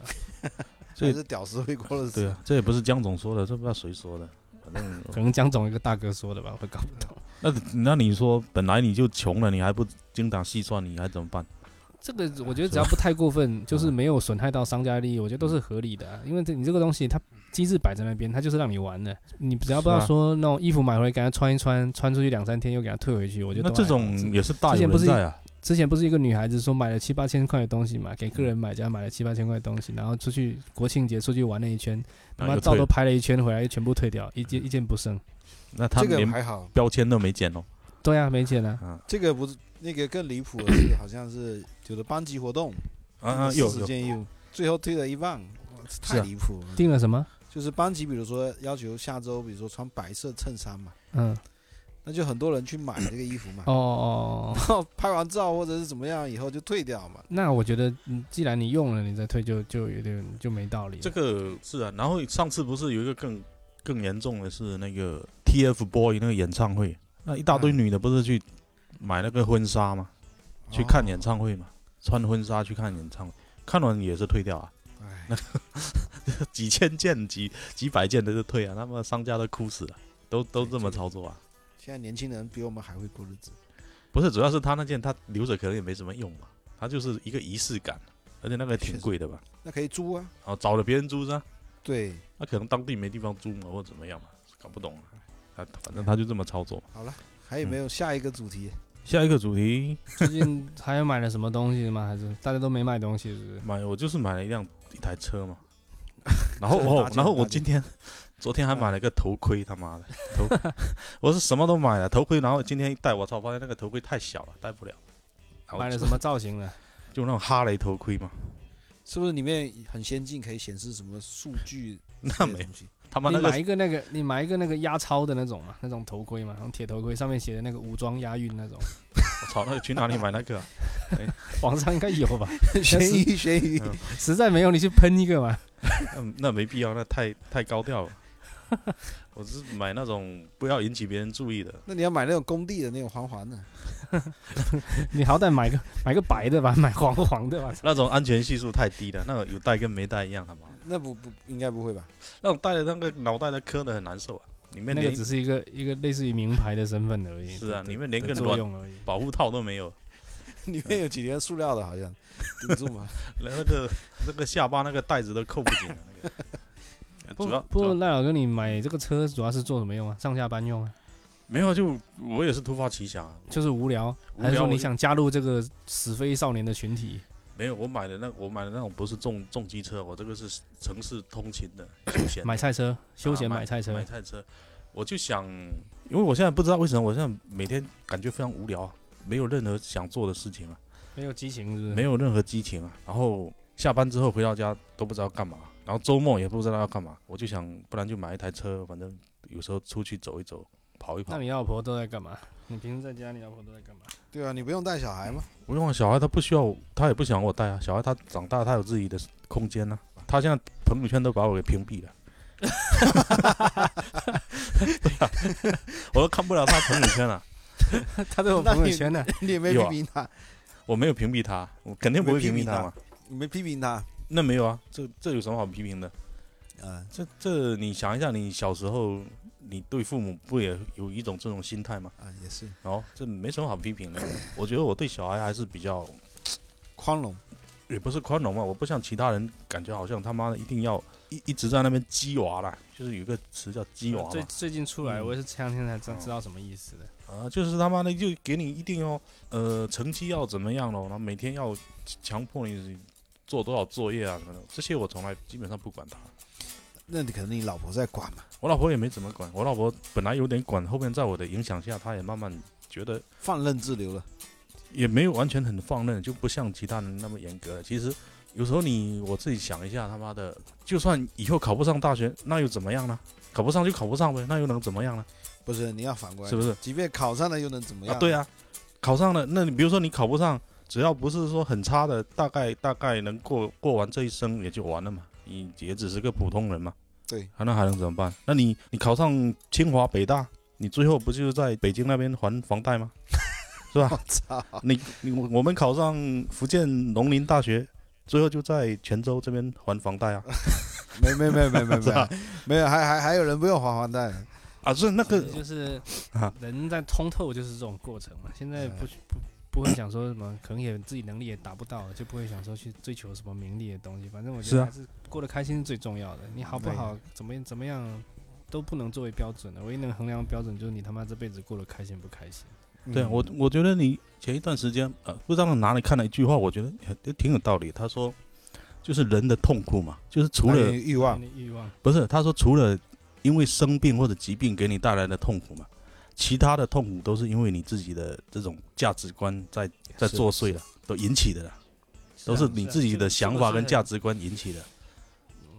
[SPEAKER 1] 所
[SPEAKER 3] 所
[SPEAKER 1] 以
[SPEAKER 3] 以是屌丝会过日
[SPEAKER 1] 对
[SPEAKER 3] 子。
[SPEAKER 1] 啊，这也不是江总说的，这不知道谁说的。反正
[SPEAKER 2] 可能江总一个大哥说的吧，我搞不懂。
[SPEAKER 1] 那那你说，本来你就穷了，你还不精打细算，你还怎么办？
[SPEAKER 2] [laughs] 这个我觉得只要不太过 [laughs] 分，就是没有损害到商家利益，我觉得都是合理的啊、因为这你这个东西它机制摆在那边，它就是让你玩的。你只要不要
[SPEAKER 1] 是啊
[SPEAKER 2] 说那种衣服买回来给他穿一穿，穿出去两三天又给他退回去，我觉得
[SPEAKER 1] 那这
[SPEAKER 2] 都还好
[SPEAKER 1] 种
[SPEAKER 2] 之
[SPEAKER 1] 也是大有
[SPEAKER 2] 之前不
[SPEAKER 1] 人
[SPEAKER 2] 是
[SPEAKER 1] 在啊。
[SPEAKER 2] 之前不是一个女孩子说买了七八千块的东西嘛，给个人买家买了七八千块的东西，然后出去国庆节出去玩了一圈，他
[SPEAKER 1] 然后
[SPEAKER 2] 妈
[SPEAKER 1] 又
[SPEAKER 2] 照
[SPEAKER 1] 退
[SPEAKER 2] 都
[SPEAKER 1] 了
[SPEAKER 2] 拍了一圈回来，全部退掉，一件一件不剩。
[SPEAKER 1] 那他
[SPEAKER 3] 这个
[SPEAKER 1] 连
[SPEAKER 3] 还好，
[SPEAKER 1] 标签都没剪哦。
[SPEAKER 2] 对啊，没钱啊。
[SPEAKER 1] 嗯
[SPEAKER 3] 这个不是那个更离谱的是，好像是有的班级活动，
[SPEAKER 1] 啊啊，有
[SPEAKER 3] 40
[SPEAKER 1] 有
[SPEAKER 3] 件衣服，最后退了一半，哇这
[SPEAKER 1] 是
[SPEAKER 3] 太
[SPEAKER 1] 啊
[SPEAKER 3] 离谱了。
[SPEAKER 2] 定了什么？
[SPEAKER 3] 就是班级，比如说要求下周，比如说穿白色衬衫嘛，
[SPEAKER 2] 嗯，
[SPEAKER 3] 那就很多人去买这个衣服嘛
[SPEAKER 2] 哦，哦，哦
[SPEAKER 3] 然后拍完照或者是怎么样以后就退掉嘛。
[SPEAKER 2] 那我觉得，嗯既然你用了，你再退就就有点就没道理了。
[SPEAKER 1] 这个是啊。然后上次不是有一个更更严重的是那个 TFBOY 那个演唱会，那一大堆
[SPEAKER 2] 嗯
[SPEAKER 1] 女的不是去买那个婚纱吗？去看演唱会嘛，穿婚纱去看演唱会，看完也是退掉啊，
[SPEAKER 3] 哎，
[SPEAKER 1] 几千件、几几百件的就退啊，他们商家都哭死了，都都这么操作啊。
[SPEAKER 3] 现在年轻人比我们还会过日子。
[SPEAKER 1] 不是，主要是他那件他留着可能也没什么用嘛，他就是一个仪式感，而且那个也挺贵的吧，
[SPEAKER 3] 那可以租啊，
[SPEAKER 1] 然后找了别人租是吧？
[SPEAKER 3] 对，
[SPEAKER 1] 那可能当地没地方租嘛，或者怎么样嘛，搞不懂啊。他反正他就这么操作嘛。
[SPEAKER 3] 好了，还
[SPEAKER 1] 嗯
[SPEAKER 3] 有没有下一个主题？
[SPEAKER 1] 下一个主题，
[SPEAKER 2] 最近还有买了什么东西吗？还是大家都没买东西，是不是？
[SPEAKER 1] 买我就是买了一辆一台车
[SPEAKER 2] [laughs]
[SPEAKER 1] 嘛，然后
[SPEAKER 3] 这个
[SPEAKER 1] 哦
[SPEAKER 3] 搭，建
[SPEAKER 1] 然后
[SPEAKER 3] 搭
[SPEAKER 1] 我今
[SPEAKER 3] 建
[SPEAKER 1] 天昨天还买了个头盔，他妈的
[SPEAKER 2] [laughs]
[SPEAKER 1] 头，我是什么都买了头盔，然后今天一戴，我操，发现那个头盔太小了，戴不了。然后
[SPEAKER 2] 买了
[SPEAKER 1] 就
[SPEAKER 2] 什么造型的？
[SPEAKER 1] 就那种哈雷头盔嘛，
[SPEAKER 3] 是不是里面很先进，可以显示什么数据？
[SPEAKER 1] 那没
[SPEAKER 3] 东西， [laughs]
[SPEAKER 1] 他妈
[SPEAKER 2] 你
[SPEAKER 1] 那
[SPEAKER 2] 买
[SPEAKER 1] 个
[SPEAKER 2] 一个那个，你买一个那个压超的那种嘛，那种头盔嘛，然后铁头盔上面写的那个武装押运那种，
[SPEAKER 1] 我操，那个去哪里买那个啊？
[SPEAKER 2] 网上应该有吧？ [laughs]
[SPEAKER 3] 咸 [laughs] 鱼咸鱼，
[SPEAKER 2] 实在没有，你去喷一个嘛。
[SPEAKER 1] 嗯，那没必要，那太太高调了。我是买那种不要引起别人注意的，
[SPEAKER 3] 那你要买那种工地的那种环环的，
[SPEAKER 2] 你好歹买个买个白的吧，买黄黄的吧。
[SPEAKER 1] 那种安全系数太低了，那个有戴跟没戴一样，好吗？
[SPEAKER 3] 那不不应该不会吧？
[SPEAKER 1] [laughs] 那种戴的那个脑袋的磕的很难受啊，里面
[SPEAKER 2] 那个
[SPEAKER 1] 连
[SPEAKER 2] 只是一个一个类似于名牌的身份而已。
[SPEAKER 1] 是啊
[SPEAKER 2] 对
[SPEAKER 1] 里面连
[SPEAKER 2] 的
[SPEAKER 1] 个
[SPEAKER 2] 作
[SPEAKER 1] 卵
[SPEAKER 2] 用而已。
[SPEAKER 1] 保护套都没有，
[SPEAKER 3] 里面有几条塑料的，好像顶住
[SPEAKER 1] [laughs]
[SPEAKER 3] 嘛。
[SPEAKER 1] 连那个那个下巴那个带子都扣不紧了。那个
[SPEAKER 2] [laughs] 不
[SPEAKER 1] 主要主
[SPEAKER 2] 不过
[SPEAKER 1] 要
[SPEAKER 2] 赖老哥，你买这个车主要是做什么用啊？上下班用啊？
[SPEAKER 1] 没有，就我也是突发奇想啊，
[SPEAKER 2] 就是无聊，
[SPEAKER 1] 无
[SPEAKER 2] 还是
[SPEAKER 1] 聊
[SPEAKER 2] 说
[SPEAKER 1] 我
[SPEAKER 2] 你
[SPEAKER 1] 就
[SPEAKER 2] 想加入这个死飞少年的群体？
[SPEAKER 1] 没有我买的那我买的那种不是重重机车，我这个是城市通勤的休闲的
[SPEAKER 2] 买菜车，休闲
[SPEAKER 1] 啊
[SPEAKER 2] 买菜车。
[SPEAKER 1] 买菜车。我就想，因为我现在不知道为什么，我现在每天感觉非常无聊啊，没有任何想做的事情啊，
[SPEAKER 2] 没有激情是不是？
[SPEAKER 1] 没有任何激情啊。然后下班之后回到家都不知道干嘛，然后周末也不知道要干嘛。我就想，不然就买一台车，反正有时候出去走一走，跑一
[SPEAKER 2] 那
[SPEAKER 1] 跑。
[SPEAKER 2] 你老婆都在干嘛？你平时在家，你老婆都在
[SPEAKER 1] [laughs]
[SPEAKER 2] 干嘛？
[SPEAKER 3] 对啊，你不用带小孩嘛。
[SPEAKER 1] 不用啊，小孩他不需要我，他也不想我带啊。小孩他长大，他有自己的空间呢、啊。他现在朋友圈都把我给屏蔽了。 [laughs] 对啊，我都看不了他朋友圈了、
[SPEAKER 2] 他都有
[SPEAKER 3] 那
[SPEAKER 2] 朋友
[SPEAKER 3] 你
[SPEAKER 2] 圈的，
[SPEAKER 3] 你也没批
[SPEAKER 1] 有啊
[SPEAKER 3] 评他，
[SPEAKER 1] 我没有屏蔽他，我肯定不会屏蔽他嘛。
[SPEAKER 3] 你没批评他，
[SPEAKER 1] 那没有啊，这这有什么好批评的？
[SPEAKER 3] 啊，
[SPEAKER 1] 这这，你想一下，你小时候你对父母不也有一种这种心态吗？
[SPEAKER 3] 啊，也是
[SPEAKER 1] 哦，这没什么好批评的。我觉得我对小孩还是比较，
[SPEAKER 3] 宽容，
[SPEAKER 1] 也不是宽容嘛，我不像其他人，感觉好像他妈的一定要一一直在那边鸡娃啦，就是有一个词叫鸡娃
[SPEAKER 2] 最
[SPEAKER 1] 嘛，
[SPEAKER 2] 最近出来，
[SPEAKER 1] 嗯
[SPEAKER 2] 我也是前两天才知知道什么意思的。
[SPEAKER 1] 啊，就是他妈的就给你一定要呃成绩要怎么样咯，然后每天要强迫你做多少作业啊什么的，这些我从来基本上不管他。
[SPEAKER 3] 那你可能你老婆在管嘛，
[SPEAKER 1] 我老婆也没怎么管，我老婆本来有点管，后面在我的影响下，她也慢慢觉得
[SPEAKER 3] 放任自流了。
[SPEAKER 1] 也没有完全很放任，就不像其他人那么严格了。其实有时候你我自己想一下，他妈的，就算以后考不上大学，那又怎么样呢？考不上就考不上呗，那又能怎么样呢？
[SPEAKER 3] 不是，你要反过来，
[SPEAKER 1] 是不是？
[SPEAKER 3] 即便考上了又能怎么
[SPEAKER 1] 啊，
[SPEAKER 3] 样？
[SPEAKER 1] 对，啊，考上了，那你比如说你考不上，只要不是说很差的，大概大概能过过完这一生也就完了嘛，你也只是个普通人嘛。
[SPEAKER 3] 对
[SPEAKER 1] 啊，那还能怎么办？那你你考上清华北大，你最后不就是在北京那边还房贷吗？是吧？
[SPEAKER 3] 操，
[SPEAKER 1] 你你我我们考上福建农林大学，最后就在泉州这边还房贷啊
[SPEAKER 3] 没没
[SPEAKER 1] [laughs]
[SPEAKER 3] 没没没
[SPEAKER 1] 是啊吧
[SPEAKER 3] 没没有，还还还有人不用还还贷，
[SPEAKER 1] 啊！是那个
[SPEAKER 2] 就是
[SPEAKER 1] [laughs] 啊哎
[SPEAKER 2] 人在通透，就是这种过程嘛。现在不不不会想说什么，可能也自己能力也达不到，就不会想说去追求什么名利的东西。反正我觉
[SPEAKER 1] 是
[SPEAKER 2] 得
[SPEAKER 1] 啊哎
[SPEAKER 2] 还是过得开心是最重要的。你好不好，怎么怎么样，都不能作为标准的。唯一能衡量标准就是你他妈这辈子过得开心不开心。
[SPEAKER 3] 嗯
[SPEAKER 1] 对啊我，我觉得你前一段时间呃，不知道哪里看了一句话，我觉得也挺有道理。他说，就是人的痛苦嘛，就是除
[SPEAKER 3] 还有
[SPEAKER 1] 了
[SPEAKER 3] 欲望
[SPEAKER 2] 你的欲望，
[SPEAKER 1] 不是，他说除了因为生病或者疾病给你带来的痛苦嘛，其他的痛苦都是因为你自己的这种价值观在在
[SPEAKER 3] 是啊
[SPEAKER 1] 作祟了，都引起的啦，
[SPEAKER 2] 啊
[SPEAKER 1] 都是你自己的想法跟价值观引起的。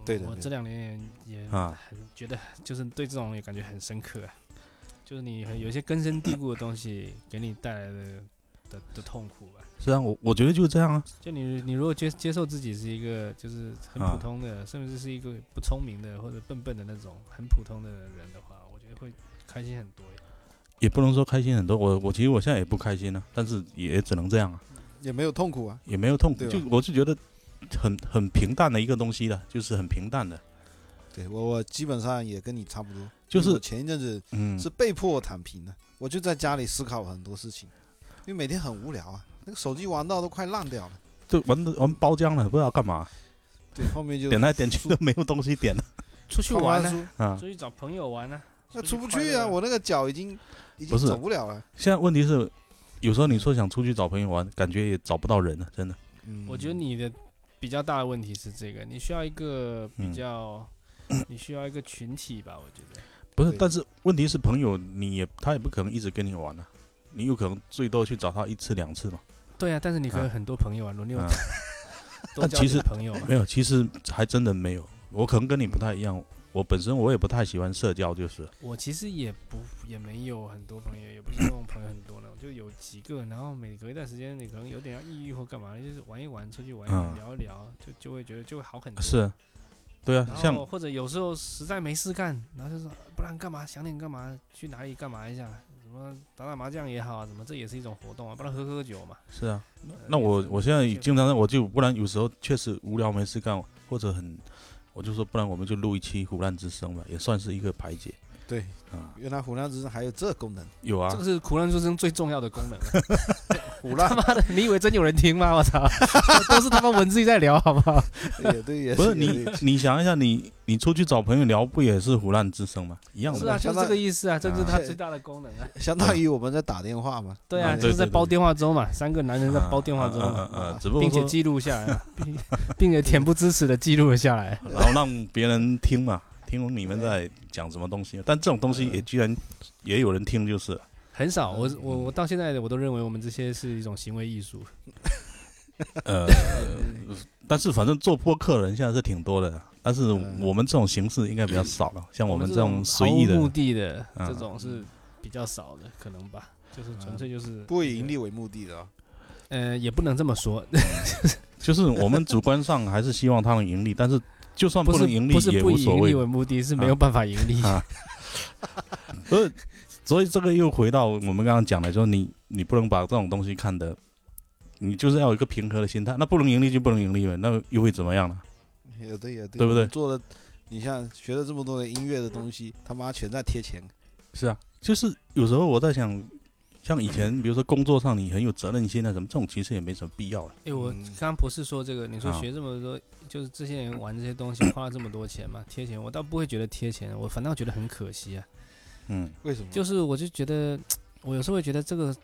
[SPEAKER 3] 对的
[SPEAKER 2] 嗯我
[SPEAKER 3] 对
[SPEAKER 2] 这两年也也
[SPEAKER 1] 啊
[SPEAKER 2] 很觉得，就是对这种也感觉很深刻、啊，就是你很有一些根深蒂固的东西给你带来的的的痛苦吧。
[SPEAKER 1] 是啊，我我觉得就是这样啊。
[SPEAKER 2] 就你你如果接接受自己是一个就是很
[SPEAKER 1] 啊
[SPEAKER 2] 普通的，甚至是一个不聪明的或者笨笨的那种很普通的人的话，我觉得会开心很多耶。
[SPEAKER 1] 也不能说开心很多，我我其实我现在也不开心啊，但是也只能这样啊。
[SPEAKER 3] 也没有痛苦啊。
[SPEAKER 1] 也没有痛苦，
[SPEAKER 3] 对吧
[SPEAKER 1] 就我是觉得很很平淡的一个东西了，就是很平淡的，
[SPEAKER 3] 对我我基本上也跟你差不多，
[SPEAKER 1] 就是
[SPEAKER 3] 因为我前一阵子
[SPEAKER 1] 嗯，
[SPEAKER 3] 是被迫躺平的，我就在家里思考很多事情，因为每天很无聊啊，那个手机玩到都快烂掉了。
[SPEAKER 1] 就玩得玩包浆了，不知道干嘛，
[SPEAKER 3] 对，后面就
[SPEAKER 1] 点来点去都没有东西
[SPEAKER 3] [laughs]
[SPEAKER 1] 点了
[SPEAKER 2] 出去
[SPEAKER 3] 看
[SPEAKER 2] 玩
[SPEAKER 3] 完
[SPEAKER 2] 呢、
[SPEAKER 3] 书，
[SPEAKER 1] 啊
[SPEAKER 2] 出。去找朋友玩呢、
[SPEAKER 3] 那
[SPEAKER 2] 出
[SPEAKER 3] 出
[SPEAKER 2] 去
[SPEAKER 3] 不
[SPEAKER 2] 快
[SPEAKER 3] 去
[SPEAKER 2] 乐
[SPEAKER 3] 啊，我那个脚已经已
[SPEAKER 1] 不
[SPEAKER 3] 经
[SPEAKER 1] 是
[SPEAKER 3] 走不了了。
[SPEAKER 1] 现在问题是，有时候你说想出去找朋友玩，感觉也找不到人了，真的。
[SPEAKER 3] 嗯
[SPEAKER 2] 我觉得你的比较大的问题是这个，你需要一个比
[SPEAKER 1] 嗯
[SPEAKER 2] 较，
[SPEAKER 3] 嗯
[SPEAKER 2] 你需要一个群体吧，我觉得。
[SPEAKER 1] 不是，
[SPEAKER 3] 对
[SPEAKER 1] 但是问题是朋友，你也他也不可能一直跟你玩啊，你有可能最多去找他一次两次嘛。
[SPEAKER 2] 对啊，但是你可以
[SPEAKER 1] 啊
[SPEAKER 2] 很多朋友啊，轮流 [laughs]
[SPEAKER 1] 啊
[SPEAKER 2] 多
[SPEAKER 1] 但
[SPEAKER 2] 交
[SPEAKER 1] 其
[SPEAKER 2] 点
[SPEAKER 1] 实
[SPEAKER 2] 朋友嘛。
[SPEAKER 1] 没有，其实还真的没有。我可能跟你不太一样，我本身我也不太喜欢社交，就是
[SPEAKER 2] 我其实也不也没有很多朋友，也不是那种朋友很多那
[SPEAKER 1] [laughs]
[SPEAKER 2] 种，就有几个，然后每隔一段时间你可能有点要抑郁或干嘛，就是玩一玩，出去玩一玩，
[SPEAKER 1] 嗯
[SPEAKER 2] 聊一聊，就就会觉得就会好很多。
[SPEAKER 1] 是，对啊，
[SPEAKER 2] 然
[SPEAKER 1] 像
[SPEAKER 2] 后或者有时候实在没事干，然后就说不然干嘛想点干嘛，去哪里干嘛一下，什么打打麻将也好啊，什么这也是一种活动啊，不然喝喝酒嘛。
[SPEAKER 1] 是啊，
[SPEAKER 2] 呃
[SPEAKER 1] 那我
[SPEAKER 2] 也是
[SPEAKER 1] 我现在
[SPEAKER 2] 也
[SPEAKER 1] 经常我就不然有时候确实无聊没事干，或者很，我就说不然我们就录一期《胡乱之声》吧，也算是一个排解
[SPEAKER 3] 对，
[SPEAKER 1] 啊。
[SPEAKER 3] 原来虎狼之声还有这功能， [laughs]
[SPEAKER 1] 有啊
[SPEAKER 2] 这，个是苦难出生最重要的功 [laughs] 能啊。
[SPEAKER 3] 虎狼
[SPEAKER 2] 他妈的，你以为真有人听吗？我操， [laughs] 都是他妈文字在聊，好不 [laughs] 好？
[SPEAKER 3] 也对，也
[SPEAKER 1] 不是
[SPEAKER 3] 也
[SPEAKER 1] 你
[SPEAKER 3] 对
[SPEAKER 1] 你想一下，你你出去找朋友聊，不也是《胡乱之声》吗？一样
[SPEAKER 2] 是
[SPEAKER 1] 的
[SPEAKER 2] 啊，
[SPEAKER 1] 嘛。
[SPEAKER 2] 就是这个意思啊，这就是它最大的功能啊。
[SPEAKER 3] 相当于我们在打电话嘛。
[SPEAKER 2] 对啊，
[SPEAKER 1] 嗯
[SPEAKER 2] 就是在
[SPEAKER 1] 对对
[SPEAKER 2] 煲
[SPEAKER 1] 对
[SPEAKER 2] 电话粥嘛，三个男
[SPEAKER 1] 啊
[SPEAKER 2] 人在煲电话粥
[SPEAKER 1] 中
[SPEAKER 2] 嘛，啊
[SPEAKER 1] 呃，只不过
[SPEAKER 2] 并且
[SPEAKER 1] 说
[SPEAKER 2] 记录下来啊，并并 [laughs] 且恬不知耻的记录了下来。
[SPEAKER 1] 然后让别人听嘛，听你们在讲什么东西。但这种东西也居然也有人听，就是
[SPEAKER 2] [laughs]
[SPEAKER 1] 了
[SPEAKER 2] [laughs] 很少，我我我到现在我都认为我们这些是一种行为艺术。
[SPEAKER 1] 呃，但是反正做播客的人现在是挺多的，但是我们这种形式应该比较少了，像我们
[SPEAKER 2] 这
[SPEAKER 1] 这种随意
[SPEAKER 2] 毫
[SPEAKER 1] 的
[SPEAKER 2] 无目的的
[SPEAKER 1] 嗯
[SPEAKER 2] 这种是比较少的，可能吧，就是纯粹
[SPEAKER 1] 啊
[SPEAKER 2] 就是
[SPEAKER 3] 不以盈利为目的的、啊，
[SPEAKER 2] 呃，也不能这么说，
[SPEAKER 1] 就是我们主观上还是希望它能盈利，但是就算
[SPEAKER 2] 不是
[SPEAKER 1] 能盈利
[SPEAKER 2] 不是
[SPEAKER 1] 也
[SPEAKER 2] 不
[SPEAKER 1] 无
[SPEAKER 2] 以
[SPEAKER 1] 所
[SPEAKER 2] 盈
[SPEAKER 1] 谓
[SPEAKER 2] 利。为目的，是没有
[SPEAKER 1] 啊
[SPEAKER 2] 办法盈利。 [laughs]
[SPEAKER 1] 啊所以，所以这个又回到我们刚刚讲的，就是你你不能把这种东西看得，你就是要有一个平和的心态。那不能盈利就不能盈利呗，那又会怎么样呢？
[SPEAKER 3] 也对也对，
[SPEAKER 1] 对不对
[SPEAKER 3] 我们做的你像学了这么多的音乐的东西，他妈全在贴钱。
[SPEAKER 1] 是啊，就是有时候我在想，像以前比如说工作上你很有责任心啊什么，这种其实也没什么必要了。
[SPEAKER 2] 哎，我
[SPEAKER 3] 嗯
[SPEAKER 2] 刚刚不是说这个，你说
[SPEAKER 1] 啊
[SPEAKER 2] 学这么多，就是这些人玩这些东西花了这么多钱嘛，贴钱，我倒不会觉得贴钱，我反倒觉得很可惜啊。
[SPEAKER 1] 嗯，
[SPEAKER 3] 为什么？
[SPEAKER 2] 就是我就觉得，我有时候会觉得这个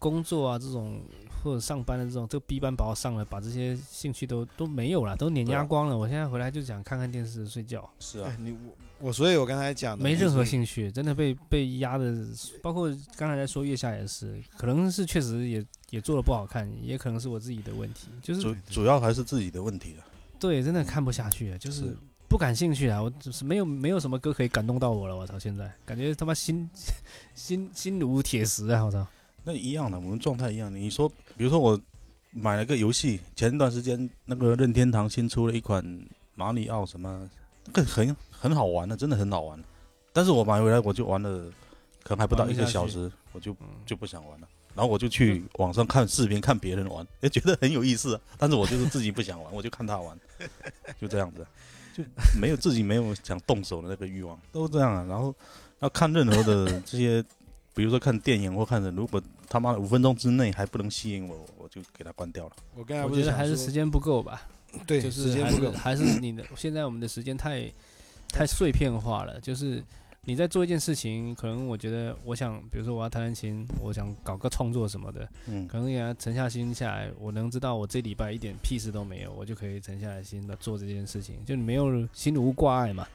[SPEAKER 2] 工作啊，这种或者上班的这种，这个 B 班把我上了，把这些兴趣都都没有了，都碾
[SPEAKER 3] 对
[SPEAKER 2] 压
[SPEAKER 3] 啊
[SPEAKER 2] 光了。我现在回来就想看看电视、睡觉，
[SPEAKER 3] 是啊，你我我，所以我刚才讲的
[SPEAKER 2] 没任何
[SPEAKER 3] 就是
[SPEAKER 2] 兴趣，真的被被压的，包括刚才在说月下也是，可能是确实也也做的不好看，也可能是我自己的问题，就是
[SPEAKER 1] 主主要还是自己的问题了。
[SPEAKER 2] 对，真的看不下去了，就是
[SPEAKER 1] 是
[SPEAKER 2] 不感兴趣啊！我只是没有没有什么歌可以感动到我了，我操！现在感觉他妈心 [laughs] 心心如铁石啊！我操！
[SPEAKER 1] 那一样的，我们状态一样。你说，比如说我买了个游戏，前一段时间那个任天堂新出了一款马里奥什么，那个很很好玩的，真的很好玩。但是我买回来我就玩了，可能还不到一个小时，我就就不想玩了。然后我就去网上看视频，看别人玩， [laughs] 也觉得很有意思、啊。但是我就是自己不想玩，我就看他玩， [laughs] 就这样子，就没有自己没有想动手的那个欲望，都这样啊。然后要看任何的这些，比如说看电影或看人，如果他妈的五分钟之内还不能吸引我，我就给他关掉了。
[SPEAKER 3] 我刚才
[SPEAKER 2] 我
[SPEAKER 3] 哎不
[SPEAKER 2] 觉
[SPEAKER 3] 是
[SPEAKER 2] 得还是
[SPEAKER 3] 想
[SPEAKER 2] 时
[SPEAKER 3] 说
[SPEAKER 2] 间不够吧，
[SPEAKER 3] 对，
[SPEAKER 2] 就是
[SPEAKER 3] 时间
[SPEAKER 2] 还
[SPEAKER 3] 不
[SPEAKER 2] 是
[SPEAKER 3] 够。
[SPEAKER 2] 还是你的。现在我们的时间太太碎片化了，就是你在做一件事情，可能我觉得我想，比如说我要弹弹琴，我想搞个创作什么的，
[SPEAKER 1] 嗯，
[SPEAKER 2] 可能也要沉下心下来，我能知道我这礼拜一点屁事都没有，我就可以沉下来心的做这件事情，就你没有心无挂碍嘛。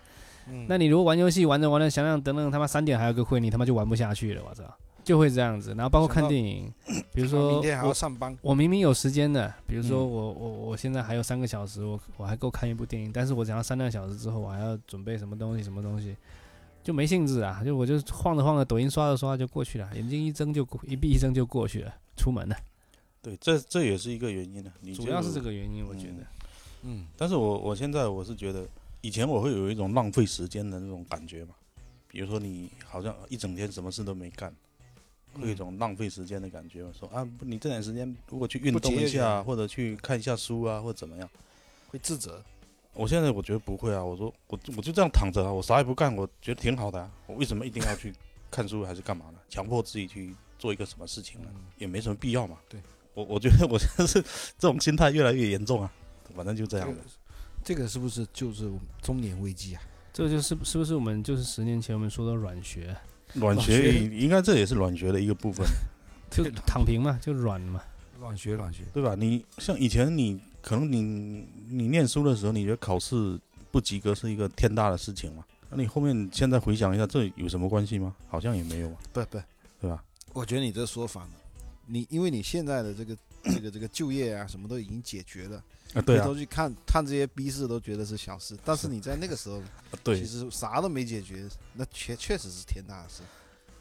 [SPEAKER 3] 嗯
[SPEAKER 2] 那你如果玩游戏玩着玩着，想想等等他妈三点还有个会，你他妈就玩不下去了，我操，就会这样子。然后包括
[SPEAKER 3] 想
[SPEAKER 2] 看
[SPEAKER 3] 到
[SPEAKER 2] 电影，比如
[SPEAKER 3] 他
[SPEAKER 2] 说
[SPEAKER 3] 明天还
[SPEAKER 2] 我
[SPEAKER 3] 要上班，
[SPEAKER 2] 我明明有时间的，比如说
[SPEAKER 1] 嗯
[SPEAKER 2] 我、我我现在还有三个小时，我我还够看一部电影，但是我只要三个小时之后，我还要准备什么东西什么东西，就没兴致啊，就我就晃着晃着，抖音刷着刷着就过去了，眼睛一睁就过，一闭一睁就过去了，出门了，
[SPEAKER 1] 对，这这也是一个原因呢、你
[SPEAKER 2] 主要
[SPEAKER 1] 就是
[SPEAKER 2] 这个原因，我觉得
[SPEAKER 1] 嗯。
[SPEAKER 3] 嗯，
[SPEAKER 1] 但是我我现在我是觉得，以前我会有一种浪费时间的那种感觉嘛，比如说你好像一整天什么事都没干，会有一种浪费时间的感觉嘛。说啊，不你这点时间如果去运
[SPEAKER 3] 不
[SPEAKER 1] 动
[SPEAKER 3] 节
[SPEAKER 1] 一
[SPEAKER 3] 约起
[SPEAKER 1] 下，
[SPEAKER 3] 来
[SPEAKER 1] 或者去看一下书啊，或者怎么样。
[SPEAKER 3] 会自责。
[SPEAKER 1] 我现在我觉得不会啊，我说我就我就这样躺着啊，我啥也不干，我觉得挺好的、啊。我为什么一定要
[SPEAKER 3] [laughs]
[SPEAKER 1] 去看书还是干嘛呢？强迫自己去做一个什么事情呢？也没什么必要嘛。
[SPEAKER 3] 嗯对，
[SPEAKER 1] 我我觉得我 [laughs] 现在是这种心态越来越严重啊，反正就这样的。
[SPEAKER 3] 这个是不是就是中年危机啊？
[SPEAKER 2] 这就是是不是我们就是十年前我们说的软 [laughs] 学，
[SPEAKER 1] 软学应该这也是软学的一个部分， [laughs]
[SPEAKER 2] 就躺平嘛，就软嘛。
[SPEAKER 3] 乱学乱学，
[SPEAKER 1] 对吧？你像以前你可能你你念书的时候，你觉得考试不及格是一个天大的事情嘛？那你后面现在回想一下，这有什么关系吗？好像也没有啊，
[SPEAKER 3] 不不，
[SPEAKER 1] 对吧？
[SPEAKER 3] 我觉得你这说反了。你因为你现在的这个这个这个就业啊，什么都已经解决了，
[SPEAKER 1] 啊，对啊
[SPEAKER 3] 回头，去看看这些逼事都觉得是小事，但是你在那个时候，
[SPEAKER 1] 对
[SPEAKER 3] 其，实啥都没解决，那确确实是天大的事。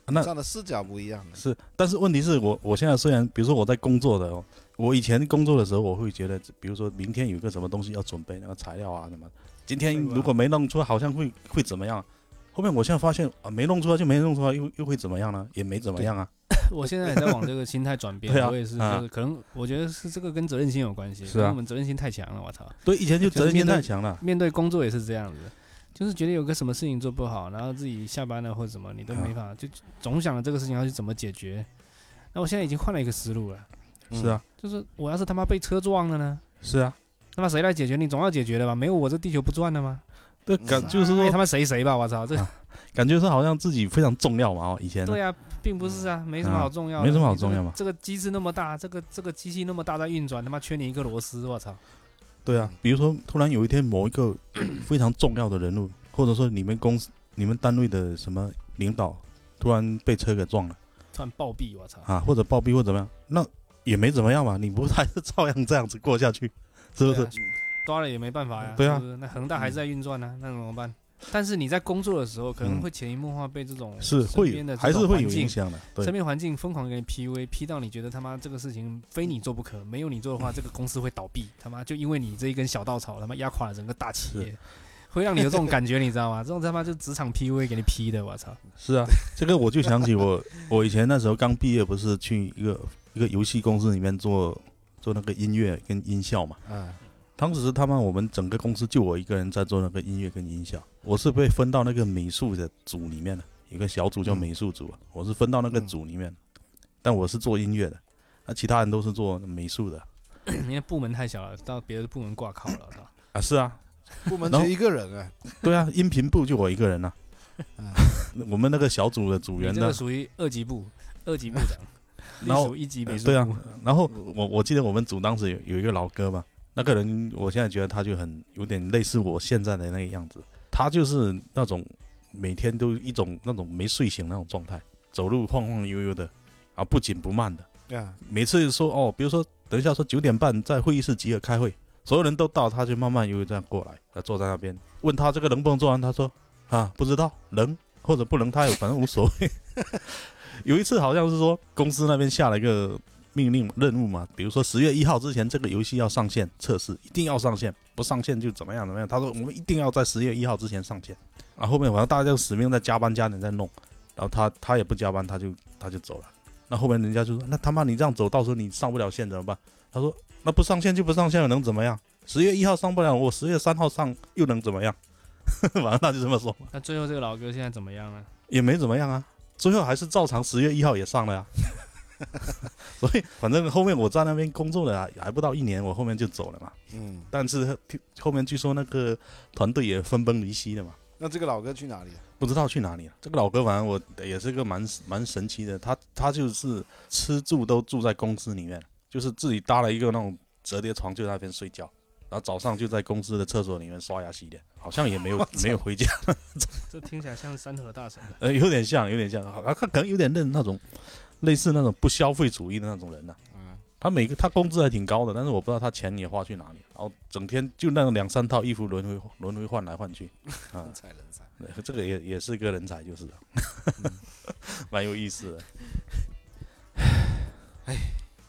[SPEAKER 1] 那
[SPEAKER 3] 站的视角不一样的，
[SPEAKER 1] 是，但是问题是我我现在虽然，比如说我在工作的哦，我以前工作的时候，我会觉得，比如说明天有一个什么东西要准备，那个材料啊什么，今天如果没弄出来，好像会会怎么样？后面我现在发现啊，没弄出来就没弄出来，又又会怎么样呢？也没怎么样啊。，
[SPEAKER 2] 我现在也在往这个心态转
[SPEAKER 1] [laughs]
[SPEAKER 2] 变
[SPEAKER 1] 对啊
[SPEAKER 2] 我也是，
[SPEAKER 1] 啊
[SPEAKER 2] 就是可能我觉得是这个跟责任心有关系，
[SPEAKER 1] 是啊
[SPEAKER 2] 可能我们责任心太强了，我操。
[SPEAKER 1] 对，以前就
[SPEAKER 2] 就是
[SPEAKER 1] 责任心
[SPEAKER 2] 面对
[SPEAKER 1] 太强了。
[SPEAKER 2] 面对工作也是这样子，就是觉得有个什么事情做不好，然后自己下班了或者什么，你都没法，就总想着这个事情要去怎么解决。那我现在已经换了一个思路了，
[SPEAKER 1] 是啊，
[SPEAKER 2] 就是我要是他妈被车撞了呢，
[SPEAKER 1] 是啊，
[SPEAKER 2] 那么谁来解决？你总要解决的吧？没有我这地球不转了吗？
[SPEAKER 1] 对，感就是
[SPEAKER 2] 那嗯哎他
[SPEAKER 1] 说，
[SPEAKER 2] 妈谁谁吧？我操，这
[SPEAKER 1] 啊感觉是好像自己非常重要嘛哦，以前
[SPEAKER 2] 对啊，并不是啊，没什么
[SPEAKER 1] 啊
[SPEAKER 2] 好重要的，
[SPEAKER 1] 没什么好
[SPEAKER 2] 你这
[SPEAKER 1] 重
[SPEAKER 2] 个
[SPEAKER 1] 要嘛
[SPEAKER 2] 这个机制那么大，这个这个机器那么大在运转，他妈缺你一个螺丝，我操！
[SPEAKER 1] 对啊，比如说突然有一天某一个非常重要的人物，或者说你们公司、你们单位的什么领导突然被车给撞了。
[SPEAKER 2] 突然暴毙，我操！
[SPEAKER 1] 啊，或者暴毙或怎么样，那也没怎么样嘛，你不是还是照样这样子过下去，是不
[SPEAKER 2] 对
[SPEAKER 1] 是
[SPEAKER 2] 啊？抓了也没办法呀。
[SPEAKER 1] 对啊
[SPEAKER 2] 是不是那恒大还是在运转呢、那怎么办？但是你在工作的时候，可能
[SPEAKER 1] 嗯
[SPEAKER 2] 会潜移默化被这种
[SPEAKER 1] 是
[SPEAKER 2] 身
[SPEAKER 1] 会
[SPEAKER 2] 边的
[SPEAKER 1] 有
[SPEAKER 2] 这
[SPEAKER 1] 还是
[SPEAKER 2] 种
[SPEAKER 1] 会
[SPEAKER 2] 环
[SPEAKER 1] 有影
[SPEAKER 2] 境
[SPEAKER 1] 响的，
[SPEAKER 2] 身
[SPEAKER 1] 对
[SPEAKER 2] 边环境疯狂给你 PUA，P 到你觉得他妈这个事情非你做不可，没有你做的话，这个公司会倒闭，他妈就因为你这一根小稻草，他妈压垮了整个大企业，会让你有这种感觉，你知道吗？这种他妈就职场 PUA 给你 P 的，我操！
[SPEAKER 1] 是啊，这个我就想起我 [laughs] 我以前那时候刚毕业，不是去一个一个游戏公司里面做做那个音乐跟音效嘛，
[SPEAKER 3] 嗯，
[SPEAKER 1] 当时他们我们整个公司就我一个人在做那个音乐跟音效，我是被分到那个美术的组里面的，有个小组
[SPEAKER 2] 嗯
[SPEAKER 1] 叫美术组啊，我是分到那个组里面的，但我是做音乐的，那其他人都是做美术的啊
[SPEAKER 2] 因为部门太小了，到别的部门挂靠了，是吧？
[SPEAKER 1] 啊，是啊，
[SPEAKER 3] 部门
[SPEAKER 1] 然
[SPEAKER 3] 只
[SPEAKER 1] 后
[SPEAKER 3] 一个人 [laughs] 哎，
[SPEAKER 1] 对啊，音频部就我一个人啊。我们那个小组的组
[SPEAKER 2] 你
[SPEAKER 1] 员
[SPEAKER 2] 这
[SPEAKER 1] 呢
[SPEAKER 2] 个，属于二级部，二级部
[SPEAKER 1] [laughs]
[SPEAKER 2] 长，隶
[SPEAKER 1] 然后
[SPEAKER 2] 属一级美术
[SPEAKER 1] 对啊
[SPEAKER 2] 部，
[SPEAKER 1] 然后我我记得我们组当时有有一个老哥嘛，那个人我现在觉得他就很有点类似我现在的那个样子，他就是那种每天都一种那种没睡醒那种状态，走路晃晃悠悠的，啊不紧不慢的，
[SPEAKER 3] 啊，
[SPEAKER 1] 每次说哦，比如说等一下说九点半在会议室集合开会，所有人都到，他就慢慢悠悠这样过来，他坐在那边，问他这个能不能做完，他说啊不知道，能或者不能，他也反正无所谓。 [laughs] 有一次好像是说公司那边下了一个命令任务嘛，比如说十月一号之前这个游戏要上线测试，一定要上线，不上线就怎么样怎么样。他说我们一定要在十月一号之前上线，啊然后后面反正大家就使命在加班加点在弄，然后他他也不加班，他就他就走了。那后面人家就说：“那他妈你这样走，到时候你上不了线怎么办？”他说：“那不上线就不上线了，能怎么样？十月一号上不了，我十月三号上又能怎么样？” [laughs] 反正他就这么说，
[SPEAKER 2] 那最后这个老哥现在怎么样了？
[SPEAKER 1] 也没怎么样啊。最后还是照常十月一号也上了呀、 [laughs] 所以反正后面我在那边工作了、啊，还不到一年，我后面就走了嘛。
[SPEAKER 3] 嗯，
[SPEAKER 1] 但是听后面据说那个团队也分崩离析了嘛。
[SPEAKER 3] 那这个老哥去哪里？啊
[SPEAKER 1] 不知道去哪里了。这个老哥反正我也是个蛮蛮神奇的，他他就是吃住都住在公司里面，就是自己搭了一个那种折叠床就在那边睡觉，然后早上就在公司的厕所里面刷牙洗脸，好像也没有没有回家，
[SPEAKER 2] [laughs] 这听起来像山河大神。
[SPEAKER 1] 呃，有点像有点像，好他可能有点那那种类似那种不消费主义的那种人呐、
[SPEAKER 3] 嗯
[SPEAKER 1] 他每个他工资还挺高的，但是我不知道他钱也花去哪里，然后整天就那两三套衣服轮回轮回换来换
[SPEAKER 3] [laughs]
[SPEAKER 1] 去，啊
[SPEAKER 3] 人，才人才，嗯
[SPEAKER 1] 对这个也也是个人才，就是了， [laughs] 蛮有意思的。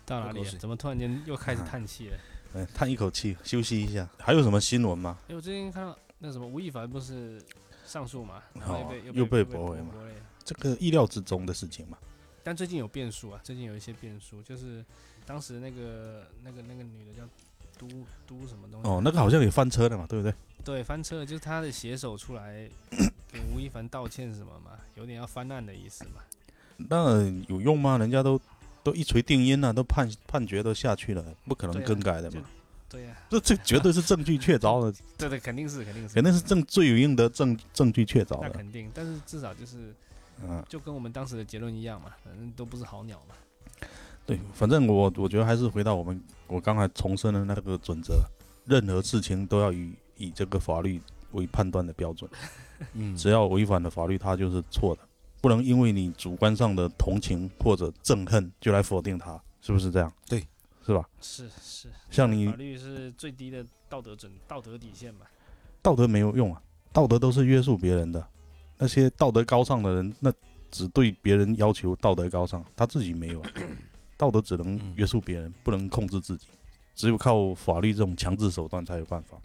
[SPEAKER 2] 到哪
[SPEAKER 1] 喝
[SPEAKER 2] 里了
[SPEAKER 1] 口？水
[SPEAKER 2] 怎么突然间又开始叹气了？
[SPEAKER 1] 嗯，叹一口气，休息一下。还有什么新闻吗？
[SPEAKER 2] 哎，我最近看到那什么吴亦凡不是上诉嘛，然后
[SPEAKER 1] 哦
[SPEAKER 2] 又被
[SPEAKER 1] 又被
[SPEAKER 2] 被
[SPEAKER 1] 驳回嘛
[SPEAKER 2] 驳回了
[SPEAKER 1] 这个意料之中的事情嘛。
[SPEAKER 2] 但最近有变数啊，最近有一些变数，就是当时那个那个那个女的叫都都什么东西？
[SPEAKER 1] 哦，那个好像也翻车了嘛，对不对？
[SPEAKER 2] 对，翻车了，就是他的写手出来给吴亦凡道歉什么嘛，有点要翻案的意思嘛。
[SPEAKER 1] 那有用吗？人家都都一锤定音了、啊都判判决都下去了，不可能
[SPEAKER 2] 对啊
[SPEAKER 1] 更改的嘛。
[SPEAKER 2] 对呀、
[SPEAKER 1] 这这绝对是证据确凿的，
[SPEAKER 2] 对对，肯定是肯定是，
[SPEAKER 1] 肯定是证罪有应得，证证据确凿
[SPEAKER 2] 那
[SPEAKER 1] 的。
[SPEAKER 2] 肯定，但是至少就是
[SPEAKER 1] 嗯，
[SPEAKER 2] 就跟我们当时的结论一样嘛，反正都不是好鸟嘛。
[SPEAKER 1] 对，反正我我觉得还是回到我们我刚才重申的那个准则，任何事情都要以以这个法律为判断的标准。
[SPEAKER 3] 嗯
[SPEAKER 1] 只要违反了法律，它就是错的，不能因为你主观上的同情或者憎恨就来否定它，是不是这样？
[SPEAKER 3] 对，
[SPEAKER 1] 是吧？
[SPEAKER 2] 是是，
[SPEAKER 1] 像你
[SPEAKER 2] 法律是最低的道德准道德底线嘛。
[SPEAKER 1] 道德没有用啊，道德都是约束别人的，那些道德高尚的人，那只对别人要求道德高尚，他自己没有、啊，道德只能约束别人，不能控制自己，只有靠法律这种强制手段才有办法。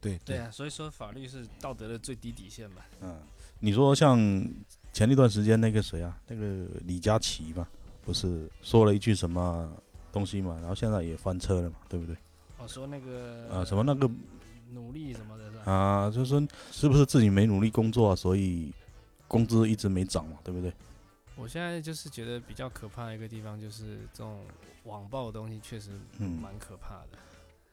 [SPEAKER 3] 对
[SPEAKER 2] 对，啊，所以说法律是道德的最低底线嘛。
[SPEAKER 1] 嗯，你说像前一段时间那个谁啊，那个李佳琦嘛，不是说了一句什么东西嘛，然后现在也翻车了嘛，对不对？
[SPEAKER 2] 我哦说那个
[SPEAKER 1] 啊、什么那个
[SPEAKER 2] 努力什么的是吧？
[SPEAKER 1] 啊、就是说是不是自己没努力工作、啊，所以工资一直没涨嘛，对不对？
[SPEAKER 2] 我现在就是觉得比较可怕的一个地方，就是这种网暴的东西确实
[SPEAKER 1] 嗯
[SPEAKER 2] 蛮可怕的，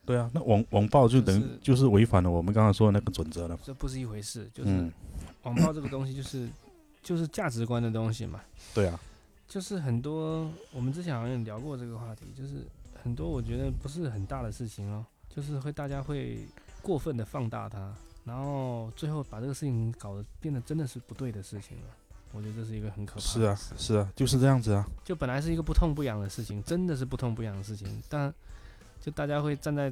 [SPEAKER 1] 对啊，那网网暴就等于
[SPEAKER 2] 就是
[SPEAKER 1] 就是违反了我们刚才说的那个准则了嘛。
[SPEAKER 2] 这不是一回事。就是
[SPEAKER 1] 嗯，
[SPEAKER 2] 网暴这个东西，就是就是价值观的东西嘛。
[SPEAKER 1] 对啊，
[SPEAKER 2] 就是很多，我们之前好像有聊过这个话题，就是很多我觉得不是很大的事情哦，就是会大家会过分的放大它，然后最后把这个事情搞得变得真的是不对的事情了。我觉得这是一个很可怕的
[SPEAKER 1] 是啊
[SPEAKER 2] 事，
[SPEAKER 1] 是啊，就是这样子啊。
[SPEAKER 2] 就本来是一个不痛不痒的事情，真的是不痛不痒的事情，但就大家会站在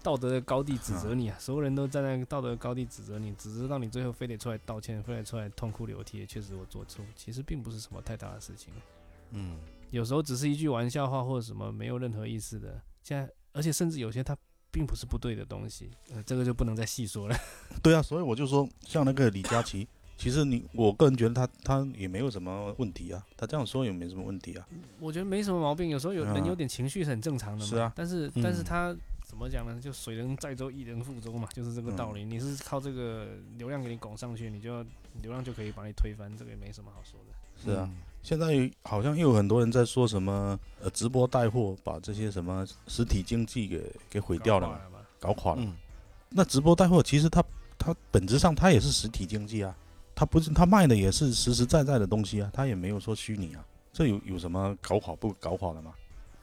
[SPEAKER 2] 道德的高地指责你啊，所有人都站在道德的高地指责你，指责到你最后非得出来道歉，非得出来痛哭流涕，确实我做错，其实并不是什么太大的事情。
[SPEAKER 1] 嗯，
[SPEAKER 2] 有时候只是一句玩笑话或者什么没有任何意思的。现在，而且甚至有些它并不是不对的东西，呃，这个就不能再细说了。
[SPEAKER 1] 对啊，所以我就说，像那个李佳琦，其实你我个人觉得他他也没有什么问题啊，他这样说也没什么问题啊。
[SPEAKER 2] 我觉得没什么毛病，有时候有
[SPEAKER 1] 嗯
[SPEAKER 2] 人有点情绪是很正常的嘛。
[SPEAKER 1] 是啊
[SPEAKER 2] 但是但是
[SPEAKER 1] 嗯
[SPEAKER 2] 他怎么讲呢？就水能载舟，亦能覆舟嘛，就是这个道理。你是靠这个流量给你拱上去，你就流量就可以把你推翻，这个也没什么好说的。
[SPEAKER 1] 是啊，现在好像又有很多人在说什么呃直播带货把这些什么实体经济给给毁掉了
[SPEAKER 2] 搞垮啊
[SPEAKER 1] 嘛，
[SPEAKER 2] 嘛？
[SPEAKER 1] 搞垮了。
[SPEAKER 3] 嗯，
[SPEAKER 1] 那直播带货其实它它本质上它也是实体经济啊，它不是它卖的也是实实在在的东西啊，它也没有说虚拟啊，这有有什么搞垮不搞垮的吗？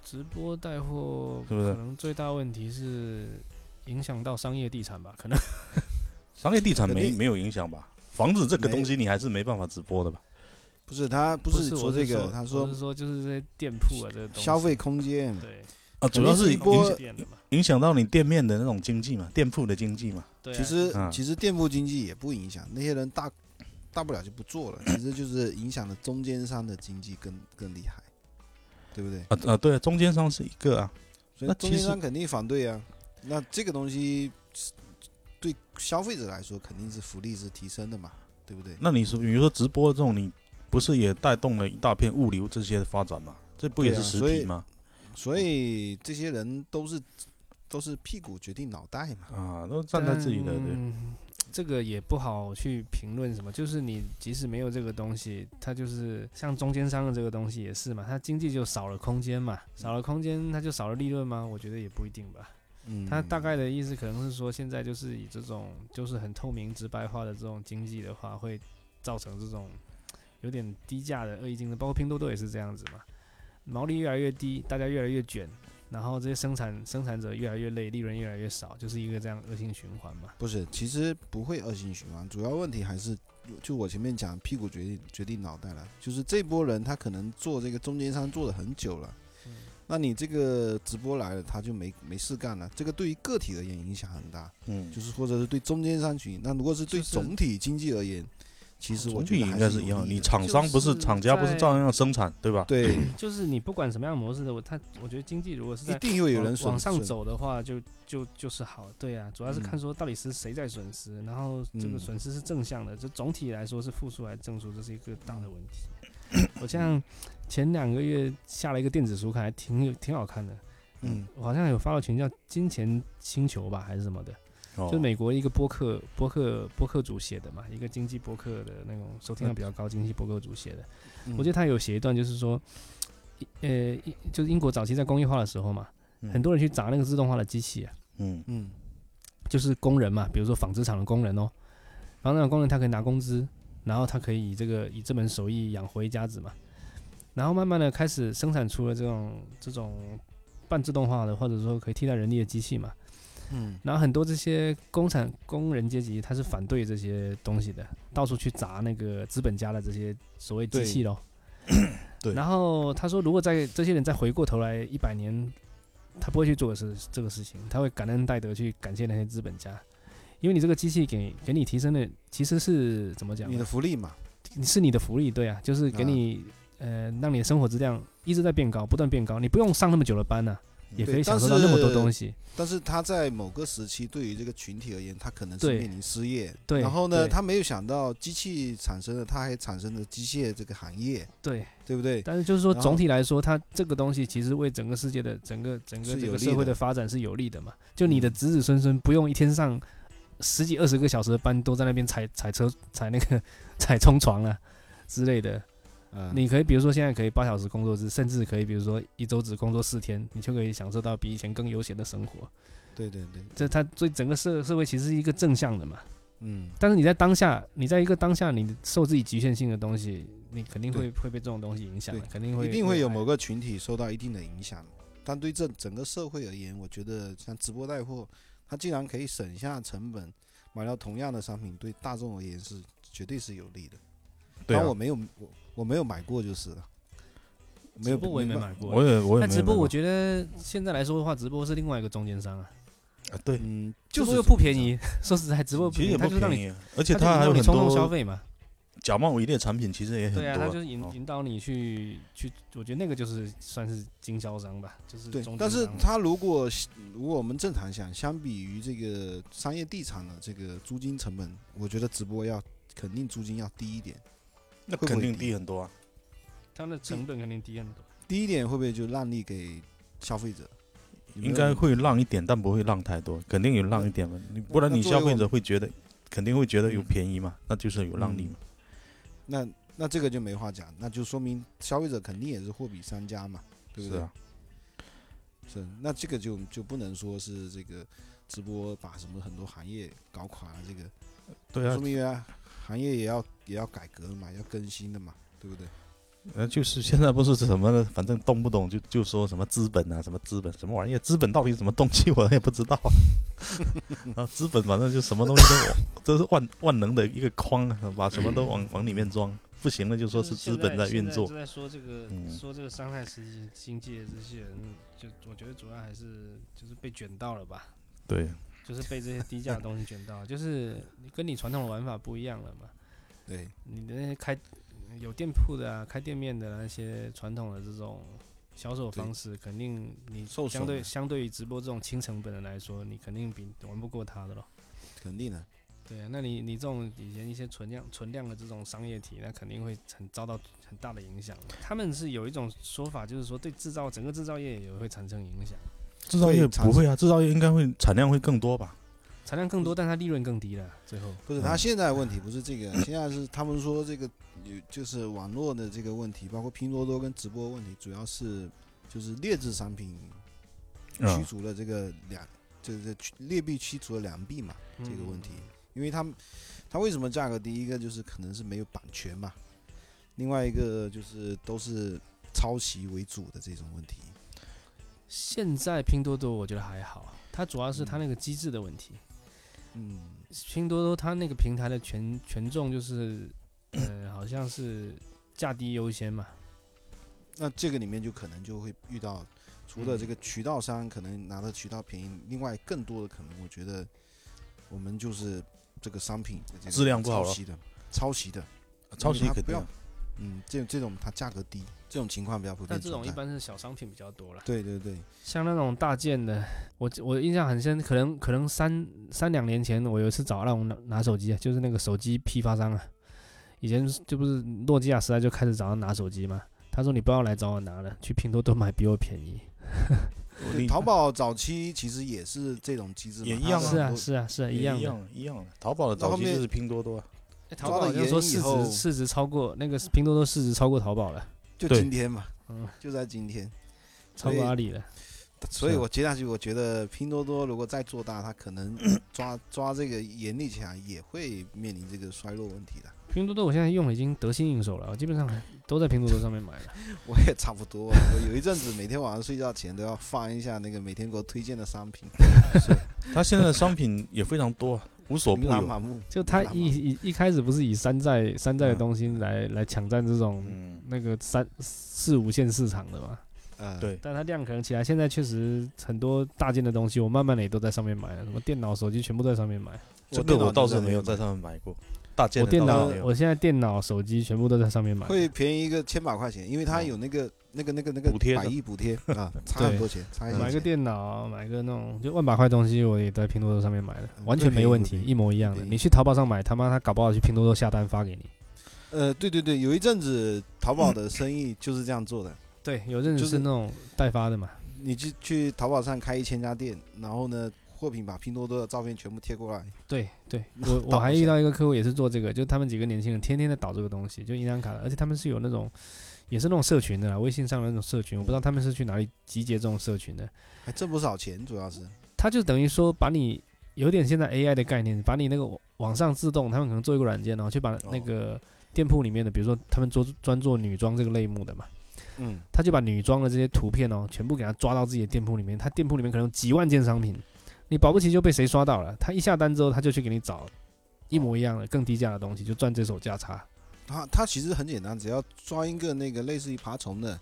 [SPEAKER 2] 直播带货
[SPEAKER 1] 是不是
[SPEAKER 2] 可能最大问题是影响到商业地产吧？可能
[SPEAKER 1] 商业地产
[SPEAKER 3] 肯
[SPEAKER 1] 没
[SPEAKER 3] 定
[SPEAKER 1] 没有影响吧？房子这个
[SPEAKER 3] 没
[SPEAKER 1] 东西你还是没办法直播的吧？
[SPEAKER 3] 不是他不是
[SPEAKER 2] 我
[SPEAKER 3] 说
[SPEAKER 2] 是
[SPEAKER 3] 这个，他
[SPEAKER 2] 我
[SPEAKER 3] 说
[SPEAKER 2] 是说就是这些店铺啊，这个东西
[SPEAKER 3] 消费空间，
[SPEAKER 2] 对
[SPEAKER 1] 啊，主要是
[SPEAKER 3] 直
[SPEAKER 1] 影响
[SPEAKER 2] 影
[SPEAKER 3] 播
[SPEAKER 2] 响店的嘛。
[SPEAKER 1] 影响到你店面的那种经济嘛，店铺的经济嘛。
[SPEAKER 2] 对啊
[SPEAKER 3] 其实
[SPEAKER 1] 嗯
[SPEAKER 3] 其实店铺经济也不影响，那些人大大不了就不做
[SPEAKER 2] [clears throat]
[SPEAKER 3] 了，其实就是影响了中间商的经济更更厉害，对不对？
[SPEAKER 1] 啊啊，对啊，中间商是一个啊，
[SPEAKER 3] 所
[SPEAKER 1] 那
[SPEAKER 3] 以
[SPEAKER 1] 其
[SPEAKER 3] 中间商肯定反对啊。那这个东西对消费者来说肯定是福利是提升的嘛，对不对？
[SPEAKER 1] 那你说，比如说直播这种，你不是也带动了一大片物流这些的发展吗？这不也是实
[SPEAKER 3] 对啊所
[SPEAKER 1] 体
[SPEAKER 3] 以
[SPEAKER 1] 吗？
[SPEAKER 3] 所以这些人都是都是屁股决定脑袋嘛。
[SPEAKER 1] 啊，都站在自己的对，
[SPEAKER 2] 嗯，这个也不好去评论什么。就是你即使没有这个东西，它就是像中间商的这个东西也是嘛，它经济就少了空间嘛，少了空间它就少了利润吗？我觉得也不一定吧。
[SPEAKER 3] 嗯，
[SPEAKER 2] 他大概的意思可能是说，现在就是以这种就是很透明直白化的这种经济的话，会造成这种有点低价的恶意竞争，包括拼多多也是这样子嘛，毛利越来越低，大家越来越卷，然后这些生产生产者越来越累，利润越来越少，就是一个这样恶性循环嘛。
[SPEAKER 3] 不是，其实不会恶性循环，主要问题还是就我前面讲，屁股决定决定脑袋了。就是这波人他可能做这个中间商做了很久了，
[SPEAKER 2] 嗯
[SPEAKER 3] 那你这个直播来了，他就没没事干了。这个对于个体而言影响很大，
[SPEAKER 1] 嗯，
[SPEAKER 3] 就是或者是对中间商群，那如果是对
[SPEAKER 2] 就是
[SPEAKER 3] 总体经济而言，其实我
[SPEAKER 1] 总
[SPEAKER 3] 觉
[SPEAKER 1] 体
[SPEAKER 3] 得
[SPEAKER 1] 应
[SPEAKER 3] 还
[SPEAKER 1] 该
[SPEAKER 3] 是
[SPEAKER 1] 是一样
[SPEAKER 3] 有
[SPEAKER 1] 的。
[SPEAKER 3] 利
[SPEAKER 1] 你嗯
[SPEAKER 3] 的
[SPEAKER 1] 厂商不是
[SPEAKER 2] 就是
[SPEAKER 1] 厂家，不是
[SPEAKER 2] 在
[SPEAKER 1] 照样生产对吧？
[SPEAKER 3] 对，
[SPEAKER 2] 就是你不管什么样的模式的，我他我觉得经济如果是
[SPEAKER 3] 一
[SPEAKER 2] 在
[SPEAKER 3] 定会有人
[SPEAKER 2] 往
[SPEAKER 3] 损
[SPEAKER 2] 往上
[SPEAKER 3] 损
[SPEAKER 2] 走的话就，就就是好，对啊，主要是看
[SPEAKER 3] 嗯
[SPEAKER 2] 说到底是谁在损失，然后这个
[SPEAKER 3] 嗯
[SPEAKER 2] 损失是正向的，就总体来说是负数还是正数，这是一个大的问题。
[SPEAKER 3] [coughs]
[SPEAKER 2] 我像前两个月下了一个电子书看，还挺有挺好看的，
[SPEAKER 3] 嗯，
[SPEAKER 2] 我好像有发到群叫《金钱星球》吧，还是什么的，
[SPEAKER 1] 哦
[SPEAKER 2] 就美国一个播客播客播客主写的嘛，一个经济播客的那种收听量比较高，经济播客主写的。
[SPEAKER 3] 嗯
[SPEAKER 2] 我记得他有写一段，就是说，一呃，一就是英国早期在工业化的时候嘛，
[SPEAKER 1] 嗯
[SPEAKER 2] 很多人去砸那个自动化的机器啊，
[SPEAKER 1] 嗯
[SPEAKER 3] 嗯
[SPEAKER 2] 就是工人嘛，比如说纺织厂的工人哦，纺织厂工人他可以拿工资，然后他可以以这个以这门手艺养活一家子嘛，然后慢慢的开始生产出了这种这种半自动化的或者说可以替代人力的机器嘛，
[SPEAKER 3] 嗯
[SPEAKER 2] 然后很多这些工厂工人阶级他是反对这些东西的，到处去砸那个资本家的这些所谓机器咯。
[SPEAKER 1] 对
[SPEAKER 2] 然后他说，如果在这些人再回过头来一百年，他不会去做的事这个事情，他会感恩戴德去感谢那些资本家，因为你这个机器给给你提升的其实是怎么讲呢？啊
[SPEAKER 3] 你的福利嘛，
[SPEAKER 2] 是你的福利，对啊，就是给你、呃让你的生活质量一直在变高，不断变高，你不用上那么久的班呢、啊也可以
[SPEAKER 3] 对
[SPEAKER 2] 享受
[SPEAKER 3] 但
[SPEAKER 2] 到那么多
[SPEAKER 3] 是
[SPEAKER 2] 东西。
[SPEAKER 3] 但是他在某个时期对于这个群体而言，他可能是
[SPEAKER 2] 对
[SPEAKER 3] 面临失业，
[SPEAKER 2] 对
[SPEAKER 3] 然后呢，
[SPEAKER 2] 对
[SPEAKER 3] 他没有想到机器产生了，他还产生了机械这个行业，
[SPEAKER 2] 对，
[SPEAKER 3] 对不对？
[SPEAKER 2] 但是就是说，
[SPEAKER 3] 然后
[SPEAKER 2] 总体来说，它这个东西其实为整个世界的整个整个
[SPEAKER 3] 是
[SPEAKER 2] 这
[SPEAKER 3] 有
[SPEAKER 2] 个
[SPEAKER 3] 利
[SPEAKER 2] 社会
[SPEAKER 3] 的嗯
[SPEAKER 2] 的发展是有利的嘛？就你的子子孙孙不用一天上十几二十个小时的班都在那边踩踩车踩那个 [laughs] 踩冲床啊之类的，
[SPEAKER 3] 嗯
[SPEAKER 2] 你可以比如说现在可以八小时工作制，甚至可以比如说一周只工作四天，你就可以享受到比以前更悠闲的生活。
[SPEAKER 3] 对对对，
[SPEAKER 2] 这它对整个社社会其实是一个正向的嘛。
[SPEAKER 3] 嗯，
[SPEAKER 2] 但是你在当下，你在一个当下，你受自己局限性的东西，你肯定会会被这种东西影响的，
[SPEAKER 3] 对
[SPEAKER 2] 肯定会
[SPEAKER 3] 一定会有
[SPEAKER 2] 害
[SPEAKER 3] 某个群体受到一定的影响，但对这整个社会而言，我觉得像直播带货，它既然可以省下成本，买到同样的商品，对大众而言是绝对是有利的。
[SPEAKER 1] 对啊
[SPEAKER 3] 但我没有我我没有买过就是了，没有
[SPEAKER 2] 直播我也没
[SPEAKER 3] 办
[SPEAKER 2] 买过，
[SPEAKER 1] 我也我也
[SPEAKER 2] 但
[SPEAKER 1] 没
[SPEAKER 2] 直播
[SPEAKER 1] 有
[SPEAKER 2] 我觉得现在来说的话，直播是另外一个中间商啊，
[SPEAKER 1] 啊对，
[SPEAKER 3] 嗯，
[SPEAKER 2] 直
[SPEAKER 3] 就
[SPEAKER 2] 播
[SPEAKER 3] 是
[SPEAKER 2] 又不便，宜。 [laughs] 说实在，直播
[SPEAKER 1] 其实也
[SPEAKER 2] 他
[SPEAKER 1] 不
[SPEAKER 2] 就是让
[SPEAKER 1] 便
[SPEAKER 2] 你，
[SPEAKER 1] 宜，而且
[SPEAKER 2] 他就是
[SPEAKER 1] 它还有
[SPEAKER 2] 让你
[SPEAKER 1] 很
[SPEAKER 2] 冲动消
[SPEAKER 1] 多
[SPEAKER 2] 费嘛。
[SPEAKER 1] 假冒伪劣产品，其实也很
[SPEAKER 2] 对啊，他
[SPEAKER 1] 多
[SPEAKER 2] 就是引
[SPEAKER 1] 哦
[SPEAKER 2] 引导你去去，我觉得那个就是算是经销商吧，就是
[SPEAKER 3] 对
[SPEAKER 2] 中。间
[SPEAKER 3] 但是
[SPEAKER 2] 商嘛
[SPEAKER 3] 它如果如果我们正常想，相比于这个商业地产的这个租金成本，我觉得直播要肯定租金要低一点。
[SPEAKER 1] 那
[SPEAKER 3] 会不
[SPEAKER 1] 肯
[SPEAKER 3] 会
[SPEAKER 1] 定
[SPEAKER 3] 低
[SPEAKER 1] 低很多啊。
[SPEAKER 2] 他的成本肯定低很多。
[SPEAKER 3] 低一点会不会就让利给消费者？
[SPEAKER 1] 应该会让一点，但不会让太多，肯定有让一点嘛，你不然
[SPEAKER 3] 那
[SPEAKER 1] 你
[SPEAKER 3] 作为
[SPEAKER 1] 消费
[SPEAKER 3] 我
[SPEAKER 1] 者会觉得，肯定会觉得有
[SPEAKER 3] 嗯
[SPEAKER 1] 便宜嘛，那就是有让利嘛。
[SPEAKER 3] 那那这个就没话讲，那就说明消费者肯定也是货比三家嘛，对不
[SPEAKER 1] 是
[SPEAKER 3] 对？
[SPEAKER 1] 啊，
[SPEAKER 3] 是那这个就就不能说是这个直播把什么很多行业搞垮了，这个
[SPEAKER 1] 对啊
[SPEAKER 3] 说，明啊，行业也要也要改革的嘛，要更新的嘛，对不对？
[SPEAKER 1] 呃，就是现在不是什么，反正动不动就就说什么资本啊，什么资本，什么玩意儿，资本到底是什么东西，我也不知道。 [laughs] 啊，资本反正就什么东西都都是万万能的一个框啊，把什么都往往里面装，不行了就说是资本在运作
[SPEAKER 2] 就。在说这个，
[SPEAKER 1] 嗯
[SPEAKER 2] 说这个伤害实际经济的这些人，就我觉得主要还是就是被卷到了吧，
[SPEAKER 1] 对，
[SPEAKER 2] 就是被这些低价的东西卷到，就是你跟你传统的玩法不一样了嘛。
[SPEAKER 3] 对，
[SPEAKER 2] 你的那些开有店铺的啊，开店面的啊那些传统的这种销售方式，肯定你
[SPEAKER 3] 受
[SPEAKER 2] 相
[SPEAKER 3] 损
[SPEAKER 2] 对
[SPEAKER 3] 了，
[SPEAKER 2] 相对于直播这种轻成本的来说，你肯定比玩不过他的咯。
[SPEAKER 3] 肯定的。
[SPEAKER 2] 对啊，那你你这种以前一些存量存量的这种商业体，那肯定会很遭到很大的影响。他们是有一种说法，就是说对制造整个制造业也会产生影响，
[SPEAKER 1] 制造业
[SPEAKER 3] 会产
[SPEAKER 1] 不会啊，制造业应该会产量会更多吧？
[SPEAKER 2] 产量更多，但它利润更低了。最后，
[SPEAKER 3] 不是他现在的问题不是这个，现在是他们说这个有就是网络的这个问题，包括拼多多跟直播问题，主要是就是劣质商品驱
[SPEAKER 1] 嗯，
[SPEAKER 3] 逐了这个两，这这驱劣币驱逐了良币嘛，
[SPEAKER 2] 嗯
[SPEAKER 3] 这个问题，因为他们他为什么价格低？一个就是可能是没有版权嘛，另外一个就是都是抄袭为主的这种问题。
[SPEAKER 2] 现在拼多多我觉得还好，它主要是它那个机制的问题。
[SPEAKER 3] 嗯，
[SPEAKER 2] 拼多多它那个平台的权权重就是，呃，好像是价低优先嘛。
[SPEAKER 3] 那这个里面就可能就会遇到，除了这
[SPEAKER 1] 嗯
[SPEAKER 3] 个渠道商可能拿的渠道便宜，另外更多的可能，我觉得我们就是这个商品的这个
[SPEAKER 1] 质量不好了
[SPEAKER 3] 抄袭的，抄袭的，
[SPEAKER 1] 抄袭
[SPEAKER 3] 因为它
[SPEAKER 1] 肯
[SPEAKER 3] 不
[SPEAKER 1] 定
[SPEAKER 3] 要
[SPEAKER 1] 啊。
[SPEAKER 3] 嗯，这这种它价格低，这种情况比较普遍。
[SPEAKER 2] 但这种一，般是小商品比较多了，
[SPEAKER 3] 对对对，
[SPEAKER 2] 像那种大件的，我我印象很深，可能可能三三两年前，我有一次找那种拿拿手机，啊，就是那个手机批发商啊，以前就不是诺基亚时代就开始找他拿手机嘛，他说你不要来找我拿了，去拼多多买比我便宜。
[SPEAKER 1] 我
[SPEAKER 3] 对
[SPEAKER 1] 理
[SPEAKER 3] 淘宝早期其实也是这种机制嘛，
[SPEAKER 1] 也一
[SPEAKER 3] 它
[SPEAKER 1] 样啊
[SPEAKER 3] 很
[SPEAKER 2] 是啊
[SPEAKER 3] 多
[SPEAKER 2] 是啊是啊，
[SPEAKER 1] 也
[SPEAKER 2] 一样
[SPEAKER 1] 一
[SPEAKER 2] 的。
[SPEAKER 1] 样一样的。淘宝的
[SPEAKER 3] 到
[SPEAKER 1] 早
[SPEAKER 3] 后
[SPEAKER 1] 期
[SPEAKER 3] 面
[SPEAKER 1] 就是拼多多啊，
[SPEAKER 2] 哎淘
[SPEAKER 3] 抓
[SPEAKER 2] 宝
[SPEAKER 3] 到
[SPEAKER 2] 好像
[SPEAKER 3] 严
[SPEAKER 2] 说
[SPEAKER 3] 以
[SPEAKER 2] 市
[SPEAKER 3] 后
[SPEAKER 2] 值市值超过那个拼多多市值超过淘宝了，
[SPEAKER 3] 就
[SPEAKER 1] 对
[SPEAKER 3] 今天嘛
[SPEAKER 2] [laughs] 嗯，
[SPEAKER 3] 就在今天。
[SPEAKER 2] 超过
[SPEAKER 3] 所以
[SPEAKER 2] 阿里了。
[SPEAKER 3] 所以
[SPEAKER 1] 是啊
[SPEAKER 3] 我接下去，我觉得拼多多如果再做大，它可能抓抓这个严厉起来，也会面临这个衰落问题的。
[SPEAKER 2] 拼多多我现在用了已经得心应手了，我基本上都在拼多多上面买了。
[SPEAKER 3] [laughs] 我也差不多，我有一阵子每天晚上睡觉前都要翻一下那个每天给我推荐的商
[SPEAKER 1] [laughs]
[SPEAKER 3] 品，
[SPEAKER 1] 它现在的商品也非常多，啊无所不
[SPEAKER 3] 琳琅
[SPEAKER 1] 有。
[SPEAKER 3] 满目。
[SPEAKER 2] 就他
[SPEAKER 3] 琳琅
[SPEAKER 2] 一
[SPEAKER 3] 满目
[SPEAKER 2] 一一开始不是以山寨山寨的东西来、来抢占这种
[SPEAKER 1] 嗯，
[SPEAKER 2] 那个三四五线市场的嘛，
[SPEAKER 3] 呃，
[SPEAKER 1] 对
[SPEAKER 2] 但它量可能起来，现在确实很多大件的东西，我慢慢的也都在上面买了，什么电脑、手机全部都在上面买。
[SPEAKER 1] 这
[SPEAKER 3] 呃
[SPEAKER 1] 个我倒是没有在
[SPEAKER 3] 在。
[SPEAKER 1] 上面买过，大件
[SPEAKER 2] 我
[SPEAKER 1] 的
[SPEAKER 2] 电
[SPEAKER 1] 倒
[SPEAKER 2] 脑
[SPEAKER 1] 是没，有
[SPEAKER 2] 我现在电脑、手机全部都在上面买。
[SPEAKER 3] 会便宜一个千把块钱，因为它有那个那个那个那
[SPEAKER 1] 补贴
[SPEAKER 3] 个
[SPEAKER 1] 的
[SPEAKER 3] 百亿补贴啊，差很多钱，差一
[SPEAKER 2] 买个
[SPEAKER 3] 些钱。
[SPEAKER 2] 电脑，买个那种就万把块东西，我也在拼多多上面买的，
[SPEAKER 3] 嗯
[SPEAKER 2] 完全
[SPEAKER 3] 对
[SPEAKER 2] 没
[SPEAKER 3] 便宜
[SPEAKER 2] 问
[SPEAKER 3] 对
[SPEAKER 2] 题，
[SPEAKER 3] 便宜
[SPEAKER 2] 一模一样的。
[SPEAKER 3] 便宜
[SPEAKER 2] 你去淘宝上买，他妈他搞不好去拼多多下单发给你。
[SPEAKER 3] 呃，对对对，有一阵子淘宝的生意就是这样做
[SPEAKER 1] 嗯
[SPEAKER 3] 的，
[SPEAKER 2] 对，有阵
[SPEAKER 3] 就
[SPEAKER 2] 子
[SPEAKER 3] 是
[SPEAKER 2] 是那种代发的嘛。
[SPEAKER 3] 你去去淘宝上开一千家店，然后呢，货品把拼多多的照片全部贴过来，
[SPEAKER 2] 对对，
[SPEAKER 3] 那
[SPEAKER 2] 我
[SPEAKER 3] 倒
[SPEAKER 2] 我还
[SPEAKER 3] 一
[SPEAKER 2] 遇
[SPEAKER 3] 下
[SPEAKER 2] 到一个客户也是做这个，就他们几个年轻人天天在导这个东西，就银行卡的，而且他们是有那种，也是那种社群的啦，微信上的那种社群，我不知道他们是去哪里集结这种社群的，
[SPEAKER 3] 还挣不少钱，主要是。
[SPEAKER 2] 他就等于说把你有点现在 AI 的概念，把你那个网网上自动，他们可能做一个软件，然后去把那
[SPEAKER 1] 哦
[SPEAKER 2] 个店铺里面的，比如说他们做专做女装这个类目的嘛，
[SPEAKER 3] 嗯，
[SPEAKER 2] 他就把女装的这些图片哦，全部给他抓到自己的店铺里面。他店铺里面可能有几万件商品，你保不齐就被谁刷到了。他一下单之后，他就去给你找一模一样的、更低价的东西，就赚这手价差。
[SPEAKER 3] 它它其实很简单，只要抓一个那个类似于爬虫的，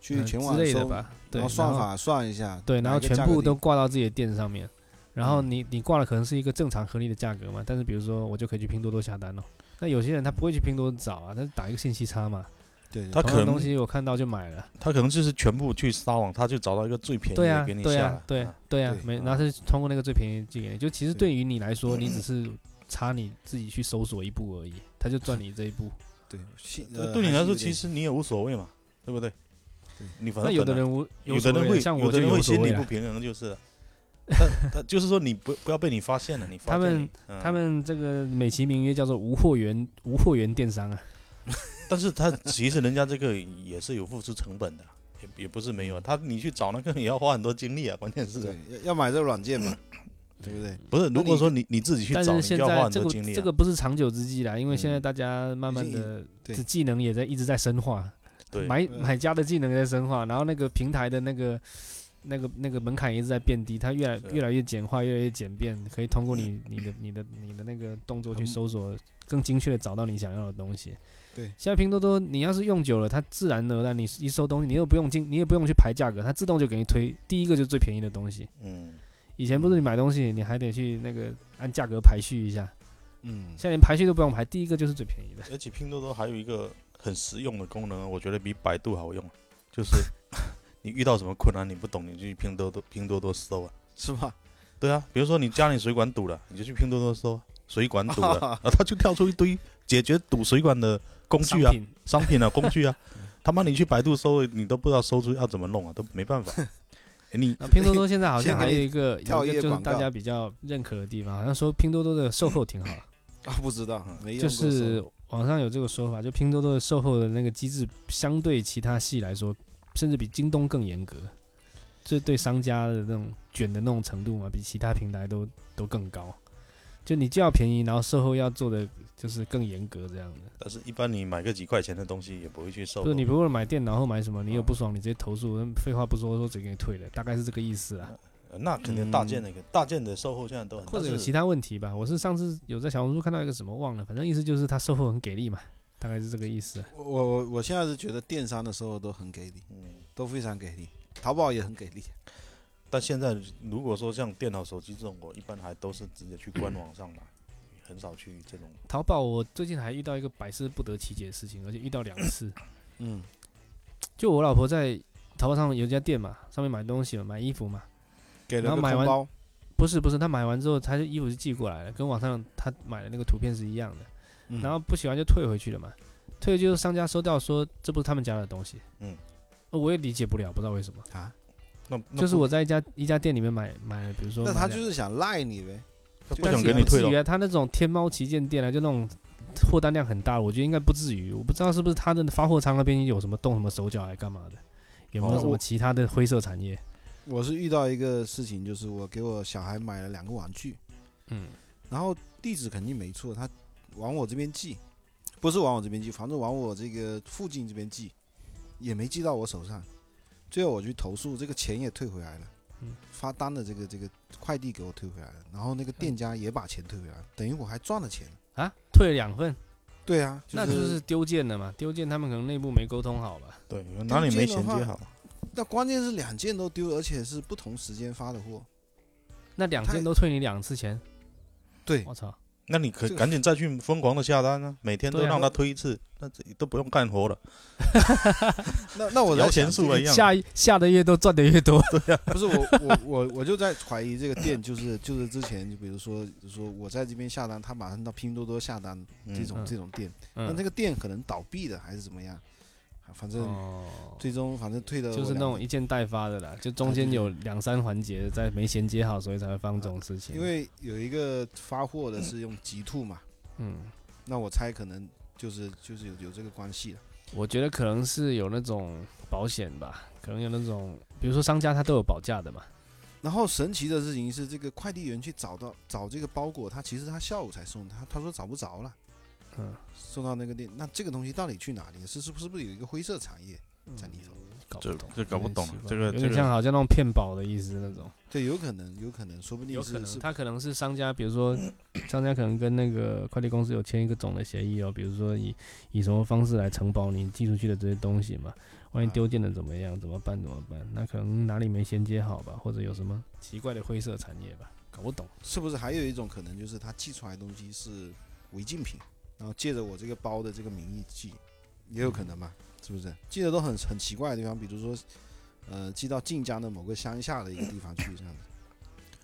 [SPEAKER 3] 去
[SPEAKER 2] 嗯
[SPEAKER 3] 全
[SPEAKER 2] 之
[SPEAKER 3] 网
[SPEAKER 2] 类的
[SPEAKER 3] 搜，
[SPEAKER 2] 吧，对，
[SPEAKER 3] 然后算法算一下，
[SPEAKER 2] 对，然
[SPEAKER 3] 哪
[SPEAKER 2] 后
[SPEAKER 3] 一个
[SPEAKER 2] 全
[SPEAKER 3] 价格嗯
[SPEAKER 2] 部
[SPEAKER 3] 低
[SPEAKER 2] 都挂到自己的店上面。然后你你挂的可能是一个正常合理的价格嘛，但是比如说我就可以去拼多多下单咯。那有些人他不会去拼多多找啊，他打一个信息差嘛，
[SPEAKER 3] 对，
[SPEAKER 1] 它可
[SPEAKER 3] 对
[SPEAKER 2] 同样的
[SPEAKER 1] 能
[SPEAKER 2] 东西我看到就买了。
[SPEAKER 1] 他可能就是全部去撒网，他就找到一个最便宜
[SPEAKER 2] 对
[SPEAKER 1] 的
[SPEAKER 2] 啊
[SPEAKER 1] 给你，
[SPEAKER 2] 对
[SPEAKER 1] 下
[SPEAKER 2] 啊
[SPEAKER 1] 来。，
[SPEAKER 2] 对
[SPEAKER 1] 啊
[SPEAKER 2] 对啊
[SPEAKER 3] 对，
[SPEAKER 2] 没，
[SPEAKER 1] 啊
[SPEAKER 2] 然后是通过那个最便宜的寄给你。就其实
[SPEAKER 3] 对
[SPEAKER 2] 对于你来说，
[SPEAKER 1] 嗯
[SPEAKER 2] 你只是差你自己去搜索一步而已，他就赚你这一步。
[SPEAKER 3] 对，信呃
[SPEAKER 1] 这对你
[SPEAKER 3] 还
[SPEAKER 1] 来
[SPEAKER 3] 是
[SPEAKER 1] 说
[SPEAKER 3] 有点
[SPEAKER 1] 其实你也无所谓嘛，对不对？你反
[SPEAKER 2] 那
[SPEAKER 1] 正
[SPEAKER 2] 有
[SPEAKER 1] 本
[SPEAKER 2] 的
[SPEAKER 1] 来
[SPEAKER 2] 人无
[SPEAKER 1] 有
[SPEAKER 2] 所
[SPEAKER 1] 的人
[SPEAKER 2] 谓
[SPEAKER 1] 会，
[SPEAKER 2] 像
[SPEAKER 1] 有
[SPEAKER 2] 我
[SPEAKER 1] 的
[SPEAKER 2] 就
[SPEAKER 1] 人会
[SPEAKER 2] 有所
[SPEAKER 1] 心
[SPEAKER 2] 谓
[SPEAKER 1] 理
[SPEAKER 2] 了
[SPEAKER 1] 不。平衡，就是了，他他就是说你不不要被你发现了，你发
[SPEAKER 2] 他
[SPEAKER 1] 现
[SPEAKER 2] 们
[SPEAKER 1] 你嗯
[SPEAKER 2] 他们这个美其名曰叫做无货源无货源电商啊，
[SPEAKER 1] 但是他其实人家这个也是有付出成本的，也也不是没
[SPEAKER 2] 嗯
[SPEAKER 1] 有。他你去找那个 [laughs] 也要花很多精力啊，关键是
[SPEAKER 3] 对，要要买这个软件嘛，
[SPEAKER 2] 嗯
[SPEAKER 3] 对不对？
[SPEAKER 1] 不是？
[SPEAKER 3] 那
[SPEAKER 1] 如果
[SPEAKER 3] 你
[SPEAKER 1] 说你你自己去
[SPEAKER 2] 但
[SPEAKER 1] 找，
[SPEAKER 2] 是
[SPEAKER 1] 你就
[SPEAKER 2] 现
[SPEAKER 1] 要花
[SPEAKER 2] 在
[SPEAKER 1] 很
[SPEAKER 2] 这
[SPEAKER 1] 多
[SPEAKER 2] 个
[SPEAKER 1] 精力、啊。
[SPEAKER 2] 这个不是长久之计啦，因为现在
[SPEAKER 1] 嗯
[SPEAKER 2] 大家慢慢
[SPEAKER 3] 已经
[SPEAKER 2] 的
[SPEAKER 3] 对
[SPEAKER 2] 这技能也在一直在深化，
[SPEAKER 1] 对
[SPEAKER 2] 买
[SPEAKER 3] 嗯
[SPEAKER 2] 买家的技能也在深化，然后那个平台的那个那个那个门槛一直在变低，它越来
[SPEAKER 1] 是
[SPEAKER 2] 越来越简化，越来越简便，可以通过你你的你的你的那个动作去搜索，更精确的找到你想要的东西。
[SPEAKER 3] 对
[SPEAKER 2] 现在拼多多你要是用久了，它自然而然你一搜东西，你又不用进，你也不用去排价格，它自动就给你推第一个就是最便宜的东西。
[SPEAKER 1] 嗯，
[SPEAKER 2] 以前不是你买东西你还得去那个按价格排序一下，
[SPEAKER 3] 嗯
[SPEAKER 2] 现，在连排序都不用排，第一个就是最便宜的。
[SPEAKER 1] 而且拼多多还有一个很实用的功能，我觉得比百度好用，就是 [laughs] 你遇到什么困难你不懂，你就去拼多多拼多多搜啊。
[SPEAKER 3] 是吧？
[SPEAKER 1] [laughs]
[SPEAKER 3] [laughs]
[SPEAKER 1] 对啊，比如说你家里水管堵了，你就去拼多多搜啊水管堵 [laughs] 了，啊，它就跳出一堆解决堵水管的工具啊
[SPEAKER 2] 商。品
[SPEAKER 1] 商 [laughs] 品啊、工具啊，他妈你去百度搜，你都不知道搜出要怎么弄啊，都没办法。 [laughs] 诶你
[SPEAKER 2] 那拼多多现在好
[SPEAKER 3] [laughs]
[SPEAKER 2] 像
[SPEAKER 3] 先给
[SPEAKER 2] 还有
[SPEAKER 3] 你
[SPEAKER 2] 一个，
[SPEAKER 3] 跳
[SPEAKER 2] 有一
[SPEAKER 3] 一
[SPEAKER 2] 个
[SPEAKER 3] 页
[SPEAKER 2] 就是
[SPEAKER 3] 广告
[SPEAKER 2] 大家比较认可的地方， [laughs] 好像说拼多多的售后挺好，
[SPEAKER 3] 啊，不知道，没用
[SPEAKER 2] 就
[SPEAKER 3] 过
[SPEAKER 2] 是网上有这个说法，就拼多多的售后的那个机制，相对其他系来说，甚至比京东更严格，这对商家的那种卷的那种程度嘛，比其他平台都都更高。就你既要便宜，然后售后要做的就是更严格这样的。
[SPEAKER 1] 但是一般你买个几块钱的东西也不会去搜
[SPEAKER 2] 不。是你如果买电脑或买什么，你有不爽，你直接投诉，那废话不说，说直接给你退了，大概是这个意思啊。
[SPEAKER 1] 呃那肯定大件那个、大件的售后现在都很，
[SPEAKER 2] 或者有
[SPEAKER 1] 但是
[SPEAKER 2] 其他问题吧。我是上次有在小红书看到一个什么忘了，反正意思就是他售后很给力嘛，大概是这个意思。啊
[SPEAKER 3] 我我我现在是觉得电商的时候都很给力，
[SPEAKER 1] 嗯，
[SPEAKER 3] 都非常给力，淘宝也很给力。
[SPEAKER 1] 但现在如果说像电脑、手机这种，我一般还都是直接去官网上买，
[SPEAKER 2] 嗯
[SPEAKER 1] 很少去这种。
[SPEAKER 2] 淘宝我最近还遇到一个百思不得其解的事情，而且遇到两 [laughs] 次。
[SPEAKER 3] 嗯，
[SPEAKER 2] 就我老婆在淘宝上有一家店嘛，上面买东西嘛，买衣服嘛，
[SPEAKER 3] 给
[SPEAKER 2] 然
[SPEAKER 3] 了
[SPEAKER 2] 后
[SPEAKER 3] 个
[SPEAKER 2] 买完
[SPEAKER 3] 红包，
[SPEAKER 2] 不是不是，她买完之后，她就衣服就寄过来了，跟网上她买的那个图片是一样的，
[SPEAKER 3] 嗯
[SPEAKER 2] 然后不喜欢就退回去了嘛，退回去就是商家收到说这不是他们家的东西，
[SPEAKER 1] 嗯
[SPEAKER 2] 呃，我也理解不了，不知道为什么，
[SPEAKER 3] 啊，
[SPEAKER 1] 那那
[SPEAKER 2] 就是
[SPEAKER 1] 不
[SPEAKER 2] 我在一家一家店里面买买，比如说
[SPEAKER 3] 那
[SPEAKER 2] 买
[SPEAKER 3] 他
[SPEAKER 2] 两
[SPEAKER 3] 就是想赖你呗，
[SPEAKER 1] 他不
[SPEAKER 2] 但
[SPEAKER 1] 想
[SPEAKER 2] 是
[SPEAKER 1] 给
[SPEAKER 2] 也
[SPEAKER 1] 你
[SPEAKER 2] 不
[SPEAKER 1] 退
[SPEAKER 2] 至于
[SPEAKER 1] 了。
[SPEAKER 2] 啊，他那种天猫旗舰店啊，就那种货单量很大，我觉得应该不至于。我不知道是不是他的发货仓那边有什么动什么手脚来干嘛的，有没有
[SPEAKER 1] 哦
[SPEAKER 2] 什么
[SPEAKER 3] 我
[SPEAKER 2] 其他的灰色产业？
[SPEAKER 3] 我是遇到一个事情，就是我给我小孩买了两个玩具，
[SPEAKER 2] 嗯，
[SPEAKER 3] 然后地址肯定没错，他往我这边寄，不是往我这边寄，反正往我这个附近这边寄，也没寄到我手上。最后我去投诉，这个钱也退回来了
[SPEAKER 2] 嗯，
[SPEAKER 3] 发单的这个这个快递给我退回来了，然后那个
[SPEAKER 2] 嗯
[SPEAKER 3] 店家也把钱退回来了，等于我还赚了钱。
[SPEAKER 2] 啊，退了两份，
[SPEAKER 3] 对啊，
[SPEAKER 2] 那就是丢件了嘛，丢件他们可能内部没沟通好吧？
[SPEAKER 1] 对，哪里没衔接好？
[SPEAKER 3] 那关键是两件都丢，而且是不同时间发的货。
[SPEAKER 2] 那两件
[SPEAKER 3] 太
[SPEAKER 2] 都退你两次钱，
[SPEAKER 3] 对，
[SPEAKER 2] 我操！
[SPEAKER 1] 那你可
[SPEAKER 3] 这个
[SPEAKER 1] 赶紧再去疯狂的下单啊！每天都
[SPEAKER 2] 对啊
[SPEAKER 1] 让他推一次，那这都不用干活了，
[SPEAKER 3] 那那我在
[SPEAKER 1] 摇钱
[SPEAKER 3] 想
[SPEAKER 1] 树了一样。
[SPEAKER 2] 下一下的越多赚的越多，
[SPEAKER 3] 不是我我我我就在怀疑这个店就是就是之前就比如说就说我在这边下单，他马上到拼多多下单
[SPEAKER 1] 嗯
[SPEAKER 3] 这种、
[SPEAKER 2] 嗯
[SPEAKER 3] 这种店，那、
[SPEAKER 2] 嗯
[SPEAKER 3] 这，个店可能倒闭了还是怎么样，啊反正、
[SPEAKER 2] 哦。
[SPEAKER 3] 最终反正退了
[SPEAKER 2] 就是
[SPEAKER 3] 我
[SPEAKER 2] 那
[SPEAKER 3] 两
[SPEAKER 2] 种一件代发的啦，就中
[SPEAKER 3] 啊
[SPEAKER 2] 间
[SPEAKER 3] 对对
[SPEAKER 2] 有两三环节在没衔接好，所以才会发生这种事情。
[SPEAKER 3] 因为有一个发货的是用极兔嘛，
[SPEAKER 2] 嗯，
[SPEAKER 3] 那我猜可能就是就是有有这个关系了。
[SPEAKER 2] 我觉得可能是有那种保险吧，可能有那种，比如说商家他都有保价的嘛。
[SPEAKER 3] 然后神奇的事情是，这个快递员去找到找这个包裹，他其实他下午才送，他他说找不着了。
[SPEAKER 2] 嗯，
[SPEAKER 3] 送到那个店，那这个东西到底去哪里？是是不是不是有一个灰色产业在里头？
[SPEAKER 2] 搞
[SPEAKER 1] 这
[SPEAKER 2] 不懂，
[SPEAKER 1] 这搞不
[SPEAKER 2] 有点
[SPEAKER 1] 懂
[SPEAKER 2] 奇
[SPEAKER 1] 了
[SPEAKER 2] 怪
[SPEAKER 1] 这个
[SPEAKER 2] 有
[SPEAKER 1] 这
[SPEAKER 2] 点
[SPEAKER 1] 个
[SPEAKER 2] 像好像那种骗保的意思那种，
[SPEAKER 3] 对，有可能，有可能，说不定
[SPEAKER 2] 有可
[SPEAKER 3] 是
[SPEAKER 2] 能
[SPEAKER 3] 是
[SPEAKER 2] 他可能是商家，比如说 [coughs] 商家可能跟那个快递公司有签一个总的协议哦，比如说以以什么方式来承保你寄出去的这些东西嘛，万一
[SPEAKER 3] 啊
[SPEAKER 2] 丢件了怎么样？怎么办？怎么办？那可能哪里没衔接好吧，或者有什么奇怪的灰色产业吧，搞不懂。
[SPEAKER 3] 是不是还有一种可能，就是他寄出来的东西是违禁品，然后借着我这个包的这个名义寄，也有可能嘛？是不是？寄的都很很奇怪的地方，比如说，呃，寄到晋江的某个乡下的一个地方去这样子。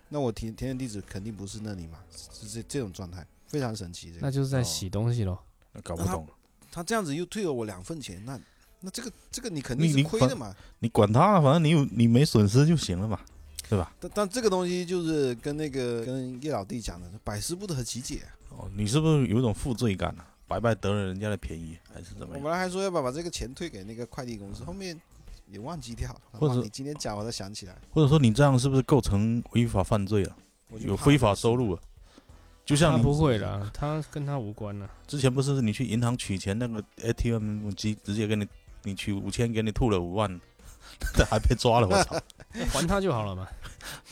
[SPEAKER 3] 那我填填的地址肯定不是那里嘛，是是这这种状态，非常神奇。这
[SPEAKER 2] 那
[SPEAKER 3] 个
[SPEAKER 2] 就是在
[SPEAKER 1] 哦
[SPEAKER 2] 洗东西喽。
[SPEAKER 1] 搞不懂。
[SPEAKER 3] 他这样子又退了我两份钱，那那这个这个你肯定是
[SPEAKER 1] 你你
[SPEAKER 3] 亏
[SPEAKER 1] 管
[SPEAKER 3] 的嘛。
[SPEAKER 1] 你管他了，反正你有你没损失就行了嘛，对吧？
[SPEAKER 3] 但但这个东西就是跟那个跟叶老弟讲的，百思不得其解啊。
[SPEAKER 1] 哦，你是不是有一种负罪感呢、白白得了人家的便宜，还是怎么
[SPEAKER 2] 哦
[SPEAKER 3] 我
[SPEAKER 1] 样？
[SPEAKER 3] 本来还说要把把这个钱退给那个快递公司，后面也忘记掉了。
[SPEAKER 1] 或者
[SPEAKER 3] 哇你今天讲我才想起来，
[SPEAKER 1] 或者说你这样是不是构成违法犯罪了？
[SPEAKER 3] 我就
[SPEAKER 1] 有
[SPEAKER 3] 怕
[SPEAKER 1] 非法收入了？就像
[SPEAKER 2] 他
[SPEAKER 1] 你
[SPEAKER 2] 不会的，他跟他无关了。啊
[SPEAKER 1] 之前不是你去银行取钱，那个 ATM 机直接给你，你取五千给你吐了五万， [laughs] 他还被抓了，我
[SPEAKER 2] [laughs]
[SPEAKER 1] 操！
[SPEAKER 2] 还他就好了嘛。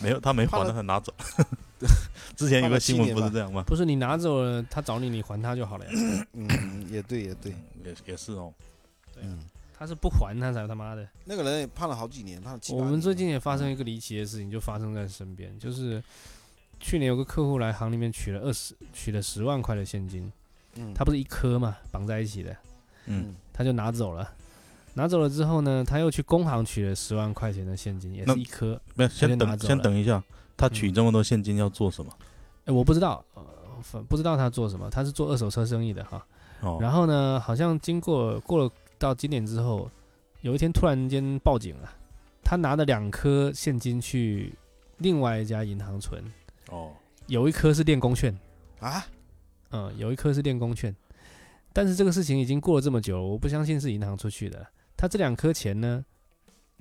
[SPEAKER 1] 没有，他没还，他
[SPEAKER 2] [laughs]
[SPEAKER 1] 拿走。 [laughs] 之前有个新闻不是这样吗？
[SPEAKER 2] 不是你拿走了，他找你，你还他就好了
[SPEAKER 3] [coughs]
[SPEAKER 2] 呀。
[SPEAKER 3] 嗯，也对也对，
[SPEAKER 1] 也也是哦，
[SPEAKER 3] 嗯，
[SPEAKER 2] 他是不还，他才他妈的。
[SPEAKER 3] 那个人也判了好几年，判了七八
[SPEAKER 2] 我
[SPEAKER 3] 年
[SPEAKER 2] 们最近也发生一个离奇的事情，就发生在身边，就是去年有个客户来行里面取了二十，取了十万块的现金，
[SPEAKER 3] 嗯，
[SPEAKER 2] 他不是一颗嘛，绑在一起的，
[SPEAKER 1] 嗯，
[SPEAKER 2] 他就拿走了。拿走了之后呢，他又去工行取了十万块钱的现金，也
[SPEAKER 1] 那
[SPEAKER 2] 是一颗。
[SPEAKER 1] 没有，
[SPEAKER 2] 就
[SPEAKER 1] 先
[SPEAKER 2] 拿
[SPEAKER 1] 等，
[SPEAKER 2] 走
[SPEAKER 1] 先
[SPEAKER 2] 了嗯
[SPEAKER 1] 等一下，他取这么多现金要做什么？
[SPEAKER 2] 哎，我不知道，呃，反不知道他做什么，他是做二手车生意的哈。
[SPEAKER 1] 哦，
[SPEAKER 2] 然后呢，好像经过过了到今年之后，有一天突然间报警了，他拿了两颗现金去另外一家银行存，
[SPEAKER 1] 哦，
[SPEAKER 2] 有一颗是练功券，
[SPEAKER 3] 啊，
[SPEAKER 2] 嗯，有一颗是练功券，但是这个事情已经过了这么久了，我不相信是银行出去的。他这两颗钱呢，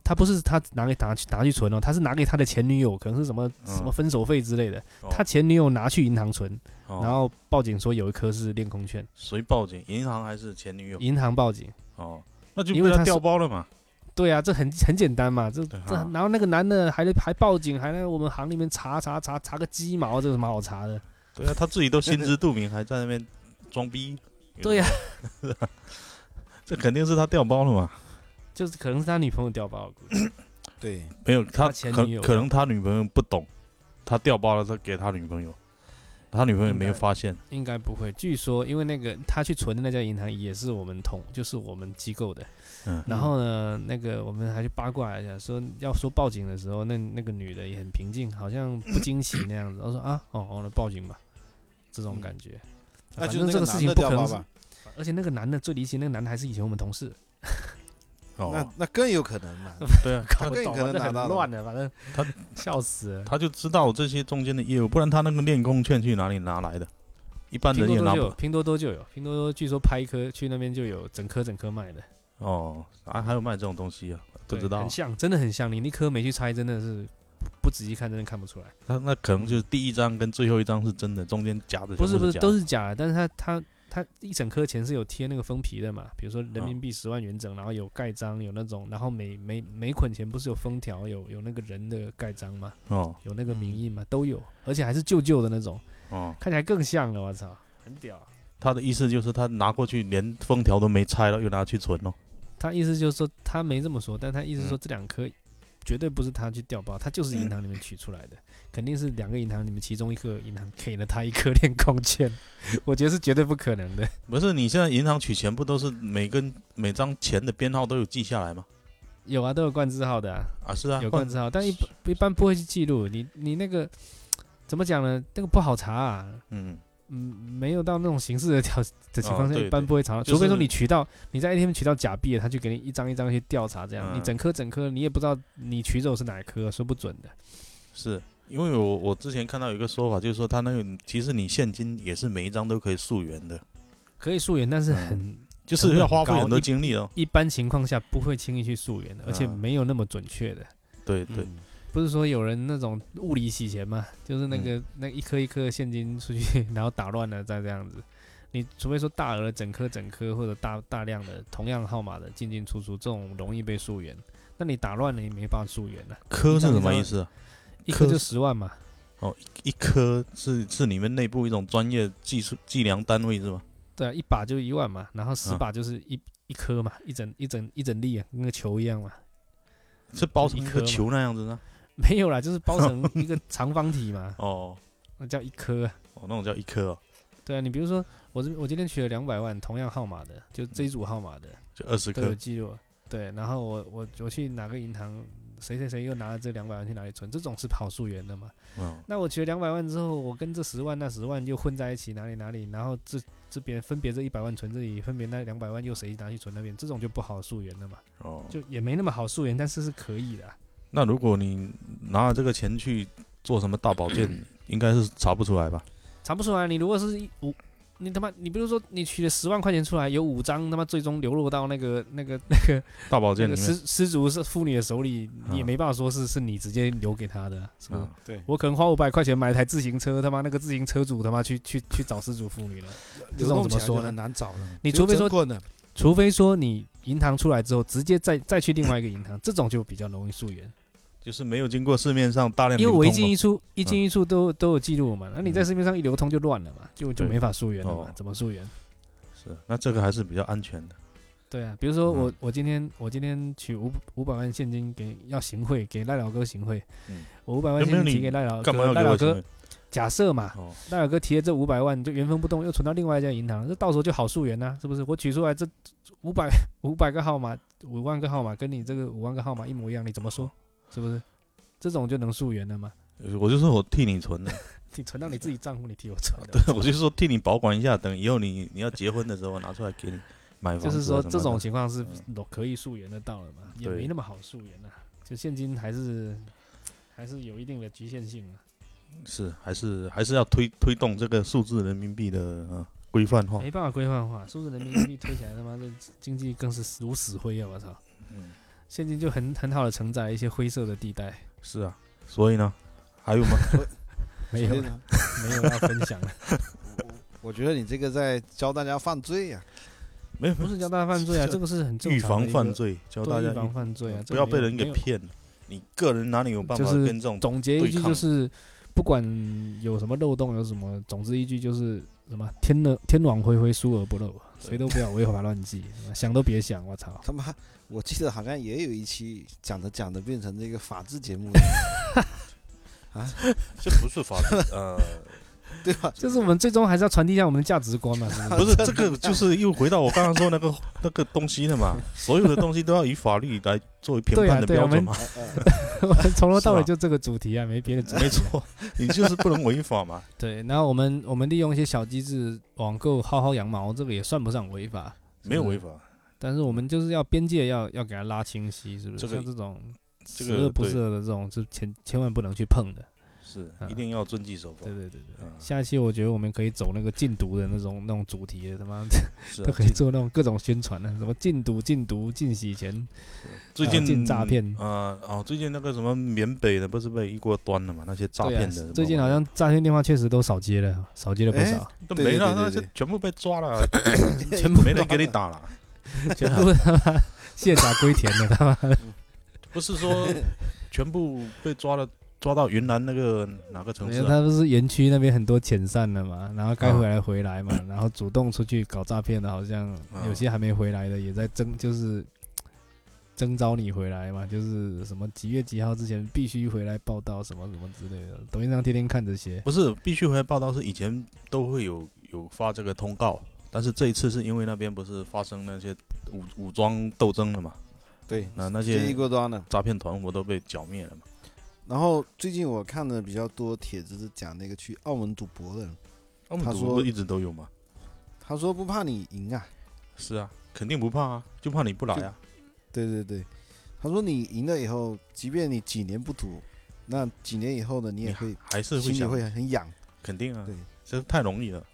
[SPEAKER 2] 他不是他拿给拿去拿去存哦，他是拿给他的前女友，可能是什么
[SPEAKER 1] 嗯
[SPEAKER 2] 什么分手费之类的，
[SPEAKER 1] 哦
[SPEAKER 2] 他前女友拿去银行存，
[SPEAKER 1] 哦
[SPEAKER 2] 然后报警说有一颗是练功券，
[SPEAKER 1] 谁报警？银行还是前女友？
[SPEAKER 2] 银行报警。
[SPEAKER 1] 哦，那就
[SPEAKER 2] 因为
[SPEAKER 1] 被
[SPEAKER 2] 他
[SPEAKER 1] 他
[SPEAKER 2] 是
[SPEAKER 1] 调包了嘛。
[SPEAKER 2] 对啊，这很很简单嘛，这
[SPEAKER 1] 对
[SPEAKER 2] 这，
[SPEAKER 1] 啊
[SPEAKER 2] 然后那个男的还还报警，还来我们行里面查查查查个鸡毛，这有什么好查的？
[SPEAKER 1] 对啊，他自己都心知肚明，还在那边装逼。
[SPEAKER 2] 对啊呀、
[SPEAKER 1] [laughs] 这肯定是他调包了嘛。
[SPEAKER 2] 就是可能是他女朋友掉包，
[SPEAKER 3] 对，
[SPEAKER 1] 没有，他
[SPEAKER 2] 他前
[SPEAKER 1] 可
[SPEAKER 2] 女友
[SPEAKER 1] 可能他女朋友不懂，他调包了，他给他女朋友，他女朋友没有发现。
[SPEAKER 2] 应该不会。据说因为那个他去存的那家银行也是我们同，就是我们机构的。
[SPEAKER 1] 嗯
[SPEAKER 2] 然后呢，那个我们还去八卦一下，说要说报警的时候，那那个女的也很平静，好像不惊喜那样子。我说啊，哦，哦，那报警吧，这种感觉。啊
[SPEAKER 3] 那
[SPEAKER 2] 反
[SPEAKER 3] 就
[SPEAKER 2] 正
[SPEAKER 3] 是那
[SPEAKER 2] 这
[SPEAKER 3] 个
[SPEAKER 2] 事
[SPEAKER 3] 男
[SPEAKER 2] 情
[SPEAKER 3] 的
[SPEAKER 2] 不
[SPEAKER 3] 掉
[SPEAKER 2] 可能
[SPEAKER 3] 包
[SPEAKER 2] 是
[SPEAKER 3] 吧，，
[SPEAKER 2] 而且那个男的最离奇，那个男的还是以前我们同事，
[SPEAKER 1] 哦
[SPEAKER 3] 那，那更有可能嘛，
[SPEAKER 2] [laughs]
[SPEAKER 1] 对 [laughs] 啊，
[SPEAKER 2] 搞
[SPEAKER 3] 不懂
[SPEAKER 2] 可
[SPEAKER 3] 反正
[SPEAKER 2] 能
[SPEAKER 3] 很
[SPEAKER 2] 很乱
[SPEAKER 3] 乱
[SPEAKER 2] 的，反正
[SPEAKER 1] 他
[SPEAKER 2] [laughs] 笑死了。
[SPEAKER 1] 他就知道这些中间的业务，不然他那个练功券去哪里拿来的？一般
[SPEAKER 2] 拼
[SPEAKER 1] 人
[SPEAKER 2] 多
[SPEAKER 1] 也
[SPEAKER 2] 多
[SPEAKER 1] 拿
[SPEAKER 2] 就
[SPEAKER 1] 不
[SPEAKER 2] 有，拼多多就有，拼多多据说拍一颗去那边就有整颗整颗卖的，
[SPEAKER 1] 哦，啊，还有卖这种东西啊？不
[SPEAKER 2] 对
[SPEAKER 1] 知道
[SPEAKER 2] 很，像，真的很像。你那颗没去拆，真的是不仔细看真的看不出来。
[SPEAKER 1] 他那可能就是第一张跟最后一张是真的，中间夹的
[SPEAKER 2] 不是
[SPEAKER 1] 全部
[SPEAKER 2] 不是
[SPEAKER 1] 假的
[SPEAKER 2] 都是假的，但是它它它一整颗钱是有贴那个封皮的嘛，比如说人
[SPEAKER 1] 嗯
[SPEAKER 2] 民币十万元整，然后有盖章有那种，然后每每每捆钱不是有封条有有那个人的盖章吗？
[SPEAKER 1] 哦
[SPEAKER 2] 有那个名义吗？都有，而且还是旧旧的那种，
[SPEAKER 1] 哦，
[SPEAKER 2] 看起来更像了，我操，很
[SPEAKER 1] 啊
[SPEAKER 2] 屌。
[SPEAKER 1] 他的意思就是他拿过去连封条都没拆了，又拿去存哦。
[SPEAKER 2] 他意思就是说他没这么说，但他意
[SPEAKER 1] 嗯
[SPEAKER 2] 思说这两颗绝对不是他去调包，他就是银行里面取出来的，肯定是两个银行里面其中一个银行给了他一颗练功券， [laughs] 我觉得是绝对不可能的。
[SPEAKER 1] 不是，你现在银行取钱不都是每根每张钱的编号都有记下来吗？
[SPEAKER 2] 有啊，都有冠字号的、啊，
[SPEAKER 1] 啊，是啊，
[SPEAKER 2] 有冠字号，但一般一般不会去记录。你你那个怎么讲呢？那个不好查啊。
[SPEAKER 1] 嗯，
[SPEAKER 2] 嗯，没有到那种形式的条的情况
[SPEAKER 1] 哦
[SPEAKER 2] 下，
[SPEAKER 1] 对
[SPEAKER 2] 一般不会查，
[SPEAKER 1] 就是
[SPEAKER 2] 除非说你取到你在 ATM 取到假币了，他就给你一张一张去调查，这样、
[SPEAKER 1] 嗯
[SPEAKER 2] 你整颗整颗你也不知道你取走是哪一颗，说不准的。
[SPEAKER 1] 是因为我我之前看到有一个说法，就是说他那个其实你现金也是每一张都可以溯源的，
[SPEAKER 2] 可以溯源，但是
[SPEAKER 1] 嗯
[SPEAKER 2] 很、
[SPEAKER 1] 就是要花费
[SPEAKER 2] 高
[SPEAKER 1] 很多
[SPEAKER 2] 一
[SPEAKER 1] 精力哦。
[SPEAKER 2] 一般情况下不会轻易去溯源的，而且
[SPEAKER 1] 嗯
[SPEAKER 2] 没有那么准确的。
[SPEAKER 1] 对
[SPEAKER 3] 嗯
[SPEAKER 1] 对，
[SPEAKER 2] 不是说有人那种物理洗钱嘛，就是那
[SPEAKER 1] 嗯
[SPEAKER 2] 个、那一颗一颗现金出去， [laughs] 然后打乱了再这样子。你除非说大额的整颗整颗或者大大量的同样号码的进进出出，这种容易被溯源。那你打乱了也没办法溯源了、
[SPEAKER 1] 颗是
[SPEAKER 2] 一张
[SPEAKER 1] 什么
[SPEAKER 2] 一张
[SPEAKER 1] 意思啊？
[SPEAKER 2] 一颗
[SPEAKER 1] 颗
[SPEAKER 2] 就十万嘛，
[SPEAKER 1] 一颗是是你们内部一种专业技术计量单位是吗？
[SPEAKER 2] 对啊，一把就一万嘛，然后十
[SPEAKER 1] 嗯
[SPEAKER 2] 把就是一、一颗嘛，一整一整一整粒啊，跟个球一样嘛。
[SPEAKER 1] 是包成
[SPEAKER 2] 一
[SPEAKER 1] 一
[SPEAKER 2] 颗
[SPEAKER 1] 个
[SPEAKER 2] 嘛
[SPEAKER 1] 球那样子呢？
[SPEAKER 2] 没有啦，就是包成一个长方体嘛，
[SPEAKER 1] 哦
[SPEAKER 2] 那叫一颗、啊。
[SPEAKER 1] 哦，那种叫一颗、哦，
[SPEAKER 2] 对啊，你比如说我这我今天取了两百万，同样号码的，
[SPEAKER 1] 嗯
[SPEAKER 2] 就这一组号码的
[SPEAKER 1] 就二十
[SPEAKER 2] 都有
[SPEAKER 1] 颗。
[SPEAKER 2] 记录。对，然后我我我去哪个银行谁谁谁又拿了这两百万去哪里存，这种是跑溯源的嘛。
[SPEAKER 1] 嗯，
[SPEAKER 2] 那我取了两百万之后，我跟这十万那十万又混在一起，哪里哪里，然后这这边分别这一百万存这里，分别那两百万又谁拿去存那边，这种就不好溯源了嘛，
[SPEAKER 1] 哦，
[SPEAKER 2] 就也没那么好溯源，但是是可以的啊、
[SPEAKER 1] 那如果你拿了这个钱去做什么大保 [clears throat] 健，应该是查不出来吧？
[SPEAKER 2] 查不出来。你如果是一五，你他妈，你比如说你取了十万块钱出来，有五张他妈最终流落到那个那个那个
[SPEAKER 1] 大保
[SPEAKER 2] 那
[SPEAKER 1] 健
[SPEAKER 2] 个
[SPEAKER 1] 里
[SPEAKER 2] 失
[SPEAKER 1] 面，
[SPEAKER 2] 失足是妇女的手里，你也
[SPEAKER 1] 嗯
[SPEAKER 2] 没办法说是是你直接留给他的啊，是不是？
[SPEAKER 1] 嗯，
[SPEAKER 5] 对，
[SPEAKER 2] 我可能花五百块钱买台自行车，他妈那个自行车主他妈去去去找失主妇女了。这
[SPEAKER 3] 流
[SPEAKER 2] 种
[SPEAKER 3] 动
[SPEAKER 2] 怎么
[SPEAKER 3] 起来就
[SPEAKER 2] 说呢
[SPEAKER 3] 很难找了。
[SPEAKER 2] 你
[SPEAKER 3] 只有
[SPEAKER 2] 除非说
[SPEAKER 3] 真棍的，
[SPEAKER 2] 除非说你银行出来之后，直接再再去另外一个银行，这种就比较容易溯源，
[SPEAKER 1] 就是没有经过市面上大量
[SPEAKER 2] 因为
[SPEAKER 1] 流
[SPEAKER 2] 我一
[SPEAKER 1] 通
[SPEAKER 2] 进
[SPEAKER 1] 嘛
[SPEAKER 2] 一出，一进一出都都有记录嘛。那你在市面上一流通就乱了嘛，就就
[SPEAKER 1] 对
[SPEAKER 2] 没法溯源了嘛
[SPEAKER 1] 哦，
[SPEAKER 2] 怎么溯源？
[SPEAKER 1] 是，那这个还是比较安全的。
[SPEAKER 2] 对啊，比如说我、
[SPEAKER 1] 嗯
[SPEAKER 2] 我今天我今天取五五百万现金给要行贿给赖老哥行贿，
[SPEAKER 1] 嗯
[SPEAKER 2] 我五百万
[SPEAKER 1] 有
[SPEAKER 2] 现
[SPEAKER 1] 没有
[SPEAKER 2] 金提
[SPEAKER 1] 你
[SPEAKER 2] 给赖老
[SPEAKER 1] 干嘛
[SPEAKER 2] 哥，
[SPEAKER 1] 要
[SPEAKER 2] 赖
[SPEAKER 1] 给我
[SPEAKER 2] 老
[SPEAKER 1] 钱
[SPEAKER 2] 哥？假设嘛，
[SPEAKER 1] 哦，
[SPEAKER 2] 赖尔哥提的这五百万就原封不动又存到另外一家银行，这到时候就好溯源呐、是不是？我取出来这五百五百个号码，五万个号码跟你这个五万个号码一模一样，你怎么说？是不是？这种就能溯源了吗？
[SPEAKER 1] 我就说我替你存的，
[SPEAKER 2] 你存到你自己账户，你替我存的。
[SPEAKER 1] 我就说替你保管一下，等以后你你要结婚的时候拿出来给你买房子
[SPEAKER 2] 就
[SPEAKER 1] 啊
[SPEAKER 2] 是
[SPEAKER 1] 什么
[SPEAKER 2] 说
[SPEAKER 1] 的。嗯
[SPEAKER 2] 这种情况是可以溯源的到了嘛，也
[SPEAKER 1] 对
[SPEAKER 2] 没那么好溯源呐、就现金还是还是有一定的局限性啊，
[SPEAKER 1] 是还是还是要推推动这个数字人民币的呃规范化。
[SPEAKER 2] 没办法规范化，数字人民币推起来，他妈的经济更是如死灰啊！我操，
[SPEAKER 1] 嗯，
[SPEAKER 2] 现金就很很好的承载一些灰色的
[SPEAKER 1] [laughs]
[SPEAKER 2] 地带。
[SPEAKER 1] 是啊，所以呢，还有吗？
[SPEAKER 2] 没有
[SPEAKER 5] 所以
[SPEAKER 2] 了，
[SPEAKER 5] 呢
[SPEAKER 2] 没有要分
[SPEAKER 1] [laughs]
[SPEAKER 2] 享了，
[SPEAKER 5] 我觉得你这个在教大家犯罪呀、
[SPEAKER 1] 没有，没
[SPEAKER 2] 不
[SPEAKER 1] 有
[SPEAKER 2] 是教大家犯罪啊，
[SPEAKER 1] 这
[SPEAKER 2] 这个是很正
[SPEAKER 1] 预
[SPEAKER 2] 常的
[SPEAKER 1] 防
[SPEAKER 2] 一个
[SPEAKER 1] 犯，罪，教
[SPEAKER 2] 对
[SPEAKER 1] 大家
[SPEAKER 2] 预防
[SPEAKER 1] 预嗯
[SPEAKER 2] 犯罪啊，这
[SPEAKER 1] 不要
[SPEAKER 2] 没
[SPEAKER 1] 被
[SPEAKER 2] 有
[SPEAKER 1] 人给。
[SPEAKER 2] 没有
[SPEAKER 1] 骗了。你个人哪里有办法
[SPEAKER 2] 就是
[SPEAKER 1] 跟这种
[SPEAKER 2] 总结一句
[SPEAKER 1] 对抗
[SPEAKER 2] 就是，不管有什么漏洞，有什么，总之一句就是什么天呢天网恢恢，疏而不漏，谁都不要违法乱 [laughs] 纪，什么想都别想，我操！
[SPEAKER 5] 他妈，我记得好像也有一期讲着讲着变成这个法制节目
[SPEAKER 2] [laughs]
[SPEAKER 5] 了，
[SPEAKER 1] 这不是法律，呃，
[SPEAKER 5] 对吧？
[SPEAKER 2] 就是我们最终还是要传递一下我们的价值观嘛，是 [laughs] 不是
[SPEAKER 1] 不是这个，就是又回到我刚刚说那个那个东西了嘛。所有的东西都要以法律来作为评
[SPEAKER 2] 对啊
[SPEAKER 1] 判的
[SPEAKER 2] 对
[SPEAKER 1] 标
[SPEAKER 2] 啊我们
[SPEAKER 1] 准嘛。
[SPEAKER 3] 呃
[SPEAKER 2] 我们从头到尾
[SPEAKER 1] 是吧
[SPEAKER 2] 就这个主题啊， [laughs] 没别的主题。
[SPEAKER 1] 没错，你就是不能违法嘛。
[SPEAKER 2] 对，然后我们我们利用一些小机制网购薅薅羊毛，这个也算不上违法，
[SPEAKER 1] 没有
[SPEAKER 2] 法。
[SPEAKER 1] 违法，
[SPEAKER 2] 但是我们就是要边界要要给它拉清晰，是不
[SPEAKER 1] 这
[SPEAKER 2] 是？
[SPEAKER 1] 个
[SPEAKER 2] 像这种
[SPEAKER 1] 这
[SPEAKER 2] 十
[SPEAKER 1] 个
[SPEAKER 2] 恶不
[SPEAKER 1] 对
[SPEAKER 2] 赦的这种，是千千万不能去碰的。
[SPEAKER 1] 是
[SPEAKER 2] 啊
[SPEAKER 1] 一定要遵纪守法
[SPEAKER 2] 对。对对对。
[SPEAKER 1] 嗯
[SPEAKER 2] 下一期我觉得我们可以走那个禁毒的那种那种主题的，他妈
[SPEAKER 1] 是
[SPEAKER 2] 都
[SPEAKER 1] 啊
[SPEAKER 2] 可以做那种各种宣传的，什么禁毒、禁毒、禁洗钱，
[SPEAKER 1] 最
[SPEAKER 2] 啊
[SPEAKER 1] 近
[SPEAKER 2] 禁诈骗
[SPEAKER 1] 啊哦，最近那个什么缅北的不是被一锅端了嘛？那些诈
[SPEAKER 2] 对
[SPEAKER 1] 骗
[SPEAKER 2] 啊
[SPEAKER 1] 的什么，
[SPEAKER 2] 最近好像诈骗电话确实都少接了，少接了不少，
[SPEAKER 1] 都
[SPEAKER 5] 对
[SPEAKER 1] 没了，
[SPEAKER 5] 对对
[SPEAKER 1] 那些
[SPEAKER 5] 对
[SPEAKER 1] 全部被抓了，
[SPEAKER 5] 全
[SPEAKER 1] 没人给你打了。
[SPEAKER 2] 全部他
[SPEAKER 1] 哎 [laughs]
[SPEAKER 2] [laughs] 妈卸甲归田了，他妈的
[SPEAKER 1] 不是
[SPEAKER 3] [laughs]
[SPEAKER 1] 说全部被抓了，抓到云南那个哪个城
[SPEAKER 2] 没
[SPEAKER 1] 市
[SPEAKER 2] 有，
[SPEAKER 1] 啊？
[SPEAKER 2] 他不是园区那边很多遣散的嘛，然后该回来回来嘛，然后主动出去搞诈骗的，好像
[SPEAKER 1] 啊
[SPEAKER 2] 有些还没回来的也在征，就是呃征召你回来嘛，就是什么几月几号之前必须回来报道什么什么之类的，抖音上天天看这些。
[SPEAKER 1] 不是必须回来报道，是以前都会有有发这个通告，但是这一次是因为那边不是发生那些武武装斗争了嘛？
[SPEAKER 5] 对，
[SPEAKER 1] 那那
[SPEAKER 5] 这一
[SPEAKER 1] 些
[SPEAKER 5] 锅端了。
[SPEAKER 1] 诈骗团伙都被剿灭了嘛？
[SPEAKER 5] 然后最近我看的比较多帖子是讲那个去澳门赌博的人，
[SPEAKER 1] 他们
[SPEAKER 5] 他
[SPEAKER 1] 赌
[SPEAKER 5] 说
[SPEAKER 1] 不一直都有嘛？
[SPEAKER 5] 他说不怕你赢啊，
[SPEAKER 1] 是啊，肯定不怕啊，就怕你不来啊。
[SPEAKER 5] 对对对，他说你赢了以后，即便你几年不赌，那几年以后呢，你也会
[SPEAKER 1] 还是
[SPEAKER 5] 心
[SPEAKER 1] 会
[SPEAKER 5] 里
[SPEAKER 1] 想，
[SPEAKER 5] 会很痒，
[SPEAKER 1] 肯定啊，
[SPEAKER 5] 对，
[SPEAKER 1] 这太容易了。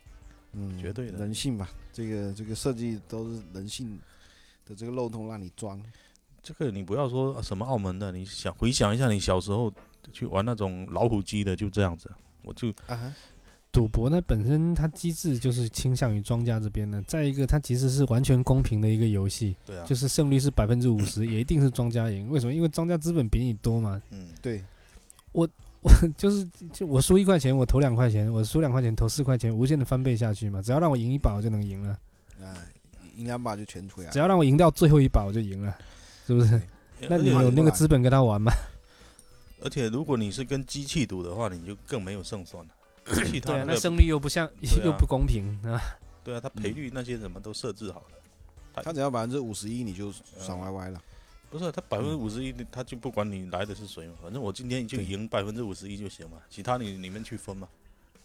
[SPEAKER 5] 嗯，
[SPEAKER 1] 绝对的
[SPEAKER 5] 人性吧，这个这个设计都是人性的这个漏洞让你钻，
[SPEAKER 1] 这个你不要说啊什么澳门的，你想回想一下你小时候去玩那种老虎机的，就这样子。我就
[SPEAKER 5] 啊哈，
[SPEAKER 2] 赌博呢本身它机制就是倾向于庄家这边的，再一个它其实是完全公平的一个游戏，
[SPEAKER 1] 对啊，
[SPEAKER 2] 就是胜率是百分之五十，也一定是庄家赢。为什么？因为庄家资本比你多嘛，
[SPEAKER 1] 嗯，
[SPEAKER 5] 对，
[SPEAKER 2] 就是就我输一块钱，我投两块钱，我输两块钱投四块钱，无限的翻倍下去嘛。只要让我赢一把，我就能赢了；
[SPEAKER 5] 啊，赢两把就全啊出来
[SPEAKER 2] 只，要让我赢到最后一把，我就赢了，是不是？那你有那个资本跟他玩吗？
[SPEAKER 1] 而且如果你是跟机器赌的话，你就更没有胜
[SPEAKER 2] [coughs]
[SPEAKER 1] 算了。机器
[SPEAKER 2] 啊
[SPEAKER 1] 它个
[SPEAKER 2] 率 [laughs] 又不像
[SPEAKER 1] 对啊又不
[SPEAKER 2] 公平啊。
[SPEAKER 1] 对啊，
[SPEAKER 2] 嗯
[SPEAKER 1] 它赔率那些什么都设置好了。
[SPEAKER 5] 他只要百分之五十一你就爽歪歪了，
[SPEAKER 1] 不是他百分之五十一，
[SPEAKER 2] 嗯
[SPEAKER 1] 他就不管你来的是谁嘛，反正我今天就
[SPEAKER 6] 对
[SPEAKER 1] 赢百分之五十一就行嘛，其他你你们去分嘛，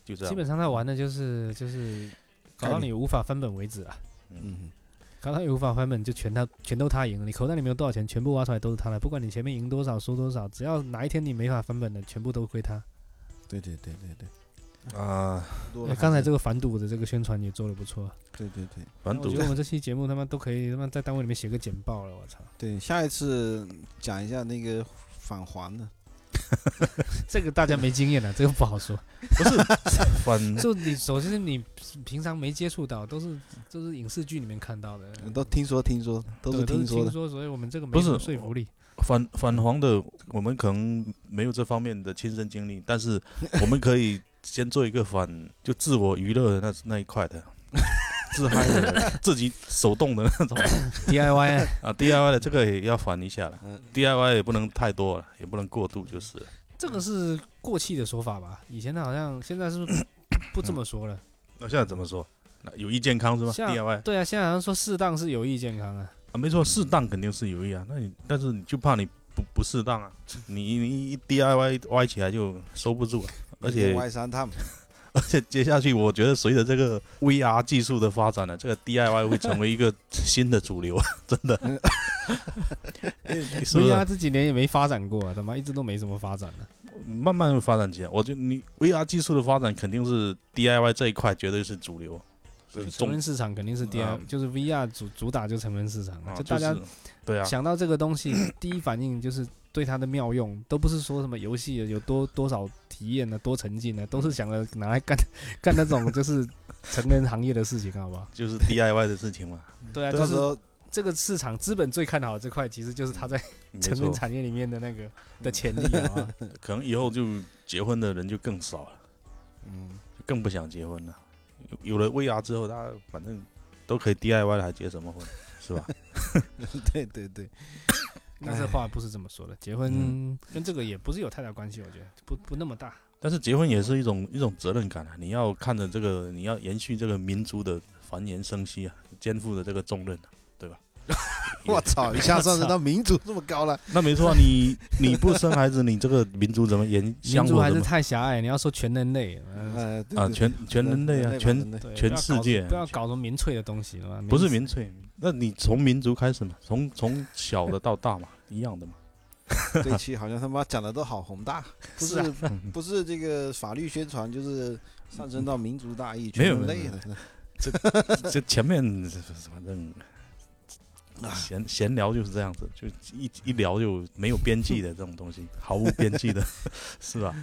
[SPEAKER 1] 就这样。
[SPEAKER 2] 基本上他玩的就是就是搞到你无法翻本为止啊，
[SPEAKER 3] 嗯，
[SPEAKER 2] 搞到你无法翻本就全他全都他赢了，你口袋里面有多少钱，全部挖出来都是他的，不管你前面赢多少输多少，只要哪一天你没法翻本的，全部都归他。
[SPEAKER 3] 对对对对对，
[SPEAKER 1] 啊，
[SPEAKER 3] 多
[SPEAKER 2] 哎
[SPEAKER 3] 了
[SPEAKER 2] 刚才
[SPEAKER 3] 还是
[SPEAKER 2] 这个反赌的这个宣传也做的不错，
[SPEAKER 3] 对对对
[SPEAKER 1] 反
[SPEAKER 2] 我
[SPEAKER 1] 赌
[SPEAKER 2] 觉得我们这期节目他妈都可以他妈在单位里面写个简报了，我操，
[SPEAKER 3] 对，下一次讲一下那个返还的，
[SPEAKER 2] 这个大家没经验了，这个不好说。
[SPEAKER 1] 不是反
[SPEAKER 2] [laughs] 就你首先是你平常没接触到，都是都是影视剧里面看到的，
[SPEAKER 1] 嗯
[SPEAKER 3] 都听说听说，都
[SPEAKER 2] 嗯对
[SPEAKER 3] 是听说
[SPEAKER 2] 听
[SPEAKER 3] 的，
[SPEAKER 2] 说，所以我们这个没
[SPEAKER 1] 不
[SPEAKER 2] 什么
[SPEAKER 1] 是
[SPEAKER 2] 说服力。
[SPEAKER 1] 反反黄的，我们可能没有这方面的亲身经历，但是我们可以先做一个反就自我娱乐的那那一块的，自嗨
[SPEAKER 2] [laughs]
[SPEAKER 1] 的，自己手动的那种
[SPEAKER 2] DIY
[SPEAKER 1] 啊，DIY 的这个也要反一下了
[SPEAKER 3] 嗯
[SPEAKER 1] ，DIY 也不能太多了，也不能过度就是了。
[SPEAKER 2] 这个是过气的说法吧？以前好像现在是不是不
[SPEAKER 1] 嗯
[SPEAKER 2] 这么说了？
[SPEAKER 1] 那现在怎么说？那有益健康是吗
[SPEAKER 2] 像
[SPEAKER 1] ？DIY
[SPEAKER 2] 对啊，现在好像说适当是有益健康啊。
[SPEAKER 1] 啊，没错，适当肯定是有益啊。那你但是你就怕你不不适当啊，你你一 DIY 歪起来就收不住了，而且
[SPEAKER 3] 外三趟，
[SPEAKER 1] 而且接 [laughs] 下去，我觉得随着这个 VR 技术的发展呢，这个 DIY 会成为一个新的主流， [laughs] 真的。是不
[SPEAKER 2] 所以啊，
[SPEAKER 1] 是
[SPEAKER 2] 这几年也没发展过、啊，他妈一直都没什么发展呢、
[SPEAKER 1] 慢慢会发展起来？我觉得你 VR 技术的发展肯定是 DIY 这一块绝对是主流，是
[SPEAKER 2] 成
[SPEAKER 1] 重
[SPEAKER 2] 人市场肯定是 DI，、
[SPEAKER 1] 嗯
[SPEAKER 2] 就是 VR 主主打就成人市场了，
[SPEAKER 1] 啊，
[SPEAKER 2] 就大家
[SPEAKER 1] 是对啊，
[SPEAKER 2] 想到这个
[SPEAKER 1] [coughs]
[SPEAKER 2] 东西，第一反应就是对它的妙用，都不是说什么游戏有多多少体验啊呢，多沉浸呢，都是想着拿来干 [laughs] 干那种就是成人行业的事情，啊好不好？
[SPEAKER 1] 就是 DIY 的事情
[SPEAKER 2] [laughs]
[SPEAKER 1] 嘛，
[SPEAKER 2] 对啊，就
[SPEAKER 3] 到时
[SPEAKER 2] 是
[SPEAKER 3] 候
[SPEAKER 2] 这个市场资本最看好的这块，其实就是它在
[SPEAKER 1] 没
[SPEAKER 2] 成人
[SPEAKER 1] 错，
[SPEAKER 2] 产业里面的那个的潜力
[SPEAKER 1] [laughs]
[SPEAKER 2] 啊。
[SPEAKER 1] 可能以后就结婚的人就更少了，
[SPEAKER 3] 嗯，
[SPEAKER 1] 就更不想结婚了。有有了 VR 之后，大家反正都可以 DIY 了，还结什么婚，是
[SPEAKER 2] [laughs]
[SPEAKER 1] 吧？
[SPEAKER 3] 对对对，
[SPEAKER 2] 但是话不是这么说的，结婚
[SPEAKER 1] 哎
[SPEAKER 2] 跟这个也不是有太大关系，我觉得不不那么大。
[SPEAKER 1] 但是结婚也是一种一种责任感啊，你要看着这个，你要延续这个民族的繁衍生息啊，肩负着这个重任、啊、对吧？
[SPEAKER 3] 我
[SPEAKER 2] [laughs]
[SPEAKER 3] 操，一下上升到民族这么高了，
[SPEAKER 1] 那没错啊，你你不生孩子，你这个民族怎么延
[SPEAKER 2] 民
[SPEAKER 1] 相
[SPEAKER 2] 族
[SPEAKER 1] 互
[SPEAKER 2] 还
[SPEAKER 1] 怎
[SPEAKER 2] 是
[SPEAKER 1] 么
[SPEAKER 2] 太狭隘，你要说全人类，嗯
[SPEAKER 3] 呃，对
[SPEAKER 1] 啊？
[SPEAKER 3] 对
[SPEAKER 1] 全全人类啊，
[SPEAKER 3] 吧
[SPEAKER 1] 全
[SPEAKER 3] 人类
[SPEAKER 2] 对
[SPEAKER 1] 全
[SPEAKER 2] 不要搞
[SPEAKER 1] 世界
[SPEAKER 2] 不要搞什么民粹的东西了嘛，
[SPEAKER 1] 不是民粹，那你从民族开始嘛，从从小的到大嘛，一样的
[SPEAKER 2] [laughs]
[SPEAKER 1] 嘛。
[SPEAKER 3] 这一期好像他妈讲的都好宏大，不
[SPEAKER 2] 是啊
[SPEAKER 3] 是
[SPEAKER 2] [laughs]
[SPEAKER 3] 不是这个法律宣传，就是上升到民族大义，
[SPEAKER 1] 没有
[SPEAKER 3] 全人
[SPEAKER 1] 没有
[SPEAKER 3] 类
[SPEAKER 1] 没
[SPEAKER 3] 的，
[SPEAKER 1] 这前面反正闲闲聊就是这样子，就一一聊就没有边际的这种
[SPEAKER 2] [laughs]
[SPEAKER 1] 东西，毫无边际的，是吧？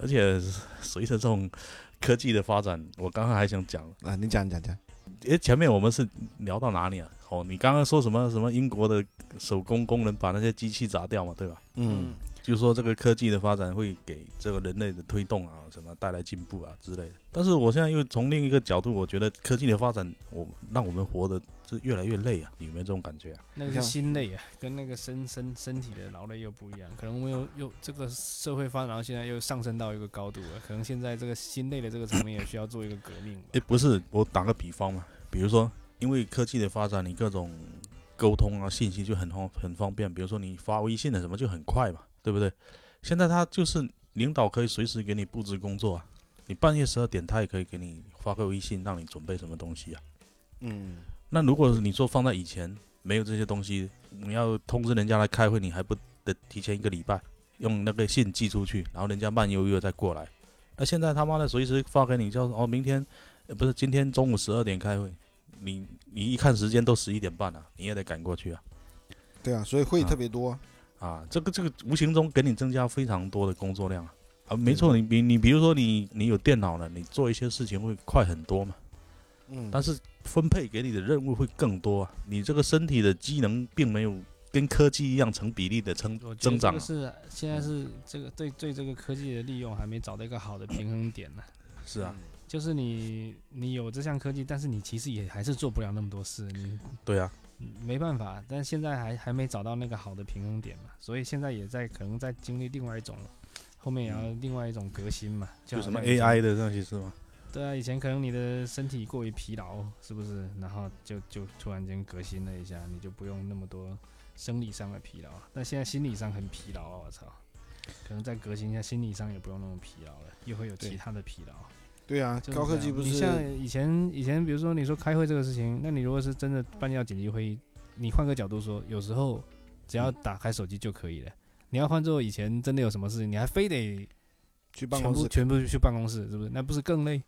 [SPEAKER 1] 而且随着这种科技的发展，我刚刚还想讲，
[SPEAKER 3] 啊，你讲讲讲，
[SPEAKER 1] 诶，前面我们是聊到哪里啊？哦，你刚刚说什么什么英国的手工工人把那些机器砸掉嘛，对吧？
[SPEAKER 3] 嗯，
[SPEAKER 1] 就说这个科技的发展会给这个人类的推动啊，什么带来进步啊之类的。但是我现在又从另一个角度，我觉得科技的发展，我让我们活得是越来越累啊，有没有这种感觉啊？
[SPEAKER 2] 那个是心累啊，跟那个身身身体的劳累又不一样。可能我们又又这个社会发展到现在又上升到一个高度了，可能现在这个心累的这个层面也需要做一个革命吧。
[SPEAKER 1] 诶，不是，我打个比方嘛，比如说，因为科技的发展，你各种沟通啊、信息就很方很方便。比如说你发微信的什么就很快嘛，对不对？现在他就是领导可以随时给你布置工作啊，你半夜十二点他也可以给你发个微信，让你准备什么东西啊。
[SPEAKER 3] 嗯，
[SPEAKER 1] 那如果你说放在以前没有这些东西，你要通知人家来开会，你还不得提前一个礼拜用那个信寄出去，然后人家慢悠悠再过来。那现在他妈的随时发给你，叫哦，明天、呃不是今天中午十二点开会，你你一看时间都十一点半了、你也得赶过去啊
[SPEAKER 3] 对啊，所以会
[SPEAKER 1] 啊
[SPEAKER 3] 特别多，
[SPEAKER 1] 啊！这个这个无形中给你增加非常多的工作量啊啊！没错，你比你比如说你你有电脑了，你做一些事情会快很多嘛。
[SPEAKER 3] 嗯，
[SPEAKER 1] 但是分配给你的任务会更多啊。你这个身体的机能并没有跟科技一样成比例的增
[SPEAKER 2] 我觉
[SPEAKER 1] 增
[SPEAKER 2] 得这
[SPEAKER 1] 长啊、
[SPEAKER 2] 个是现在是这个对对这个科技的利用还没找到一个好的平衡点呢、
[SPEAKER 1] 是啊，
[SPEAKER 2] 就是你你有这项科技，但是你其实也还是做不了那么多事，你
[SPEAKER 1] 对啊，
[SPEAKER 2] 没办法。但现在还还没找到那个好的平衡点嘛，所以现在也在可能在经历另外一种，后面也要另外一种革新嘛，
[SPEAKER 1] 嗯
[SPEAKER 2] 就
[SPEAKER 1] 有什么
[SPEAKER 2] 好像以前
[SPEAKER 1] AI 的那些是吗？
[SPEAKER 2] 对啊，以前可能你的身体过于疲劳，是不是？然后就就突然间革新了一下，你就不用那么多生理上的疲劳，但现在心理上很疲劳啊！我操，可能再革新一下，心理上也不用那么疲劳了，又会有其
[SPEAKER 3] 对
[SPEAKER 2] 他的疲劳。
[SPEAKER 3] 对啊
[SPEAKER 2] 真，的
[SPEAKER 3] 高科
[SPEAKER 2] 这
[SPEAKER 3] 技
[SPEAKER 2] 样
[SPEAKER 3] 不
[SPEAKER 2] 你像
[SPEAKER 3] 是
[SPEAKER 2] 以前以前，比如说你说开会这个事情，那你如果是真的办要紧急会议，你换个角度说，有时候只要打开手机就可以了。你要换做以前真的有什么事情，你还非得
[SPEAKER 3] 去办
[SPEAKER 2] 全
[SPEAKER 3] 公
[SPEAKER 2] 部
[SPEAKER 3] 室，
[SPEAKER 2] 全部去办公室，是不是？那不是更累？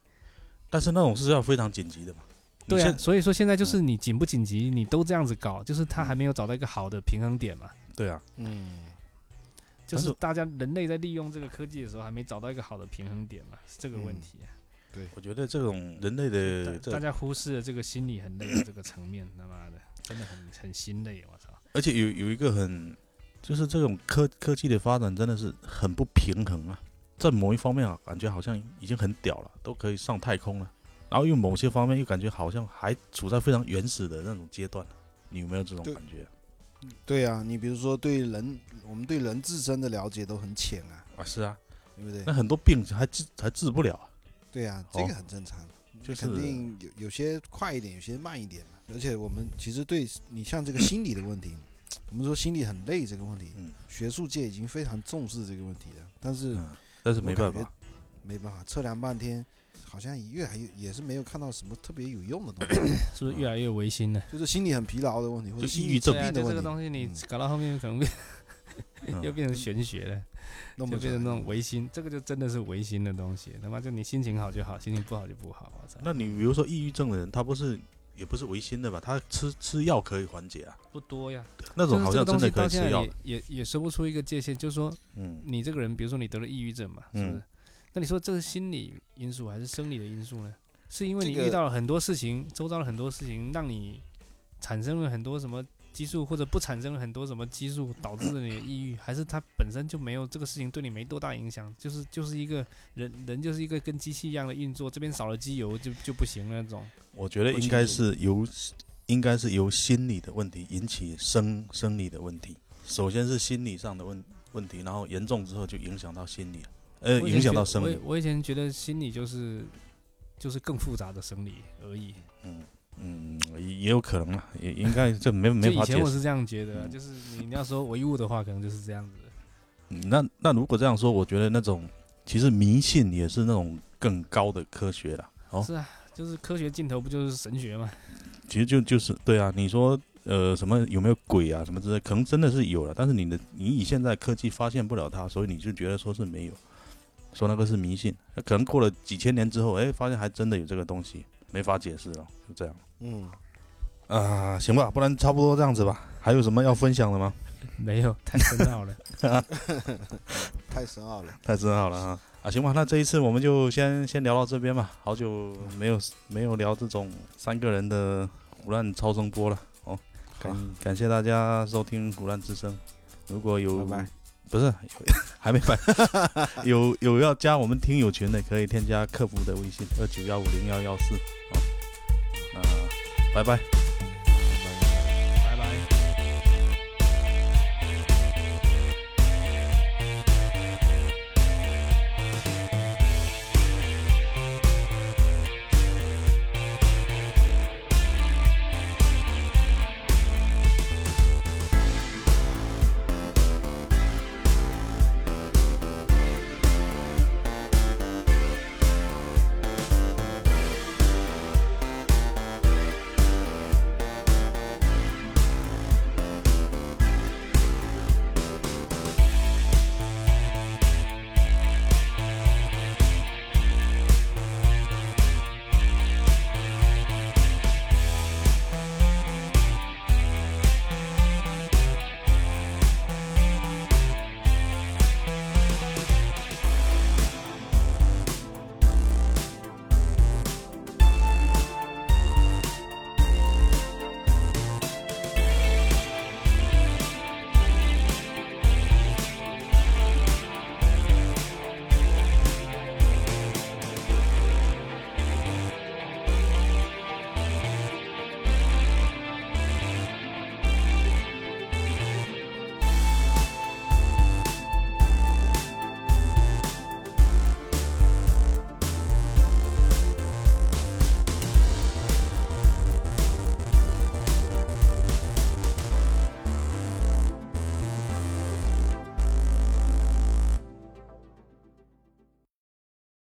[SPEAKER 1] 但是那种是要非常紧急的嘛。你
[SPEAKER 2] 对啊，
[SPEAKER 1] 现
[SPEAKER 2] 所以说现在就是你紧不紧急，你都这样子搞，就是他还没有找到一个好的平衡点嘛。
[SPEAKER 1] 对啊，
[SPEAKER 5] 嗯，
[SPEAKER 2] 就
[SPEAKER 1] 但
[SPEAKER 2] 是
[SPEAKER 1] 是
[SPEAKER 2] 大家人类在利用这个科技的时候，还没找到一个好的平衡点嘛，是这个问题啊、
[SPEAKER 1] 我觉得这种人类的
[SPEAKER 2] 大
[SPEAKER 1] 这
[SPEAKER 2] 大家忽视了这个心理很累的这个层面，他妈的，真的很很心累，我操！
[SPEAKER 1] 而且有有一个很，就是这种科科技的发展真的是很不平衡啊，在某一方面啊，感觉好像已经很屌了，都可以上太空了，然后又某些方面又感觉好像还处在非常原始的那种阶段，你有没有这种
[SPEAKER 5] 对
[SPEAKER 1] 感觉
[SPEAKER 5] 对啊，你比如说对人，我们对人自身的了解都很浅啊，
[SPEAKER 1] 啊？是啊，
[SPEAKER 5] 对不对
[SPEAKER 1] [laughs] 那？很多病还治还治不了啊。
[SPEAKER 5] 对啊，
[SPEAKER 1] 好
[SPEAKER 5] 这个很正常，
[SPEAKER 1] 就是
[SPEAKER 5] 肯定有有些快一点，有些慢一点嘛。而且我们其实对你像这个心理的问题，我们说心理很累这个问题，
[SPEAKER 1] 嗯
[SPEAKER 5] 学术界已经非常重视这个问题了，但是
[SPEAKER 1] 嗯，但是没办
[SPEAKER 5] 我感
[SPEAKER 1] 法，
[SPEAKER 5] 没办法，测量半天，好像越来越也是没有看到什么特别有用的东西，
[SPEAKER 1] [coughs]
[SPEAKER 2] 是不是越来越违心了？
[SPEAKER 5] 就是心理很疲劳的问题，或者
[SPEAKER 1] 就
[SPEAKER 5] 心
[SPEAKER 1] 抑
[SPEAKER 5] 理
[SPEAKER 1] 郁症
[SPEAKER 5] 疾
[SPEAKER 2] 对啊，
[SPEAKER 5] 病的
[SPEAKER 2] 就这个
[SPEAKER 5] 问题。
[SPEAKER 2] 东西你
[SPEAKER 5] 嗯
[SPEAKER 2] 搞到后面可能变
[SPEAKER 1] 嗯
[SPEAKER 2] [laughs] 又变成玄学了，
[SPEAKER 5] 那么
[SPEAKER 2] 就变成
[SPEAKER 3] 啊
[SPEAKER 2] 那种
[SPEAKER 5] 就
[SPEAKER 2] 违心，这个就真的是违心的东西。他妈就你心情好就好，心情不好就不好，我操！
[SPEAKER 1] 那你比如说抑郁症的人，他不是也不是违心的吧？他吃吃药可以缓解啊，
[SPEAKER 2] 不多呀，
[SPEAKER 1] 那
[SPEAKER 2] 就
[SPEAKER 1] 种
[SPEAKER 2] 是
[SPEAKER 1] 好
[SPEAKER 2] 这个
[SPEAKER 1] 像真
[SPEAKER 2] 东
[SPEAKER 1] 的
[SPEAKER 2] 西
[SPEAKER 1] 可
[SPEAKER 2] 到
[SPEAKER 1] 以
[SPEAKER 2] 现
[SPEAKER 1] 吃
[SPEAKER 2] 在
[SPEAKER 1] 药
[SPEAKER 2] 也
[SPEAKER 1] 的。
[SPEAKER 2] 也也说不出一个界限，就是说
[SPEAKER 1] 嗯，
[SPEAKER 2] 你这个人，比如说你得了抑郁症嘛，是不是？
[SPEAKER 1] 嗯
[SPEAKER 2] 那你说这是心理因素还是生理的因素呢？是因为你
[SPEAKER 5] 这个
[SPEAKER 2] 遇到了很多事情，周遭的很多事情，让你产生了很多什么激素，或者不产生了很多什么激素，导致了你的抑郁，还是它本身就没有这个事情对你没多大影响？就是就是一个人人就是一个跟机器一样的运作，这边少了机油就就不行了那种。
[SPEAKER 1] 我觉得应该是由应该是由心理的问题引起生生理的问题。首先是心理上的问问题，然后严重之后就影响到心理了，呃，
[SPEAKER 2] 我以前
[SPEAKER 1] 影响到
[SPEAKER 2] 觉得
[SPEAKER 1] 生理
[SPEAKER 2] 我。我以前觉得心理就是就是更复杂的生理而已。
[SPEAKER 1] 嗯嗯，也也有可能啊，也应该这没
[SPEAKER 2] 就
[SPEAKER 1] 没
[SPEAKER 2] 以
[SPEAKER 1] 法
[SPEAKER 2] 前
[SPEAKER 1] 解
[SPEAKER 2] 我
[SPEAKER 1] 释。
[SPEAKER 2] 是这样觉得啊，
[SPEAKER 1] 嗯
[SPEAKER 2] 就是你你要说唯物的话，可能就是这样子的。
[SPEAKER 1] 嗯那那如果这样说，我觉得那种其实迷信也是那种更高的科学了。哦，
[SPEAKER 2] 是啊，就是科学尽头不就是神学嘛？
[SPEAKER 1] 其实就就是对啊，你说呃什么有没有鬼啊什么之类，可能真的是有了，但是你的你以现在科技发现不了它，所以你就觉得说是没有，说那个是迷信。那可能过了几千年之后，哎，发现还真的有这个东西，没法解释了，哦就这样
[SPEAKER 5] 嗯，
[SPEAKER 1] 啊、行吧，不然差不多这样子吧。还有什么要分享的吗？
[SPEAKER 2] [laughs] 没有，太深奥了。
[SPEAKER 5] 太深奥了。
[SPEAKER 1] 太深奥了啊啊，行吧，那这一次我们就先先聊到这边吧，好久没有没有聊这种三个人的胡乱超声波了。哦
[SPEAKER 3] 好
[SPEAKER 1] 感感谢大家收听《胡乱之声》，如果有
[SPEAKER 3] 拜拜
[SPEAKER 1] 不是有还没拜， [laughs] 有有要加我们听友群的，可哦以添加客服的微信二九幺五零幺幺四。好，那拜拜。